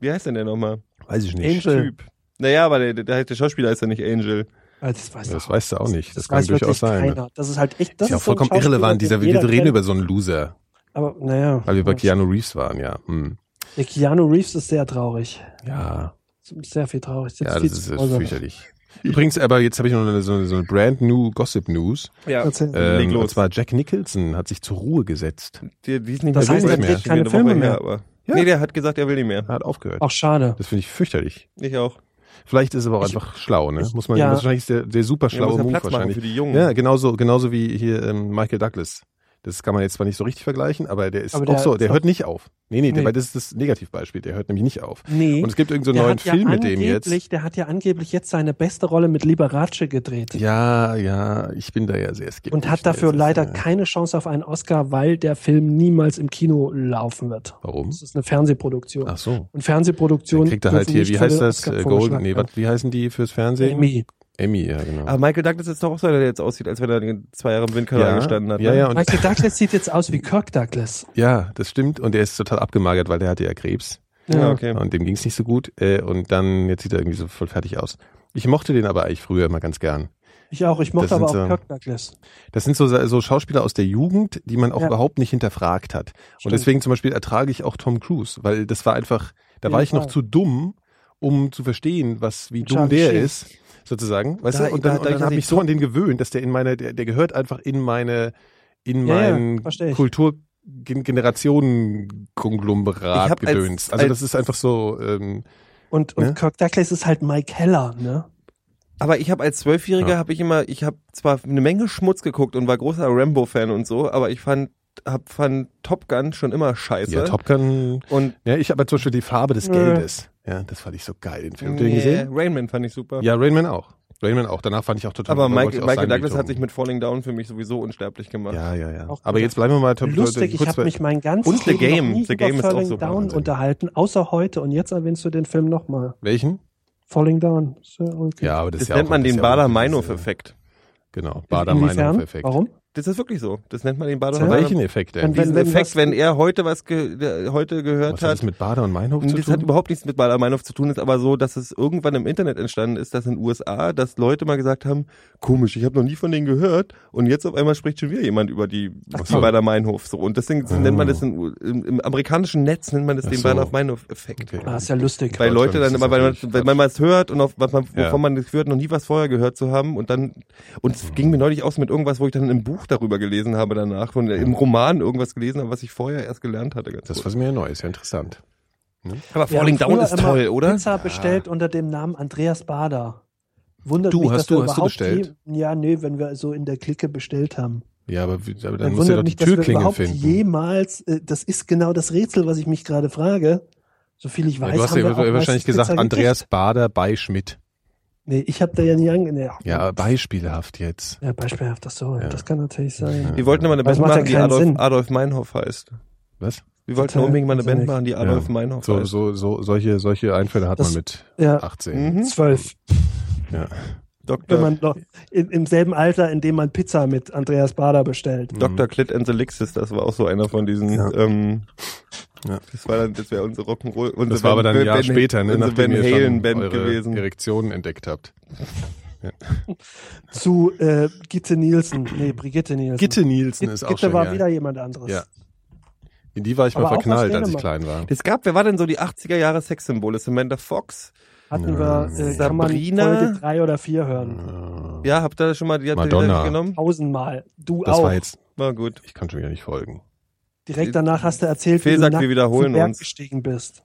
Wie heißt denn der nochmal? Weiß ich nicht. Angel. Typ. Naja, aber der, der, der Schauspieler ist ja nicht Angel. Also das weiß, Das auch- weißt du auch nicht. Das, kann weiß durchaus wirklich sein. Ne? keiner. Das ist halt echt. Das Ist ja auch so ein vollkommen Schauspieler, irrelevant, dieser, den wir jeder reden kennt. über so einen Loser, Aber naja. weil wir bei Ja. Keanu Reeves waren, ja. Hm. Der Keanu Reeves ist sehr traurig. Ja, Sehr viel traurig. ja, viel das ist zu äh, grausam. fürchterlich. Übrigens, aber jetzt habe ich noch eine, so, eine- so eine brand new Gossip News. Ja. Erzähl. Also, Leg Ähm, los. und zwar Jack Nicholson hat sich zur Ruhe gesetzt. Die, die ist nicht Das mehr heißt, so er weit dreht weg, keine eine Woche Filme her, mehr. aber Ja. Nee, der hat gesagt, er will nicht mehr. Er hat aufgehört. Auch schade. Das finde ich fürchterlich. Ich auch. Vielleicht ist er aber auch Ich- einfach schlau, ne? Muss man, ja. wahrscheinlich ist der, der Er super muss schlaue ja Move Platz machen für wahrscheinlich. die Hm. Jungen. Ja, genauso, genauso wie hier ähm, Michael Douglas. Das kann man jetzt zwar nicht so richtig vergleichen, aber der ist Aber auch der so, ist der doch- hört nicht auf. Nee, nee, der, Nee. weil das ist das Negativbeispiel, der hört nämlich nicht auf. Nee. Und es gibt irgendeinen so der einen neuen hat ja Film mit dem jetzt. angeblich- Der hat ja angeblich jetzt seine beste Rolle mit Liberace gedreht. Ja, ja, ich bin da ja sehr skeptisch. Und hat dafür Das ist, leider äh, keine Chance auf einen Oscar, weil der Film niemals im Kino laufen wird. Warum? Das ist eine Fernsehproduktion. Ach so. Und Dann Fernsehproduktionen. kriegt er halt dürfen hier, nicht wie für heißt den das? Oscar Äh, Golden, vorgeschlagen nee, werden. was, wie heißen die fürs Fernsehen? Emmy. Emmy, ja, genau. Aber Ah, Michael Douglas ist doch auch so einer, der jetzt aussieht, als wenn er zwei Jahre im Windkanal ja, gestanden hat. ja, ne? ja, und, Michael Douglas sieht jetzt aus wie Kirk Douglas. ja, das stimmt. Und er ist total abgemagert, weil der hatte ja Krebs. ja, okay. Und dem ging's nicht so gut. Äh, und dann, jetzt sieht er irgendwie so voll fertig aus. Ich mochte den aber eigentlich früher immer ganz gern. Ich auch. Ich mochte Das sind aber auch so- Kirk Douglas. Das sind so, so Schauspieler aus der Jugend, die man auch Ja. überhaupt nicht hinterfragt hat. Und Stimmt. deswegen zum Beispiel ertrage ich auch Tom Cruise, weil das war einfach, da Ja, war ich noch voll. zu dumm, um zu verstehen, was, wie dumm Charlie der Sheen. ist, sozusagen. Weißt Da- du? Und dann, da- und da- dann da- habe ich mich so an den gewöhnt, dass der in meine, der, der gehört einfach in meine, in Ja, ja, mein versteh ich. Kultur, Generationen Ich Konglomerat hab als- gedöns. Also das als- ist einfach so, ähm, Und, und Ne? Kirk Douglas ist halt Mike Heller, ne? Aber ich habe als Zwölfjähriger Ja. habe ich immer, ich habe zwar eine Menge Schmutz geguckt und war großer Rambo-Fan und so, aber ich fand, hab, fand Top Gun schon immer scheiße. ja, Top Gun. Und Ja, ich aber zum Beispiel die Farbe des Äh. Geldes. Ja, das fand ich so geil, den Film. Habt ihr den nee, gesehen? Rainman fand ich super. Ja, Rainman auch. Rainman auch. Danach fand ich auch total. aber da wollte Michael, ich auch Michael sagen, wie Douglas dumm. hat sich mit Falling Down für mich sowieso unsterblich gemacht. Ja, ja, ja. Auch Aber gut. jetzt bleiben wir mal Tom, Lustig, ich kurz habe bei- mich mein ganzes Und The Leben Game. noch nie The über Game ist auch Falling so Down Wahnsinn. unterhalten, außer heute. Und jetzt erwähnst du den Film nochmal. Welchen? Falling Down. Ist ja okay. Ja, aber das, Das ist ja nennt auch, man das ist den ja auch- Bader-Meinhof-Effekt. Genau, Inwiefern? Bader-Meinhof-Effekt. Warum? Das ist wirklich so. Das nennt man den Ja. Bader-Meinhof-Effekt. Welchen Effekt denn? Wenn- Diesen wenn Effekt, was- wenn er heute was ge äh, heute gehört Was hat das hat, mit Bader und Meinhof zu das hat tun? überhaupt nichts mit Bader Meinhof zu tun, ist aber so, dass es irgendwann im Internet entstanden ist, dass in den USA, dass Leute mal gesagt haben, komisch, ich habe noch nie von denen gehört und jetzt auf einmal spricht schon wieder jemand über die, die so. Bader Meinhof so und deswegen Ah. nennt man das in, im, im amerikanischen Netz nennt man das Ach den so. Bader Meinhof Effekt. Okay. Ah, ist ja lustig. Weil Leute Deutschland dann ist immer, das weil man, natürlich wenn man mal es hört und auf, was man, wovon Ja. man das hört, noch nie was vorher gehört zu haben und dann, und es Mhm. ging mir neulich aus mit irgendwas, wo ich dann im Buch darüber gelesen habe danach, von, im Roman irgendwas gelesen habe, was ich vorher erst gelernt hatte. Ganz Das kurz. war mir ja neu, ist ja interessant. aber Wir Falling Down haben früher ist immer toll, oder? Pizza bestellt unter dem Namen Andreas Bader. Wundert Du, mich, hast dass du- wir hast du überhaupt bestellt? Je, ja, nee, wenn wir so in der Clique bestellt haben. Ja, aber, wie- aber dann, Dann musst du wundert doch die mich, dass wir Türklinge überhaupt finden. jemals, äh, das ist genau das Rätsel, was ich mich gerade frage. So viel ich ja, weiß, du hast haben ja wir auch wahrscheinlich meistens gesagt, Pizza Andreas gekriegt. Bader bei Schmidt. Nee, ich habe da ja nie ange... Nee, Ja, beispielhaft jetzt. ja, beispielhaft, das so. Ja. Das kann natürlich sein. Wir wollten immer eine Aber es Band macht ja machen, die keinen Adolf, Sinn. Adolf Meinhof heißt. Was? Wir wollten Total unbedingt mal eine Band unsinnig. machen, die Adolf Meinhof So, heißt. so, so, solche, solche Einfälle hat Das- Ah, Also man mit Ja, 18. Mhm. zwölf. Ja. Dr. Wenn man noch in, im selben Alter, in dem man Pizza mit Andreas Bader bestellt. Dr. Clit and the Lixis, das war auch so einer von diesen. Ja. Ähm, Ja. Das war dann, das wäre unsere Rock'n'Roll. unsere Das war aber dann ein Van- Jahr Van- später, ne, unsere nachdem Van ihr Halen schon Band eure gewesen. Erektionen entdeckt habt. Zu äh, Gitte Nielsen. Nee, Brigitte Nielsen. Gitte Nielsen ist Gitte auch schon war ja. wieder jemand anderes. Ja. In die war ich mal Aber auch aus verknallt, als ich Dänemark. klein war. Es gab, wer war denn so die 80er Jahre Sexsymbole? Samantha Fox? Hatten Ja. wir, äh, kann man Sabrina? Folge drei oder vier hören. Ja, habt ihr das schon mal die, habt ihr die Madonna. Seite genommen? Tausendmal. Du Das auch. war jetzt, Na gut. ich kann schon wieder nicht folgen. Direkt danach hast du erzählt, Phil wie du sagt, nackt wir wiederholen zum Berg uns. gestiegen bist.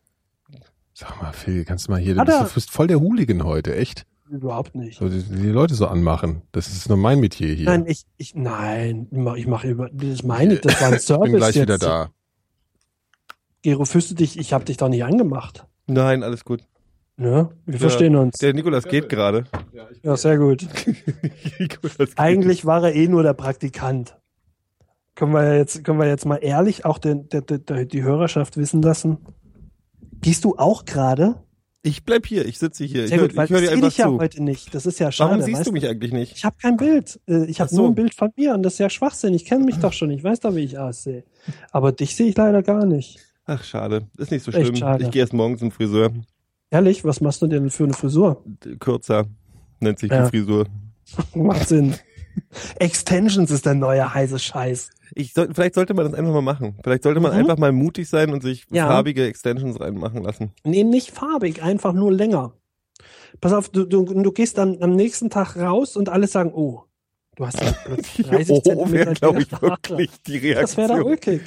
Sag mal, Phil, kannst du mal hier, du Hat bist, er- du bist voll der Hooligan heute, echt? Überhaupt nicht. So, die, die Leute so anmachen. Das ist nur mein Metier hier. Nein, ich, ich, nein, ich mach- ich mache über, das meine ich, das war ein [laughs] ich Service bin gleich jetzt. wieder da. Gero, fühlst du dich, ich habe dich doch nicht angemacht. Nein, alles gut. Ne? Wir verstehen uns. Der Nikolas geht gerade. [laughs] Ja, sehr gut. Nikolas geht. Eigentlich war er eh nur der Praktikant. Können wir jetzt, können wir jetzt mal ehrlich auch den, der, der- der, die Hörerschaft wissen lassen? Gehst du auch gerade? Ich bleib hier, ich sitze hier. Ich Sehr höre gut, weil hör dir ich seh einfach dich ja zu. heute nicht. Das ist ja schade. Warum siehst weißt du mich eigentlich nicht? Ich habe kein Bild. Äh, Ich Ach habe so. nur ein Bild von mir und das ist ja Schwachsinn. Ich kenne mich doch schon. Ich weiß doch, wie ich aussehe. Aber dich sehe ich leider gar nicht. Ach, schade. Ist nicht so Echt schlimm. schade. Ich gehe erst morgen zum Friseur. Ehrlich, was machst du denn für eine Frisur? D- Kürzer nennt sich Ja. die Frisur. Macht Sinn. [laughs] Extensions ist der neue heiße Scheiß. Ich soll, vielleicht sollte man das einfach mal machen. Vielleicht sollte man Mhm. einfach mal mutig sein und sich Ja. farbige Extensions reinmachen lassen. Nee, nicht farbig, einfach nur länger. Pass auf, du, du, du gehst dann am nächsten Tag raus und alle sagen, oh, du hast [laughs] ja [laughs] plötzlich 30 wäre, Zentimeter glaube Oh, ich, längere Haare. wirklich die [laughs] Das wäre da Reaktion. ulkig.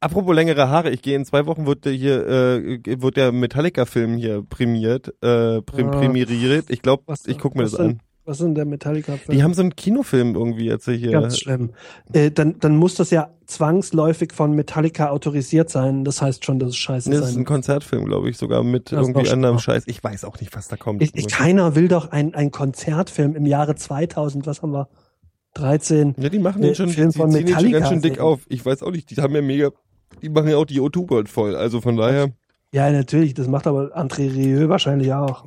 Apropos längere Haare, ich gehe in zwei Wochen wird der hier äh, wird der Metallica-Film hier prämiert, äh, prim, Ah. prämieriert. Ich glaube, Was- ich guck mir was das an. Was ist denn der metallica Die haben so einen Kinofilm irgendwie jetzt hier. Ganz schlimm. Äh, dann, dann muss das ja zwangsläufig von Metallica autorisiert sein. Das heißt schon, dass es scheiße Das ist sein ein Konzertfilm, glaube ich, sogar mit Das ist irgendwie noch anderem schlimmer. Scheiß. Ich weiß auch nicht, was da kommt. ich, ich, Keiner will doch ein, ein Konzertfilm im Jahre 2000, was haben wir? 13. ja, die machen Nee, den schon, die Film ziehen von den schon Metallica ganz schön dick sehen. auf. Ich weiß auch nicht, die haben ja mega, die machen ja auch die O2 Gold voll. Also von daher, Ja, natürlich, das macht aber André Rieu wahrscheinlich auch.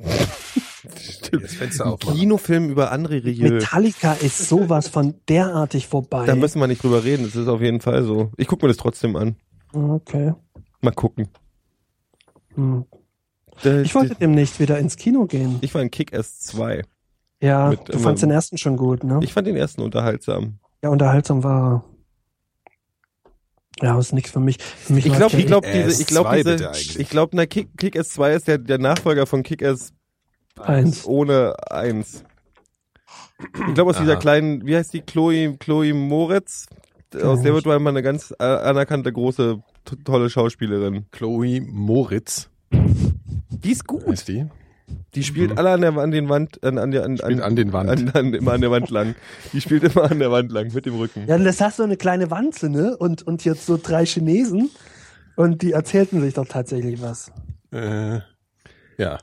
Das Fenster aufmachen. Kinofilm über André Rieu. Metallica ist sowas von derartig vorbei. Da müssen wir nicht drüber reden, das ist auf jeden Fall so. Ich gucke mir das trotzdem an. okay. Mal gucken. Hm. Da- Ich wollte demnächst wieder ins Kino gehen. Ich war in Kick-Ass 2. Ja, mit du immer- fandst den ersten schon gut, ne? Ich fand den ersten unterhaltsam. ja, unterhaltsam war er. Ja, ist nichts für mich. Für mich Ich war glaube, Kick- ich glaube, diese, ich glaube, Kick-Ass 2 diese, bitte eigentlich. ich glaube, na, Kick, Kick-Ass 2 ist der, der Nachfolger von Kick-Ass Eins. ohne 1. Ich glaube, aus dieser Aha. kleinen, wie heißt die, Chloe, Chloe Moritz, aus der wird mal eine ganz äh, anerkannte, große, to tolle Schauspielerin. [laughs] Chloe Moritz Die ist gut. ist die. Die spielt alle an der an den Wand, an, an, der- an, Mhm. Spielt an den Wand. an, an, immer an der Wand lang. Die spielt immer an der Wand lang, mit dem Rücken. Ja, das hast du eine kleine Wanze, ne? Und, und jetzt so drei Chinesen. Und die erzählten sich doch tatsächlich was. Äh, ja.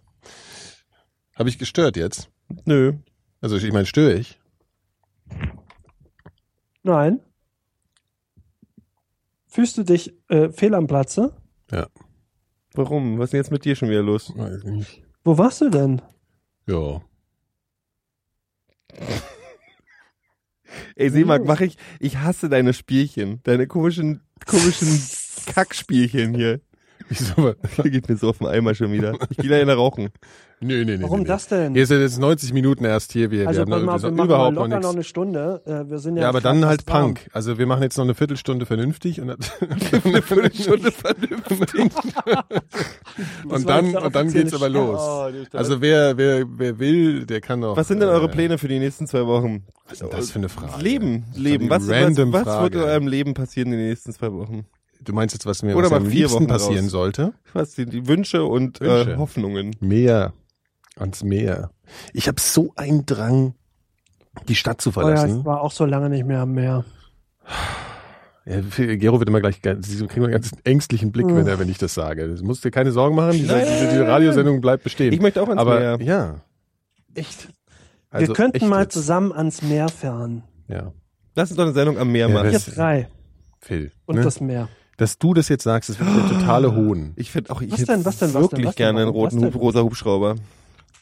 Habe ich gestört jetzt? Nö. Also ich meine, störe ich? Nein. Fühlst du dich äh, fehl am Platze? Warum? Was ist denn jetzt mit dir schon wieder los? Weiß nicht. Wo warst du denn? Ja. Ey, Oh. Seemark, mach ich, ich hasse deine Spielchen. Deine komischen, [laughs] komischen Kackspielchen hier. [laughs] Wieso? Die geht mir so auf den Eimer schon wieder. Ich gehe da ja rauchen. Nee, nee, nee. Warum nee, das denn? Hier sind jetzt 90 Minuten erst hier. Wir, also wir pass haben mal, noch, auf, wir wir machen mal überhaupt locker noch nichts. noch eine Stunde. Äh, wir sind ja, ja, aber dann gerade halt fast warm. Punk. Also wir machen jetzt noch eine Viertelstunde vernünftig und [laughs] dann, [laughs] Stunde vernünftig. Das und war jetzt Oh, dann, der und dann geht's offizielle aber los. Also wer, wer, wer will, der kann doch. Was sind denn eure äh, Pläne für die nächsten zwei Wochen? Was ist denn das für eine Frage? Leben, Das ist doch Leben. Äh, die Was, was, random was Frage. wird in eurem Leben passieren in den nächsten zwei Wochen? Du meinst jetzt, was mir Oder was mal am vier liebsten Wochen passieren raus. sollte? Was sind die Wünsche und Äh, Wünsche. Hoffnungen? Meer. Ans Meer. Ich habe so einen Drang, die Stadt zu Oh ja, ich verlassen. war auch so lange nicht mehr am Meer. ja, für- Gero wird immer gleich, ganz- sie kriegen einen ganz ängstlichen Blick, Oh. wenn, er, wenn ich das sage. Du musst dir keine Sorgen machen, diese, Nein. diese, diese Radiosendung bleibt bestehen. Ich möchte auch ans Aber Meer. ja. Echt? Also wir könnten mal jetzt. zusammen ans Meer fahren. Ja, Lass uns doch eine Sendung am Meer Ja, machen. Wir das- drei Phil. und ne? das Ah. Meer. Dass du das jetzt sagst, ist wirklich der totale Hohn. Ich finde auch, ich Was denn, was denn, was denn, wirklich was denn, gerne einen warum, was roten denn? Hub, rosa Hubschrauber.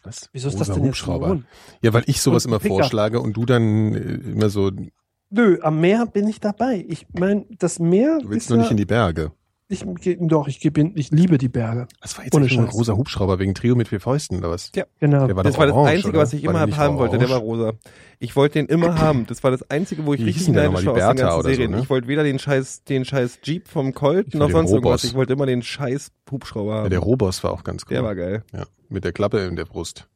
Was? Wieso ist Rosa das denn jetzt Oh, Hubschrauber. schon? Ja, weil ich sowas Und immer Picker. vorschlage und du dann äh, immer so, du Nö, am Meer bin ich dabei. Ich meine, das Meer. willst ist nur ja, nicht in die Berge. Ich, geh- doch, ich, geb, ich liebe die Berge. Was war jetzt Ohne eigentlich nur ein Scheiß. rosa Hubschrauber wegen Trio mit vier Fäusten oder was? Genau. Der war das doch war das orange, Einzige, oder? was ich War immer der nicht haben wollte. Der war orange? rosa. Ich wollte den [clears throat] immer haben. Das war das Einzige, wo ich Wie richtig hießen denn neidisch war nochmal die aus den Bertha ganzen oder so, Serien. ne? Ich wollte weder den scheiß, den scheiß Jeep vom Colt Ich noch wollte den sonst irgendwas. Roboss. Ich wollte immer den scheiß Hubschrauber haben. Ja, der Roboss war auch ganz cool. der war [laughs] geil. ja, mit der Klappe in der Brust.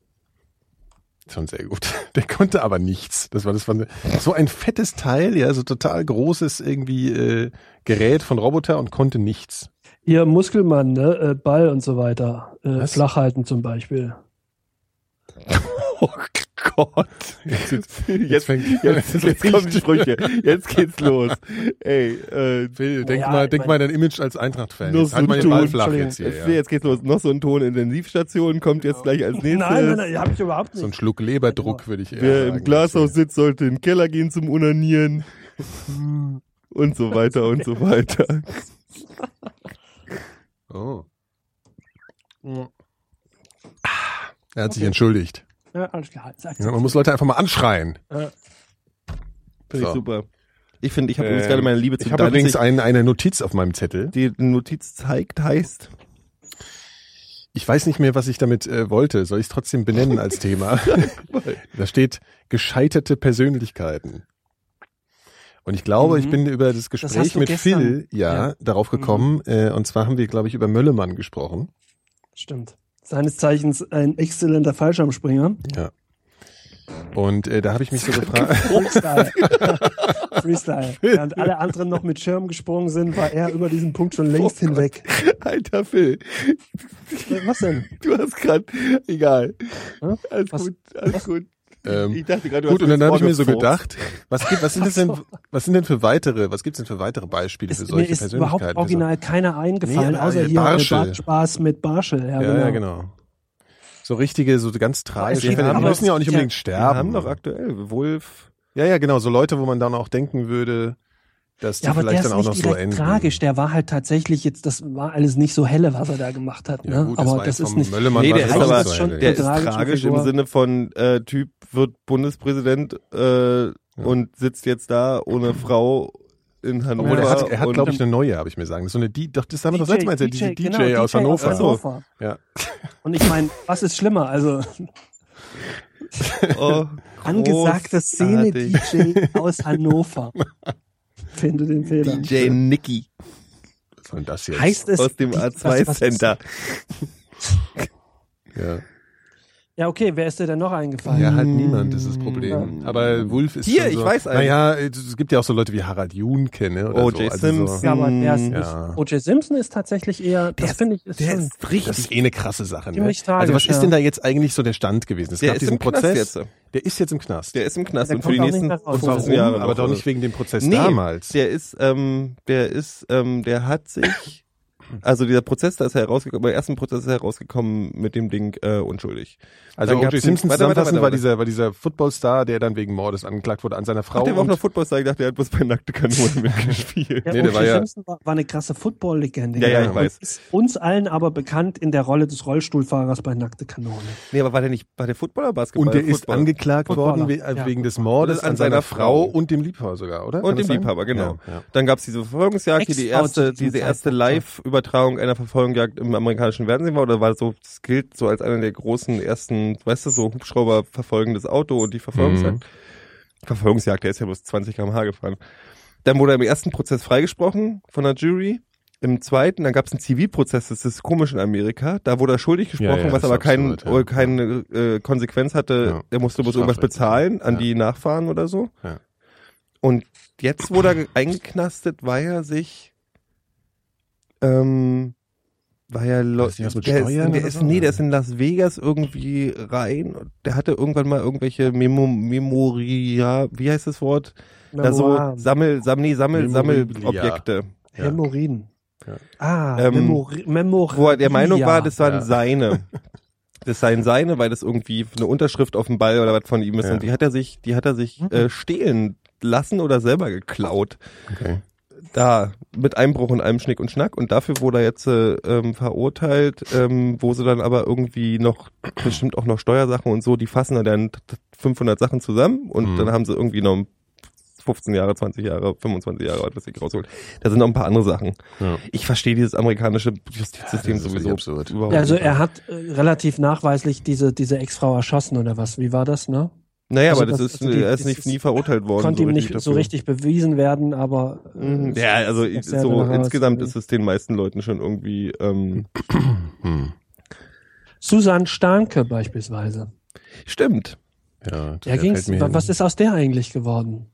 Schon sehr gut. [laughs] Der konnte aber nichts. Das war das war so ein fettes Teil, ja, so total großes irgendwie äh, Gerät von Roboter und konnte nichts. Ihr Muskelmann, ne? äh, Ball und so weiter. Äh, Was? flach halten zum Beispiel. Oh Gott. [laughs] Jetzt, Jetzt, fängt [laughs] jetzt, jetzt kommen die Sprüche. Jetzt geht's los. Ey, äh, Phil, denk Ja, mal, ich denk mal mein- dein Image als Eintracht-Fan. Nur Jetzt Halt so mal ein den Ball Ton, flach jetzt hier. jetzt, Ja. jetzt geht's los. Noch so ein Ton Intensivstation kommt jetzt gleich als nächstes. Nein, nein, nein, hab ich überhaupt So ein nicht. Schluck Leberdruck würde ich eher Wer sagen. im Glashaus sitzt, sollte in den Keller gehen zum [laughs] Unanieren. und so weiter und so weiter. Oh. Er hat sich entschuldigt. Ja, alles klar. Sag- Ja, man muss Leute einfach mal anschreien. Finde ich So. super. Ich finde, ich habe übrigens gerade meine Liebe zu Ich habe übrigens ein, eine Notiz auf meinem Zettel. die Notiz zeigt, heißt. Ich weiß nicht mehr, was ich damit äh, wollte. Soll ich es trotzdem benennen als Thema? da steht gescheiterte Persönlichkeiten. Und ich glaube, ich Mhm. bin über das hast Gespräch du mit gestern- Phil ja, Ja. darauf gekommen. Äh, und zwar haben wir, glaube ich, über Möllemann gesprochen. Stimmt. Seines Zeichens ein exzellenter Fallschirmspringer. Und äh, da habe ich mich so gefragt. [laughs] Freestyle. Freestyle. Während alle anderen noch mit Schirm gesprungen sind, war er über diesen Punkt schon Oh längst hinweg. Alter Phil, Was denn? du hast gerade. Egal. Hä? Alles Was- gut, alles gut. Ähm, ich dachte gerade, du gut, hast und dann das habe ich mir so vorgefurzt. gedacht, was, gibt, was sind das denn, Ach was sind denn für weitere, was gibt's denn für weitere Beispiele für Ist, mir solche ist überhaupt Persönlichkeiten? original keiner eingefallen, Nee, aber außer hier hier Barschel. Barschel. Spaß mit Barschel. ja, Ja, genau. ja, genau. So richtige, so ganz tragische steht Fälle. Die aber- müssen ja auch nicht Ja, unbedingt Wir sterben. haben noch aktuell Wolf. Ja, ja, genau. So Leute, wo man dann auch denken würde, dass die Ja, aber der vielleicht ist dann auch nicht noch direkt so enden. tragisch. Der war halt tatsächlich jetzt, das war alles nicht so helle, was er da gemacht hat. Ne? Ja, gut, aber das, das war ist jetzt nicht. vom Möllemann Nee, war der das ist auch aber nicht so schon- eine- Der ist tragische tragisch im Figur. Sinne von äh, Typ wird Bundespräsident äh, und sitzt jetzt da ohne Frau in Hannover. Obwohl, er hat, er hat und- glaube ich, eine neue, habe ich mir sagen. So eine, D- doch, das haben wir doch letztes Mal erzählt, diese DJ, genau, aus Hannover. Ja. Ja. Und ich meine, was ist [laughs] schlimmer? Also Oh, angesagte Szene großartig. DJ aus [laughs] Hannover. Finde den Fehler. DJ Nicky Was soll denn das jetzt? Heißt es aus dem die- was- A2 was- Center. ja. Ja, okay, wer ist dir denn noch eingefallen? ja, halt niemand ist das Problem. Aber Wolf ist Hier, schon ich so, weiß einen. Naja, es gibt ja auch so Leute wie Harald Junke, ne? Oder O.J. so. Also so Simpson. Ja, aber der ist nicht. Ja. O.J. Simpson ist tatsächlich eher, das finde ich, ist Der schon. ist richtig. das ist eh eine krasse Sache. Ne? Ziemlich tragisch, also was ist ja. denn da jetzt eigentlich so der Stand gewesen? Es Der gab ist diesen im Knast Prozess. jetzt. Der ist jetzt im Knast. Der ist im Knast Der und für kommt die auch nicht nächsten mehr raus. und warum, Warum? Jahre noch, aber doch oder? nicht wegen dem Prozess nee, damals. Der ist, ähm, der ist, ähm, der hat sich, also dieser Prozess, da ist er herausgekommen, beim ersten Prozess ist er herausgekommen mit dem Ding äh, unschuldig. Also Dann O.J. gab's- Simpson Warte, warte, warte, zusammenfassend war warte. dieser, war dieser Footballstar, der dann wegen Mordes angeklagt wurde an seiner Frau. Ach, der war auf und- einer Footballstar, ich dachte, der hat bloß bei nackte [laughs] Kanone mitgespielt. Ja, Nee, nee, der O.J. war ja- Simpson war, war eine krasse Football-Legende. Ja, ja, ich Und weiß. Ist uns allen aber bekannt in der Rolle des Rollstuhlfahrers bei Nackte Kanone. Nee, aber war der nicht, war der Footballer Basketball? und der ist Football. angeklagt worden Footballer. we äh, Ja. wegen des Mordes An an, seiner seiner Frau Frau. und dem Liebhaber sogar, oder? Und das dem sein? Liebhaber, genau. Ja, ja. Dann gab es diese Verfolgungsjagd, die, die Ex-Frau zu erste, diesem diese erste Zeitpunkt, ja. Live-Übertragung einer Verfolgungsjagd im amerikanischen Fernsehen war, oder war das so, das gilt so als einer der großen ersten, weißt du, so Hubschrauber verfolgendes Auto und die Verfolgungsjagd. Mhm. Verfolgungsjagd, der ist ja bloß 20 km/h gefahren. Dann wurde er im ersten Prozess freigesprochen von der Jury. Im zweiten, dann gab es einen Zivilprozess, das ist komisch in Amerika. Da wurde er schuldig gesprochen, ja, das was ist aber kein, absurd, ja. keine äh, Konsequenz hatte. Ja. Er musste bloß irgendwas Strafrecht. bezahlen an Ja. die Nachfahren oder so. Ja. Und jetzt wurde er ge- eingeknastet, weil er sich ähm, weil er Lo- Ist nicht was mit der, ist, Steuern der oder ist so? nee, der ist in Las Vegas irgendwie rein. und Der hatte irgendwann mal irgendwelche Memo, Memoria, wie heißt das Wort? Da so Memoiren. Sammel, Sammel, nee, Sammel, Memorabilia. Sammelobjekte. Ja. Hämorrhoiden. Ja. Ah, Ähm, Memori Memorabilia. Wo er der Meinung war, das waren Ja. seine. Das seien seine, weil das irgendwie eine Unterschrift auf dem Ball oder was von ihm ist. Ja. Und die hat er sich, die hat er sich äh, stehlen lassen oder selber geklaut. Okay. Da, mit Einbruch und allem Schnick und Schnack. Und dafür wurde er jetzt äh, ähm, verurteilt, ähm, wo sie dann aber irgendwie noch, bestimmt auch noch Steuersachen und so, die fassen da dann t- t- 500 Sachen zusammen und Mhm. dann haben sie irgendwie noch 15 Jahre, 20 Jahre, 25 Jahre, was ich rausholt. Da sind noch ein paar andere Sachen. Ja. Ich verstehe dieses amerikanische Justizsystem Ja, das ist sowieso wirklich absurd. überhaupt Ja, also nicht. er hat äh, relativ nachweislich diese, diese Ex-Frau erschossen oder was? Wie war das, ne? Naja, also aber das, das- ist, also die- er ist das nicht, ist- nie verurteilt worden. Konnte ihm nicht richtig so dafür. richtig bewiesen werden, aber. äh, Mhm. es Ja, also ist sehr so danach insgesamt ausgegangen. ist es den meisten Leuten schon irgendwie Mhm. ähm, Hm. Susanne Starnke beispielsweise. stimmt. Ja, Ja, ging's. Was ist aus der eigentlich geworden?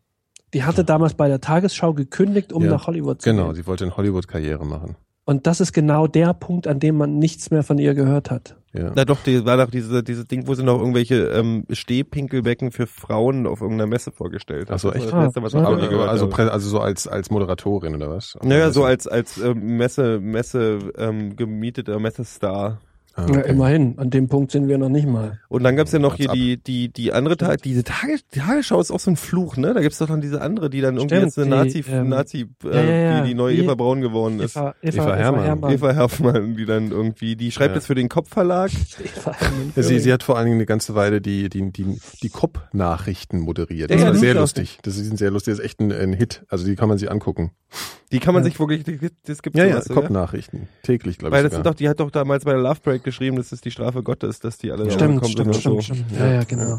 Die hatte damals bei der Tagesschau gekündigt, um Ja, nach Hollywood zu Genau, gehen. sie wollte eine Hollywood-Karriere machen. Und das ist genau der Punkt, an dem man nichts mehr von ihr gehört hat. Ja. Na doch, die, war doch diese, dieses Ding, wo sie noch irgendwelche ähm, Stehpinkelbecken für Frauen auf irgendeiner Messe vorgestellt hat. Ach so, Das echt? war das Letzte, was Ah, ich ja. von ihr Aber, gehört also, habe. pre- also so als, als Moderatorin oder was? Naja, so als, als ähm, Messe, Messe ähm, gemieteter Messestar. Ah, Ja, okay. immerhin, an dem Punkt sind wir noch nicht mal. Und dann gab's ja noch hier What's up? die, die, die andere Tag, diese Tage, die Tagesschau ist auch so ein Fluch, ne? Da gibt's doch dann diese andere, die dann irgendwie Stimmt, jetzt eine Nazi, die, ähm, Nazi, äh, ja, ja, ja. Die, die neue Wie- Eva Braun geworden ist. Eva, Eva Hermann. Eva Herfmann, die dann irgendwie, die schreibt Ja. jetzt für den Kopfverlag. [laughs] Eva Hermann. Sie, sie hat vor allen Dingen eine ganze Weile die, die, die, die Cop-Nachrichten moderiert. Das Ja, war das sehr ist auch- lustig. Das ist ein sehr lustig. Das ist echt ein, ein Hit. Also die kann man sich angucken. Die kann man Ja. sich wirklich, die gibt- das gibt's Ja, ja, sowas, oder? Cop-Nachrichten. Täglich, glaube ich. Weil das sind sogar. doch, die hat doch damals bei der Love Break geschrieben, dass es die Strafe Gottes, dass die alle da Stimmt, umgekommen sind stimmt, und stimmt, so. stimmt. Ja, ja, genau.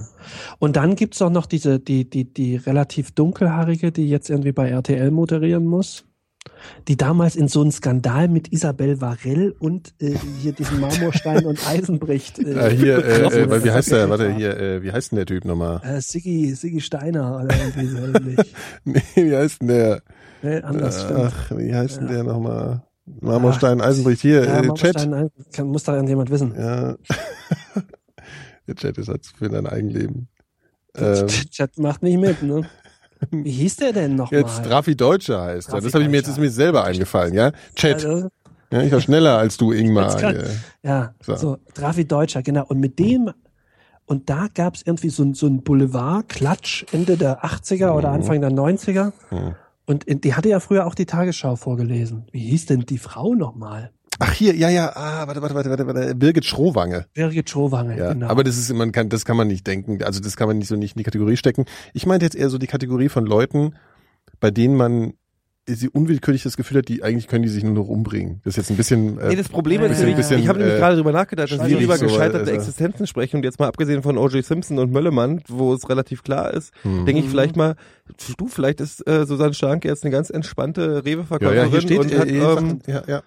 Und dann gibt's auch noch diese, die, die, die relativ dunkelhaarige, die jetzt irgendwie bei RTL moderieren muss, die damals in so einen Skandal mit Isabel Varell und äh, hier diesen Marmorstein und [laughs] Eisenbricht. äh, hier, äh, äh, weil, wie heißt der, verwickelt warte, war. hier, äh, wie heißt denn der Typ nochmal? [laughs] Äh, Siggi, Siggi Steiner oder irgendwie so ähnlich. Nee, wie heißt denn der? Ne, Äh, anders stimmt. Ach, wie heißt denn der nochmal? Marmorstein Eisenbrich, hier, Ah, Ja, äh, Chat. Marmorstein, nein, kann, muss da irgendjemand wissen. Ja. [laughs] der Chat ist halt für dein Eigenleben. Der Ähm, [laughs] Chat macht nicht [laughs] mit, ne? Wie hieß der denn nochmal? jetzt Raffi Deutscher heißt er. Raffi Das habe ich mir jetzt ist Deutscher. mir selber eingefallen, ja? Chat. Also, Ja, ich war schneller als du, Ingmar. Jetzt kann- hier. Ja, So. so, Dravi Deutscher, genau. Und mit dem, und da gab es irgendwie so, ein- so einen Boulevard-Klatsch Ende der 80er oder Mhm. Anfang der 90er. Mhm. Und in- die hatte ja früher auch die Tagesschau vorgelesen. Wie hieß denn die Frau nochmal? Ach hier, ja, ja, ah, warte, warte, warte, warte, warte. Birgit Schrowange. Birgit Schrowange, Ja, genau. aber das ist, man kann, das kann man nicht denken. Also das kann man nicht so nicht in die Kategorie stecken. Ich meinte jetzt eher so die Kategorie von Leuten, bei denen man sie unwillkürlich das Gefühl hat, die eigentlich können die sich nur noch umbringen. Das ist jetzt ein bisschen. Äh, Nee, das Problem Ein ist, bisschen- nämlich, bisschen, ich habe nämlich äh, gerade drüber nachgedacht, dass wir schwierig über so, gescheiterte äh, Existenzen sprechen und jetzt mal abgesehen von O.J. Simpson und Möllermann, wo es relativ klar ist, hm. denke ich Mhm. vielleicht mal, du, vielleicht ist äh, Susanne Starke jetzt eine ganz entspannte ja, Rewe-Verkäuferin ja, hier steht, und, hat, äh, ähm, ja, ja.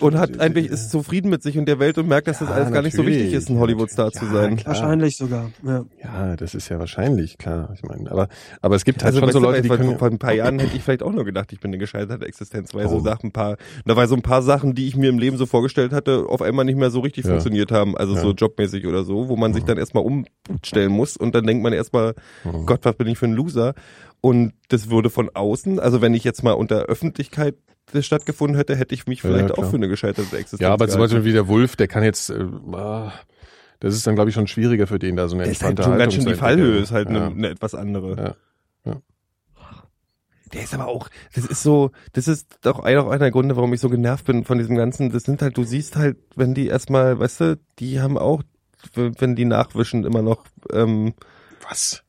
und äh, hat eigentlich ist zufrieden mit sich und der Welt und merkt, dass das Ja, alles gar nicht so natürlich. wichtig ist, ein Hollywood-Star zu Ja, sein. klar. Wahrscheinlich sogar. Ja. Ja, das ist ja wahrscheinlich, klar. Ich meine, aber, aber es gibt Also halt schon Also, weißt du, so Leute, die vor, können. vor ein paar Jahren hätte ich vielleicht auch nur gedacht, ich bin eine gescheiterte Existenz, weil Oh. so Sachen ein paar, da war so ein paar Sachen, die ich mir im Leben so vorgestellt hatte, auf einmal nicht mehr so richtig Ja. funktioniert haben, also Ja. so jobmäßig oder so, wo man sich dann erstmal umstellen muss und dann denkt man erstmal, Hm. Gott, was bin ich für ein Loser? Und das würde von außen, also wenn ich jetzt mal unter Öffentlichkeit das stattgefunden hätte, hätte ich mich Ja, vielleicht auch klar. für eine gescheiterte Existenz Ja, aber zum gehalten. Beispiel wie der Wolf, der kann jetzt. Äh, ah, das ist dann, glaube ich, schon schwieriger für den, da so eine Das ist halt entspannte schon Haltung ganz schön zu die Fallhöhe, entwickeln. ist halt ja. eine, eine etwas andere. Ja. Ja. Der ist aber auch, das ist so, das ist doch ein- auch einer der Gründe, warum ich so genervt bin von diesem Ganzen. Das sind halt, du siehst halt, wenn die erstmal, weißt du, die haben auch, w- wenn die nachwischen, immer noch, ähm, Was?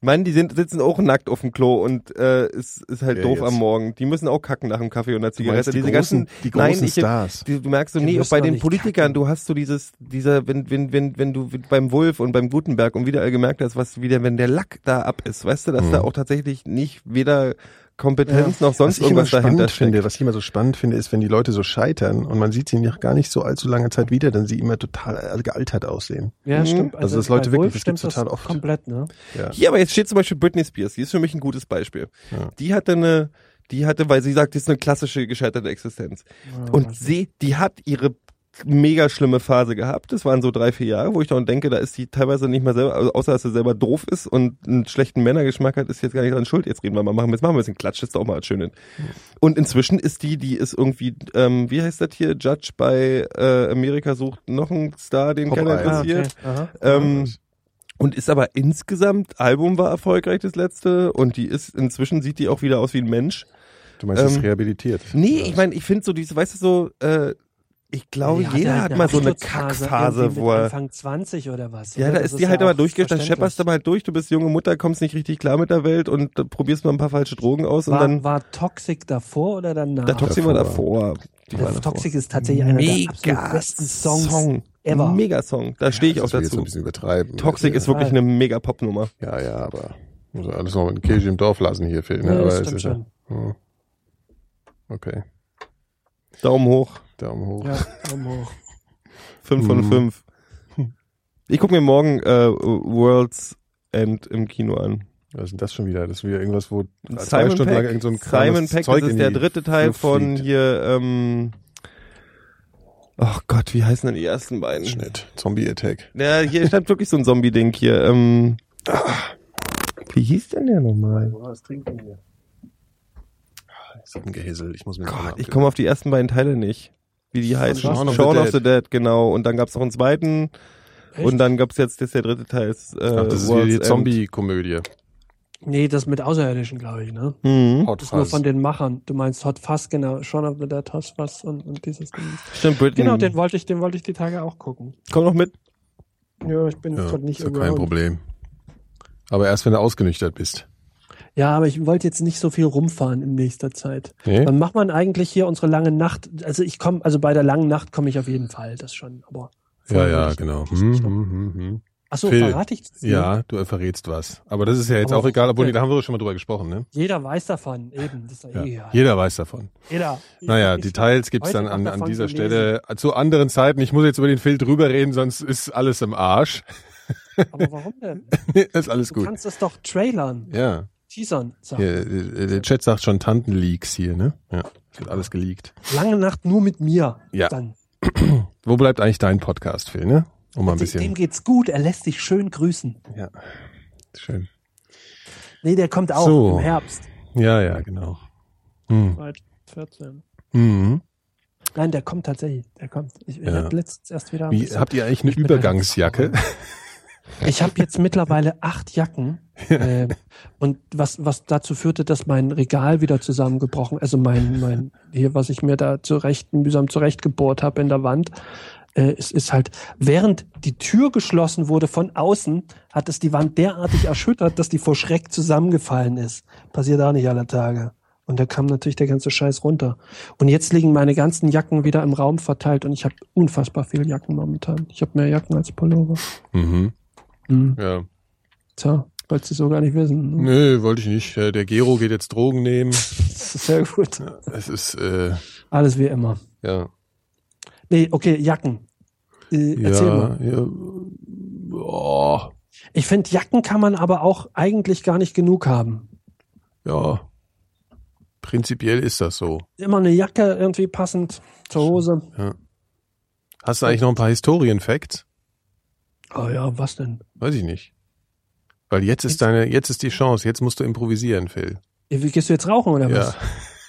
Mann, die sind, sitzen auch nackt auf dem Klo und äh, ist, ist halt Ja, doof jetzt. am Morgen. Die müssen auch kacken nach dem Kaffee und der Du Zigarette. meinst die Diese großen, ganzen, die großen nein, ich, Stars. die, du merkst so, Die nee, auch müssen bei doch den nicht Politikern, kacken. du hast so dieses, dieser, wenn, wenn, wenn, wenn du beim Wolf und beim Gutenberg und wieder gemerkt hast, was wieder, wenn der Lack da ab ist, weißt du, dass Mhm. da auch tatsächlich nicht weder Kompetenz noch Was sonst ich immer irgendwas dahinter spannend steckt. finde, was ich immer so spannend finde, ist, wenn die Leute so scheitern und man sieht sie nach gar nicht so allzu langer Zeit wieder, dann sie immer total äh, gealtert aussehen. Mhm. ja, stimmt. Also, dass Leute bei Wolf wirklich- das stimmt gibt's total oft. Komplett, ne? Ja. Hier, aber jetzt steht zum Beispiel Britney Spears, die ist für mich ein gutes Beispiel. Ja. Die hatte eine, die hatte, weil sie sagt, das ist eine klassische gescheiterte Existenz. Und sie, die hat ihre mega schlimme Phase gehabt. Das waren so drei, vier Jahre, wo ich dann denke, da ist sie teilweise nicht mal selber, also außer dass sie selber doof ist und einen schlechten Männergeschmack hat, ist jetzt gar nicht dran schuld. Jetzt reden wir mal, machen wir jetzt machen wir ein bisschen Klatsch, ist doch mal schön. Und inzwischen ist die, die ist irgendwie, ähm, wie heißt das hier, Judge bei äh, Amerika sucht noch einen Star, den keiner Popeye. Ah, interessiert. Aha. Ähm, und ist aber insgesamt, Album war erfolgreich, das letzte, und die ist, inzwischen sieht die auch wieder aus wie ein Mensch. Du meinst, das Ähm, ist rehabilitiert. Nee, ich meine, ich finde so diese, weißt du so, äh, ich glaube, Die hatte jeder halt hat eine mal so eine Absturzphase Kackphase, irgendwie mit wo er. Anfang 20 oder was. Ja, oder? da Das ist die halt ja immer auch durchgeht, da verständlich. schepperst du mal durch, du bist junge Mutter, kommst nicht richtig klar mit der Welt und äh, probierst mal ein paar falsche Drogen aus und War, dann war Toxic davor oder danach? da toxisch immer davor. Die war Der davor. Toxic ist tatsächlich einer der absolut besten Songs Song. ever. Mega Song. Da stehe ich das auch will Jetzt ein dazu. bisschen übertreiben. Toxic ja, ist wirklich eine mega Popnummer. Ja, ja, aber muss ja alles noch in Kirche im Dorf lassen hier, Phil. Ne? Ja, aber das es stimmt ist schon. Ja, Hm. okay, Daumen hoch. Daumen hoch. Ja, komm hoch. 5 von Mhm. 5. Ich gucke mir morgen äh, World's End im Kino an. Was ist denn das schon wieder? Das ist wieder irgendwas, wo zwei Äh, Simon Stunden Peck. lang irgend so ein Simon krasses Peck, Zeug das in ist der die dritte Teil Luft von fliegt. hier, ähm, oh Gott, wie heißen denn die ersten beiden? Schnitt. Zombie Attack. Ja, hier stand wirklich so ein Zombie-Ding hier. Ähm, wie hieß denn der nochmal? Ich hab ein Gehäsel. Ich muss mir Gott, ich komme auf die ersten beiden Teile nicht. wie die heißt. Shaun of the Shaun of the Dead. Dead, genau. Und dann gab's noch einen zweiten. Echt? Und dann gab's jetzt, das ist der dritte Teil. Ist, äh, Ach, das ist wie World's die End. Zombie-Komödie. Nee, das mit Außerirdischen, glaube ich, ne? Mhm. Hot Das ist nur Fuzz. von den Machern. Du meinst Hot Fuzz, genau. Shaun of the Dead, Hot Fuzz und, und dieses Ding. Stimmt, Britain. Genau, den wollte ich, den wollte ich die Tage auch gucken. Komm noch mit. Ja, ich bin Ja, gerade nicht ist ja around. kein Problem. Aber erst, wenn du ausgenüchtert bist. Ja, aber ich wollte jetzt nicht so viel rumfahren in nächster Zeit. Nee? Wann macht man eigentlich hier unsere lange Nacht? Also ich komme, also bei der langen Nacht komme ich auf jeden Fall, das schon. Aber Ja, ja, genau. Hm, hm, hm, hm. Achso, Phil, verrate ich das nicht? Ja, du verrätst was. Aber das ist ja jetzt Aber- auch egal, obwohl da haben wir schon mal drüber gesprochen, ne? Jeder weiß davon, eben. Das ist ja. Ja. eh egal. Jeder weiß davon. Jeder. Naja, Ich- Details gibt's heute dann noch an, an davon dieser gelesen. Stelle zu anderen Zeiten. Ich muss jetzt über den Phil drüber reden, sonst ist alles im Arsch. Aber warum [laughs] denn? ist alles Du gut. kannst es doch trailern, Ja, teasern. Sagen. hier, äh, der Chat sagt schon Tantenleaks hier, ne? Ja, wird alles geleakt. Lange Nacht nur mit mir. Ja. Dann. Wo bleibt eigentlich dein Podcast, Phil, ne? Um mal ein Dem bisschen. geht's gut, er lässt sich schön grüßen. Ja. Schön. Nee, der kommt auch So. im Herbst. Ja, ja, genau. Hm. 14. Mhm. Nein, der kommt tatsächlich. Der kommt. Ich, ich Ja. habe letztens erst wieder. ein Wie, bisschen- habt ihr eigentlich eine bin halt Übergangsjacke? Ich habe jetzt mittlerweile acht Jacken. Äh, und was, was dazu führte, dass mein Regal wieder zusammengebrochen, also mein, mein, hier, was ich mir da zurecht, mühsam zurechtgebohrt habe in der Wand. Äh, es ist halt, während die Tür geschlossen wurde von außen, hat es die Wand derartig erschüttert, dass die vor Schreck zusammengefallen ist. Passiert auch nicht aller Tage. Und da kam natürlich der ganze Scheiß runter. Und jetzt liegen meine ganzen Jacken wieder im Raum verteilt und ich habe unfassbar viele Jacken momentan. Ich habe mehr Jacken als Pullover. Mhm. Mhm. Ja. Tja, wolltest du so gar nicht wissen. Ne? Nö, wollte ich nicht. Äh, Der Gero geht jetzt Drogen nehmen. [laughs] Das ist sehr gut. Es ist, äh, Alles wie immer. ja. Nee, okay, Jacken. Äh, Erzähl mal. [laughs] Ja, ja. Oh, Ich finde, Jacken kann man aber auch eigentlich gar nicht genug haben. ja. Prinzipiell ist das so. Immer eine Jacke irgendwie passend zur Hose. Hast du eigentlich noch ein paar Historien-Facts? Oh ja, was denn? Weiß ich nicht. Weil jetzt ist deine, jetzt ist die Chance, jetzt musst du improvisieren, Phil. Wie gehst du jetzt rauchen oder Ja. was?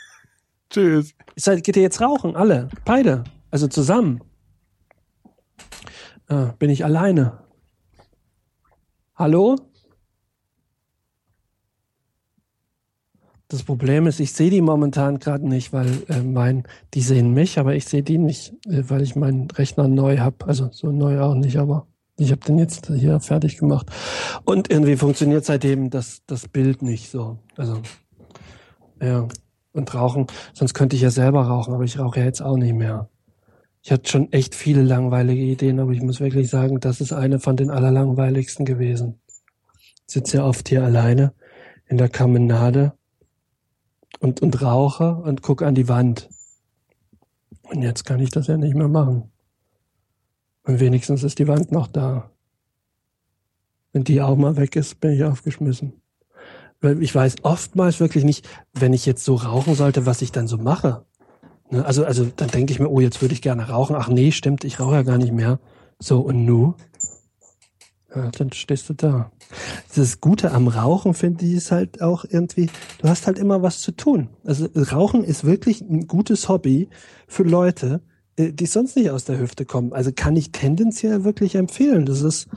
[laughs] Tschüss. Ist halt, geht ihr jetzt rauchen? Alle? Beide? Also zusammen? Ah, bin ich alleine? Hallo? Das Problem ist, ich sehe die momentan gerade nicht, weil äh, mein, die sehen mich, aber ich sehe die nicht, äh, weil ich meinen Rechner neu habe. Also so neu auch nicht, aber ich habe den jetzt hier fertig gemacht. Und irgendwie funktioniert seitdem das, das Bild nicht so. Also, ja. Und rauchen, sonst könnte ich ja selber rauchen, aber ich rauche ja jetzt auch nicht mehr. Ich hatte schon echt viele langweilige Ideen, aber ich muss wirklich sagen, das ist eine von den allerlangweiligsten gewesen. Ich sitze ja oft hier alleine in der Kamenade und, und rauche und gucke an die Wand. Und jetzt kann ich das ja nicht mehr machen. Und wenigstens ist die Wand noch da. Wenn die auch mal weg ist, bin ich aufgeschmissen. Weil ich weiß oftmals wirklich nicht, wenn ich jetzt so rauchen sollte, was ich dann so mache. Ne? Also, also dann denke ich mir, oh, jetzt würde ich gerne rauchen. Ach nee, stimmt, ich rauche ja gar nicht mehr. So, und nu? Ja, dann stehst du da. Das Gute am Rauchen, finde ich, ist halt auch irgendwie, du hast halt immer was zu tun. Also Rauchen ist wirklich ein gutes Hobby für Leute, äh, die sonst nicht aus der Hüfte kommen. Also kann ich tendenziell wirklich empfehlen. Das ist,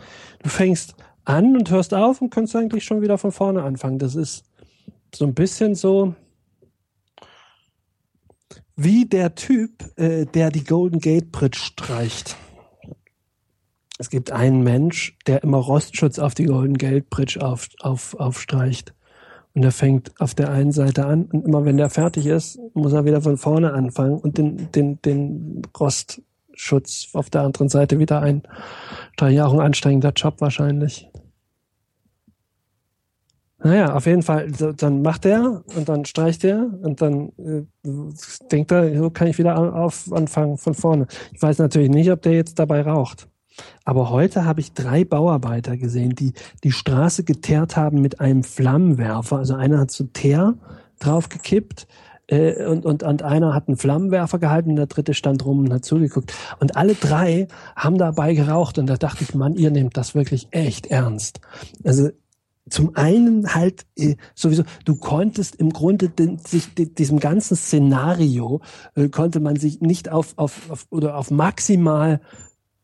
du fängst an und hörst auf und kannst eigentlich schon wieder von vorne anfangen. Das ist, so ein bisschen so wie der Typ, äh, der die Golden Gate Bridge streicht. Es gibt einen Mensch, der immer Rostschutz auf die Golden Gate Bridge auf, auf, aufstreicht. Und er fängt auf der einen Seite an und immer wenn der fertig ist, muss er wieder von vorne anfangen und den, den, den Rostschutz auf der anderen Seite wieder ein. Wahrscheinlich auch ein anstrengender Job wahrscheinlich. Naja, auf jeden Fall, so, dann macht er und dann streicht er und dann äh, denkt er, so kann ich wieder an- auf anfangen von vorne. Ich weiß natürlich nicht, ob der jetzt dabei raucht. Aber heute habe ich drei Bauarbeiter gesehen, die die Straße geteert haben mit einem Flammenwerfer. Also einer hat so Teer draufgekippt äh, und, und, und einer hat einen Flammenwerfer gehalten und der dritte stand rum und hat zugeguckt. Und alle drei haben dabei geraucht und da dachte ich, Mann, ihr nehmt das wirklich echt ernst. Also zum einen halt äh, sowieso, du konntest im Grunde den, sich di- diesem ganzen Szenario äh, konnte man sich nicht auf, auf, auf oder auf maximal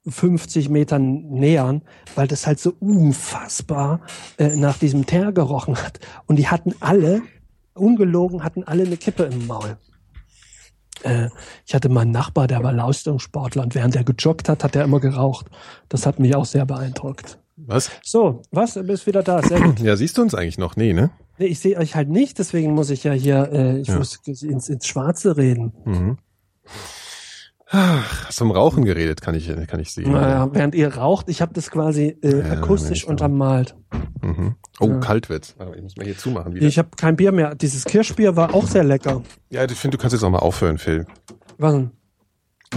50 Metern nähern, weil das halt so unfassbar äh, nach diesem Teer gerochen hat. Und die hatten alle, ungelogen, hatten alle eine Kippe im Maul. Äh, ich hatte mal einen Nachbar, der war Leistungssportler und während er gejoggt hat, hat er immer geraucht. Das hat mich auch sehr beeindruckt. Was? So, was? Du bist wieder da. Sehr gut. Ja, siehst du uns eigentlich noch? Nee, ne? Nee, ich sehe euch halt nicht, deswegen muss ich ja hier, äh, ich Ja. muss ins, ins Schwarze reden. Mhm. Ach, hast du um Rauchen geredet, kann ich, kann ich sehen. Naja, Äh, während ihr raucht, ich habe das quasi äh, Ja, akustisch Mensch, untermalt. Mhm. Oh, Ja. kalt wird's. Warte mal, Ich muss mal hier zumachen wieder. Ich habe kein Bier mehr. Dieses Kirschbier war auch sehr lecker. ja, ich finde, du kannst jetzt auch mal aufhören, Phil. Was denn?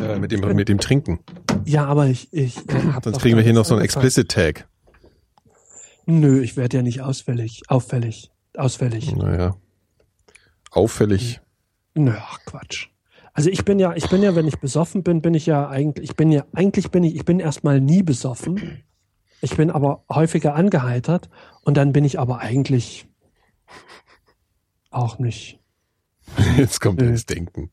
Äh, mit, dem, mit dem Trinken. Ja, aber ich, ich äh, hab Sonst doch kriegen wir hier noch so einen angefangen. Explicit Tag. Nö, ich werde ja nicht ausfällig, auffällig, ausfällig. Naja. Auffällig. Nö, ach Quatsch. Also ich bin ja, ich bin ja, wenn ich besoffen bin, bin ich ja eigentlich, ich bin ja, eigentlich bin ich, ich bin erstmal nie besoffen. Ich bin aber häufiger angeheitert und dann bin ich aber eigentlich auch nicht. [laughs] Jetzt kommt Nö. ins Denken.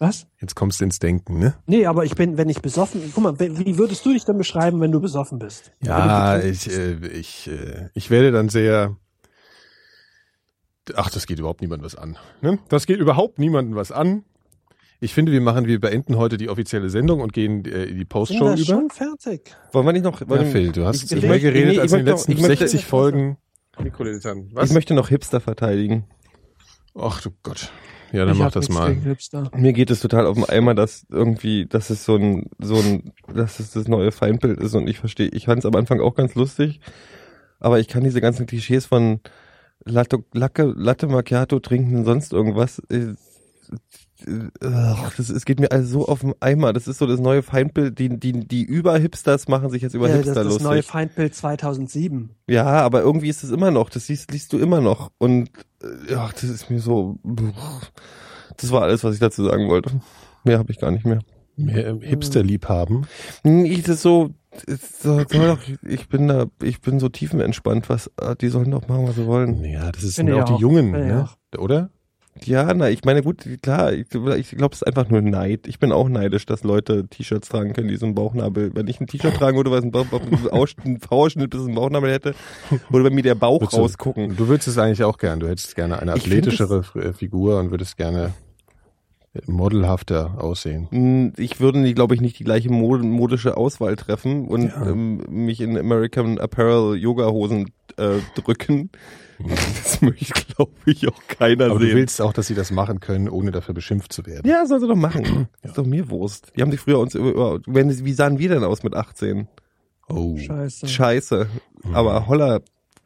Was? Jetzt kommst du ins Denken, ne? Nee, aber ich bin, wenn ich besoffen, guck mal, wie wie würdest du dich denn beschreiben, wenn du besoffen bist? Ja, Wenn du ich, betrunken äh, ich, äh, ich werde dann sehr. Ach, das geht überhaupt niemandem was an. Ne? Das geht überhaupt niemandem was an. Ich finde, wir machen, wir beenden heute die offizielle Sendung und gehen äh, in die bist. Postshow Bin da über. schon fertig. Wollen wir nicht noch. Ja, Wollen, Phil, du hast Ich- jetzt ich- mehr ich- geredet nee, als ich in den möchte letzten noch- ich möchte- 60 Folgen. Mikroleditan. Ich möchte noch Hipster verteidigen. Ach du Gott. Ja, dann ich mach hab das nichts mal. gegen Hipster. Mir geht es total auf den Eimer, dass irgendwie, dass es so ein, so ein, dass es das neue Feindbild ist und ich verstehe, ich fand es am Anfang auch ganz lustig, aber ich kann diese ganzen Klischees von Latte, Lacke, Latte Macchiato trinken und sonst irgendwas, äh, äh, ach, das, es geht mir alles so auf den Eimer, das ist so das neue Feindbild, die, die, die Über-Hipsters machen sich jetzt über Ja, das ist Hipster das neue lustig. Feindbild 2007. Ja, aber irgendwie ist es immer noch, das liest, liest du immer noch und, äh, ach, das ist mir so, das war alles, was ich dazu sagen wollte. Mehr habe ich gar nicht mehr. Mehr ähm, Hipster liebhaben. Hm, Ich das ist so, ist so sag mal doch, ich bin da, ich bin so tiefenentspannt, was, äh, die sollen doch machen, was sie wollen. Ja, das ist Finde auch ich die auch. Jungen, Finde ich ne? oder? Ja, na, ich meine, gut, klar, ich, ich glaube, es ist einfach nur Neid. Ich bin auch neidisch, dass Leute T-Shirts tragen können, die so einen Bauchnabel, wenn ich ein T-Shirt tragen würde, was ein, Bauch, ein Aus- ein V-Ausschnitt bis ein Bauchnabel hätte, würde bei mir der Bauch Würdest du- rausgucken. Du würdest es eigentlich auch gern. Du hättest gerne eine Ich find athletischere F- äh, Figur und würdest gerne äh, modelhafter aussehen. Hm, Ich würde, die, glaube ich, nicht die gleiche Mod- modische Auswahl treffen und Ja. ähm, mich in American Apparel Yoga-Hosen äh, drücken. Das möchte, glaube ich, auch keiner Mhm. Aber sehen. du willst auch, dass sie das machen können, ohne dafür beschimpft zu werden. Ja, soll sie doch machen. Ist doch mir Wurst. Die haben sich früher uns über, über wenn, wie sahen wir denn aus mit 18? Oh. Scheiße. Scheiße. Aber Mhm. holla.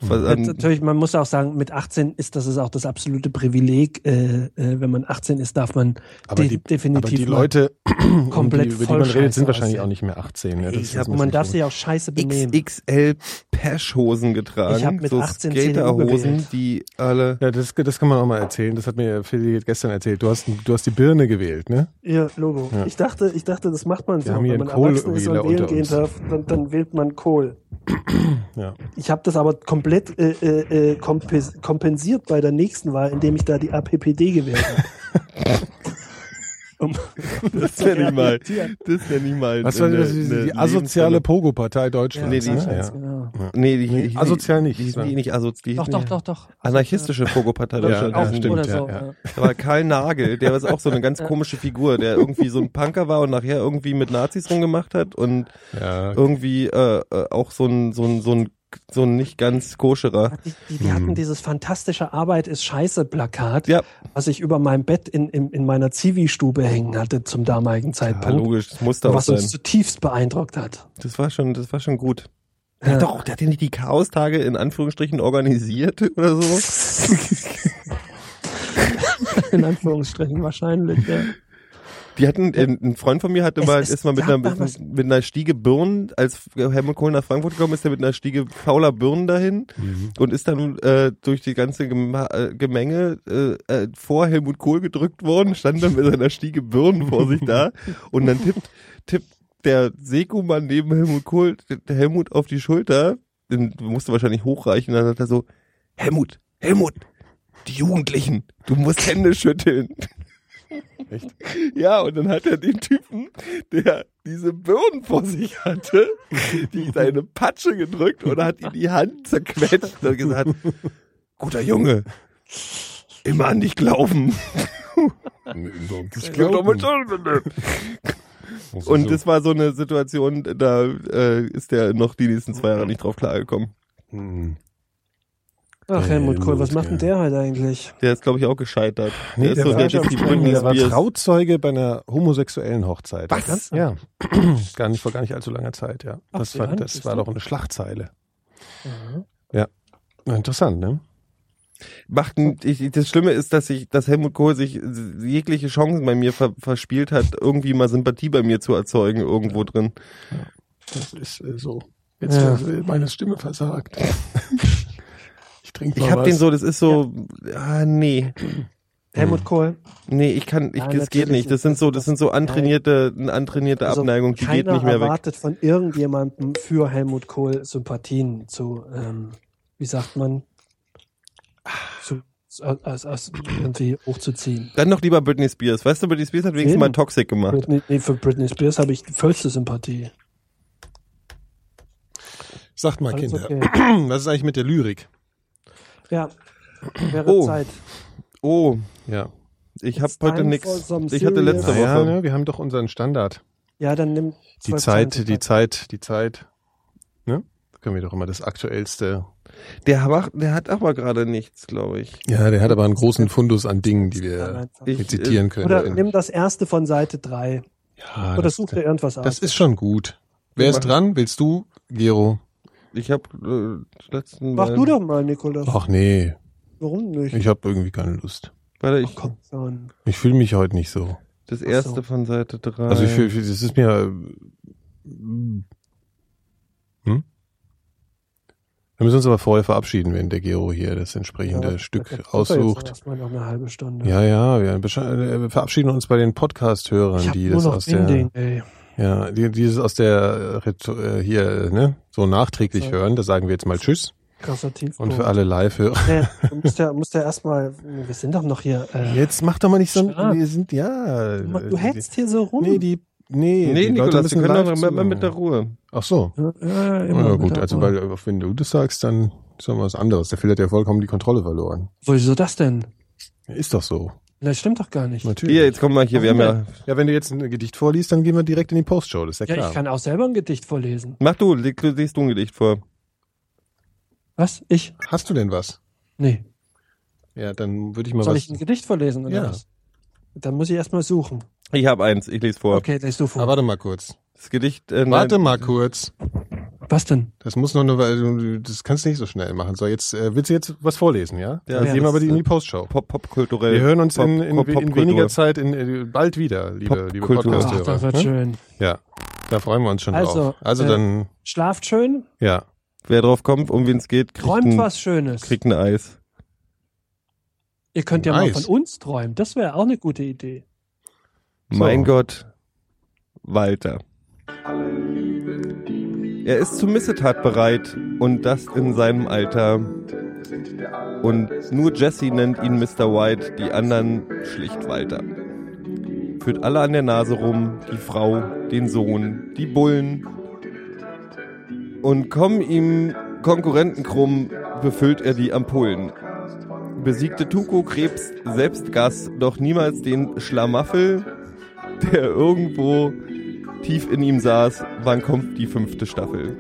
Was, Jetzt an, natürlich, man muss auch sagen, mit 18 ist das ist auch das absolute Privileg. Äh, äh, wenn man 18 ist, darf man Aber de- die, definitiv aber die mal- Leute, um komplett die, über die voll man redet, sind scheiße wahrscheinlich aussehen. auch nicht mehr 18. Ne? Das ich ist- hab, muss man ich darf sagen. sich auch scheiße benehmen. XXL Pesch-Hosen getragen. Ich hab mit so 18 Skaterhosen, CDU die alle. ja, das, das kann man auch mal erzählen. Das hat mir Phil gestern erzählt. Du hast, du hast die Birne gewählt, ne? Ihr Logo. Ja. Ich dachte, ich dachte, das macht man so. haben hier Wenn man einen Kohl erwachsen ist und wieder wählen unter gehen uns. darf, dann, dann wählt man Kohl. [clears throat] Ja. Ich habe das aber komplett äh, äh, äh, kompens- kompensiert bei der nächsten Wahl, indem ich da die APPD gewählt [laughs] habe. um, Das nenne ich mal. Das nenne ich mal. Was war eine- das? eine Die, die asoziale Lebensstelle. Pogo-Partei Nee, Deutschlands. die- ne? ja. genau. Nee, die, die, die, asozial nicht. Die sind die nicht asozial. Doch, doch, doch, doch. Anarchistische Pogo-Partei [laughs] Ja, Deutschland. ja, Auch stimmt, oder ja, so. ja. ja. Aber Karl Nagel, der ist auch so eine ganz komische Figur, der irgendwie so ein Punker war und nachher irgendwie mit Nazis rumgemacht hat und Ja. irgendwie äh, äh, auch so ein, so ein, so ein, so ein nicht ganz koscherer. Die, die, Mhm. die hatten dieses fantastische Arbeit ist scheiße Plakat, Ja. was ich über meinem Bett in, in, in meiner Zivi-Stube hängen hatte zum damaligen Ja, Zeitpunkt. logisch, das musste auch was sein. uns zutiefst [laughs] beeindruckt hat. [laughs] Das war schon, das war schon gut. Der hat Ja. doch, auch- der hat ja nicht die Chaostage in Anführungsstrichen organisiert oder so. In Anführungsstrichen wahrscheinlich. Ja. Die hatten, ein ein Freund von mir hatte Es- mal, es ist mal mit gab einer, damals- mit einer Stiege Birnen, als Helmut Kohl nach Frankfurt gekommen ist, der mit einer Stiege fauler Birnen dahin und ist dann äh, durch die ganze Gema äh, Gemenge äh, äh, vor Helmut Kohl gedrückt worden, stand dann mit seiner Stiege Birnen vor sich [laughs] da und dann tippt, tippt der Sekumann neben Helmut Kohl, der Helmut auf die Schulter, den musste wahrscheinlich hochreichen. Dann hat er so, Helmut, Helmut, die Jugendlichen, du musst Hände schütteln. Echt? Ja, und dann hat er den Typen, der diese Birnen vor sich hatte, die seine Patsche gedrückt oder hat ihm die Hand zerquetscht und hat gesagt, guter Junge, immer an dich glauben. Ich Und das war so eine Situation, da äh, ist der noch die nächsten zwei Jahre nicht drauf klargekommen. Hm. Ach, Helmut Kohl, was Helmut, macht denn der halt eigentlich? Der ist, glaube ich, auch gescheitert. Nee, der, ist so war, der Jackie Brücken der des war Biers. Trauzeuge bei einer homosexuellen Hochzeit. Was? Ja. [clears throat] gar nicht, vor gar nicht allzu langer Zeit, ja. Ach, Das ja, war, das siehst war du. doch eine Schlagzeile. Mhm. Na, Interessant, ne? Macht ein, ich, das Schlimme ist, dass ich, dass Helmut Kohl sich jegliche Chancen bei mir ver, verspielt hat, irgendwie mal Sympathie bei mir zu erzeugen, irgendwo drin. Das ist äh, so. Ja. äh, meine Stimme [laughs] versagt. ich trinke Ich hab den so, das ist so, ah, nee, Helmut Kohl, nee, ich kann, ich, Ja, das geht natürlich nicht. Das ist sind so, das- das sind so antrainierte, eine antrainierte Also Abneigung, die geht keiner nicht mehr weg. erwartet von irgendjemandem für Helmut Kohl Sympathien zu, ähm, wie sagt man, zu, als, als irgendwie hochzuziehen. Dann noch lieber Britney Spears. Weißt du, Britney Spears hat wenigstens Eben. mal Toxic gemacht. Britney, nee, für Britney Spears habe ich die vollste Sympathie. Sagt mal, Alles Kinder, okay. [clears throat] was ist eigentlich mit der Lyrik? Ja, wäre Oh. Zeit. Oh, Ja. ich hab It's heute time for nix. some Ich hatte letzte serious- Naja, Woche. ne, wir haben doch unseren Standard. Ja, dann nimm Die 12 Zeit, Zeit. die Zeit, die Zeit. Ne? Da können wir doch immer das Aktuellste. Der, macht, der hat aber gerade nichts, glaube ich. Ja, der hat aber einen großen Fundus an Dingen, die Dann wir einfach. Ich, zitieren können. Oder nimm das erste von Seite 3. ja, Oder Ah, das, such dir irgendwas das aus. ist schon gut. Wer ist dran? Willst du, Gero? ich habe äh, letzten Mach Mal- du doch mal, Nikolaus. Ach nee, Warum nicht? ich habe irgendwie keine Lust. Warte, Ach, ich, komm schon. Ich fühle mich heute nicht so. das so. erste von Seite 3. Also ich Äh. fühl, fühl- das ist mir. Hm? Wir hm? müssen uns aber vorher verabseden, wenn der Gero hier das entsprechende Ja, Stück das ist Jetzt aussucht. erstmal noch eine halbe Stunde. Ja, ja, wir besche- äh, verabschieden uns bei den ich Podcast-Hörern, hab die nur das noch aus der, Ending, ey. ja, die, die das aus der Reto- äh, hier äh, ne, so nachträglich So. hören. Da sagen wir jetzt mal Tschüss Krasser Tiefpunkt. und für alle Live-Hörer. [laughs] Nee, du musst ja, musst ja erstmal, wir sind doch noch hier. Äh, Jetzt mach doch mal nicht so. Stark. ein- Wir sind ja. du hältst um. hier so rum. Nee, die. Nee, nee, die Nikolas, wir können doch live mal mal zuhören. mit der Ruhe. Ach so. ja, ja, immer Ja, mit gut, dabei. also weil äh, wenn du das sagst, dann ist ja was anderes. Der Phil hat ja vollkommen die Kontrolle verloren. Wieso das denn? Ist doch so. Das stimmt doch gar nicht. Natürlich. Hier, jetzt kommen wir hier, wir haben ja... Ja, wenn du jetzt ein Gedicht vorliest, dann gehen wir direkt in die Postshow, das ist ja Ja, klar. ich kann auch selber ein Gedicht vorlesen. Mach du, leg- du liest du ein Gedicht vor. Was? Ich? Hast du denn was? Nee. Ja, dann würde ich mal Soll was. ich ein Gedicht vorlesen oder Ja. was? Dann muss ich erstmal suchen. Ich habe eins, ich lese vor. Okay, lest du vor. Ah, warte mal kurz. Das Gedicht... Äh, Warte nein, mal kurz. was denn? Das muss noch eine Weile, das kannst du nicht so schnell machen. So, jetzt äh, willst du jetzt was vorlesen, ja? Ja, Dann ja, gehen wir das aber die in die ist- Postshow. Äh, Pop, popkulturell. Wir hören uns in, Pop- in, Pop- in Popkultur. weniger Zeit, in, äh, bald wieder, liebe, liebe Popkultur. Ach, Podcast-Hörer. das wird ne? schön. Ja, da freuen wir uns schon Also, drauf. Also äh, dann, Schlaft schön, ja. Wer drauf kommt, um wen es geht, kriegt träumt ein, was Schönes. kriegt ein Eis. Ihr könnt ja Nice. mal von uns träumen. Das wäre auch eine gute Idee. So. Mein Gott, Walter. Er ist zu Missetat bereit und das in seinem Alter. Und nur Jesse nennt ihn Mr. White, die anderen schlicht Walter. Führt alle an der Nase rum, die Frau, den Sohn, die Bullen. Und kommen ihm Konkurrenten krumm, befüllt er die Ampullen besiegte Tuko Krebs selbst Gas, doch niemals den Schlamaffel, der irgendwo tief in ihm saß. Wann kommt die fünfte Staffel?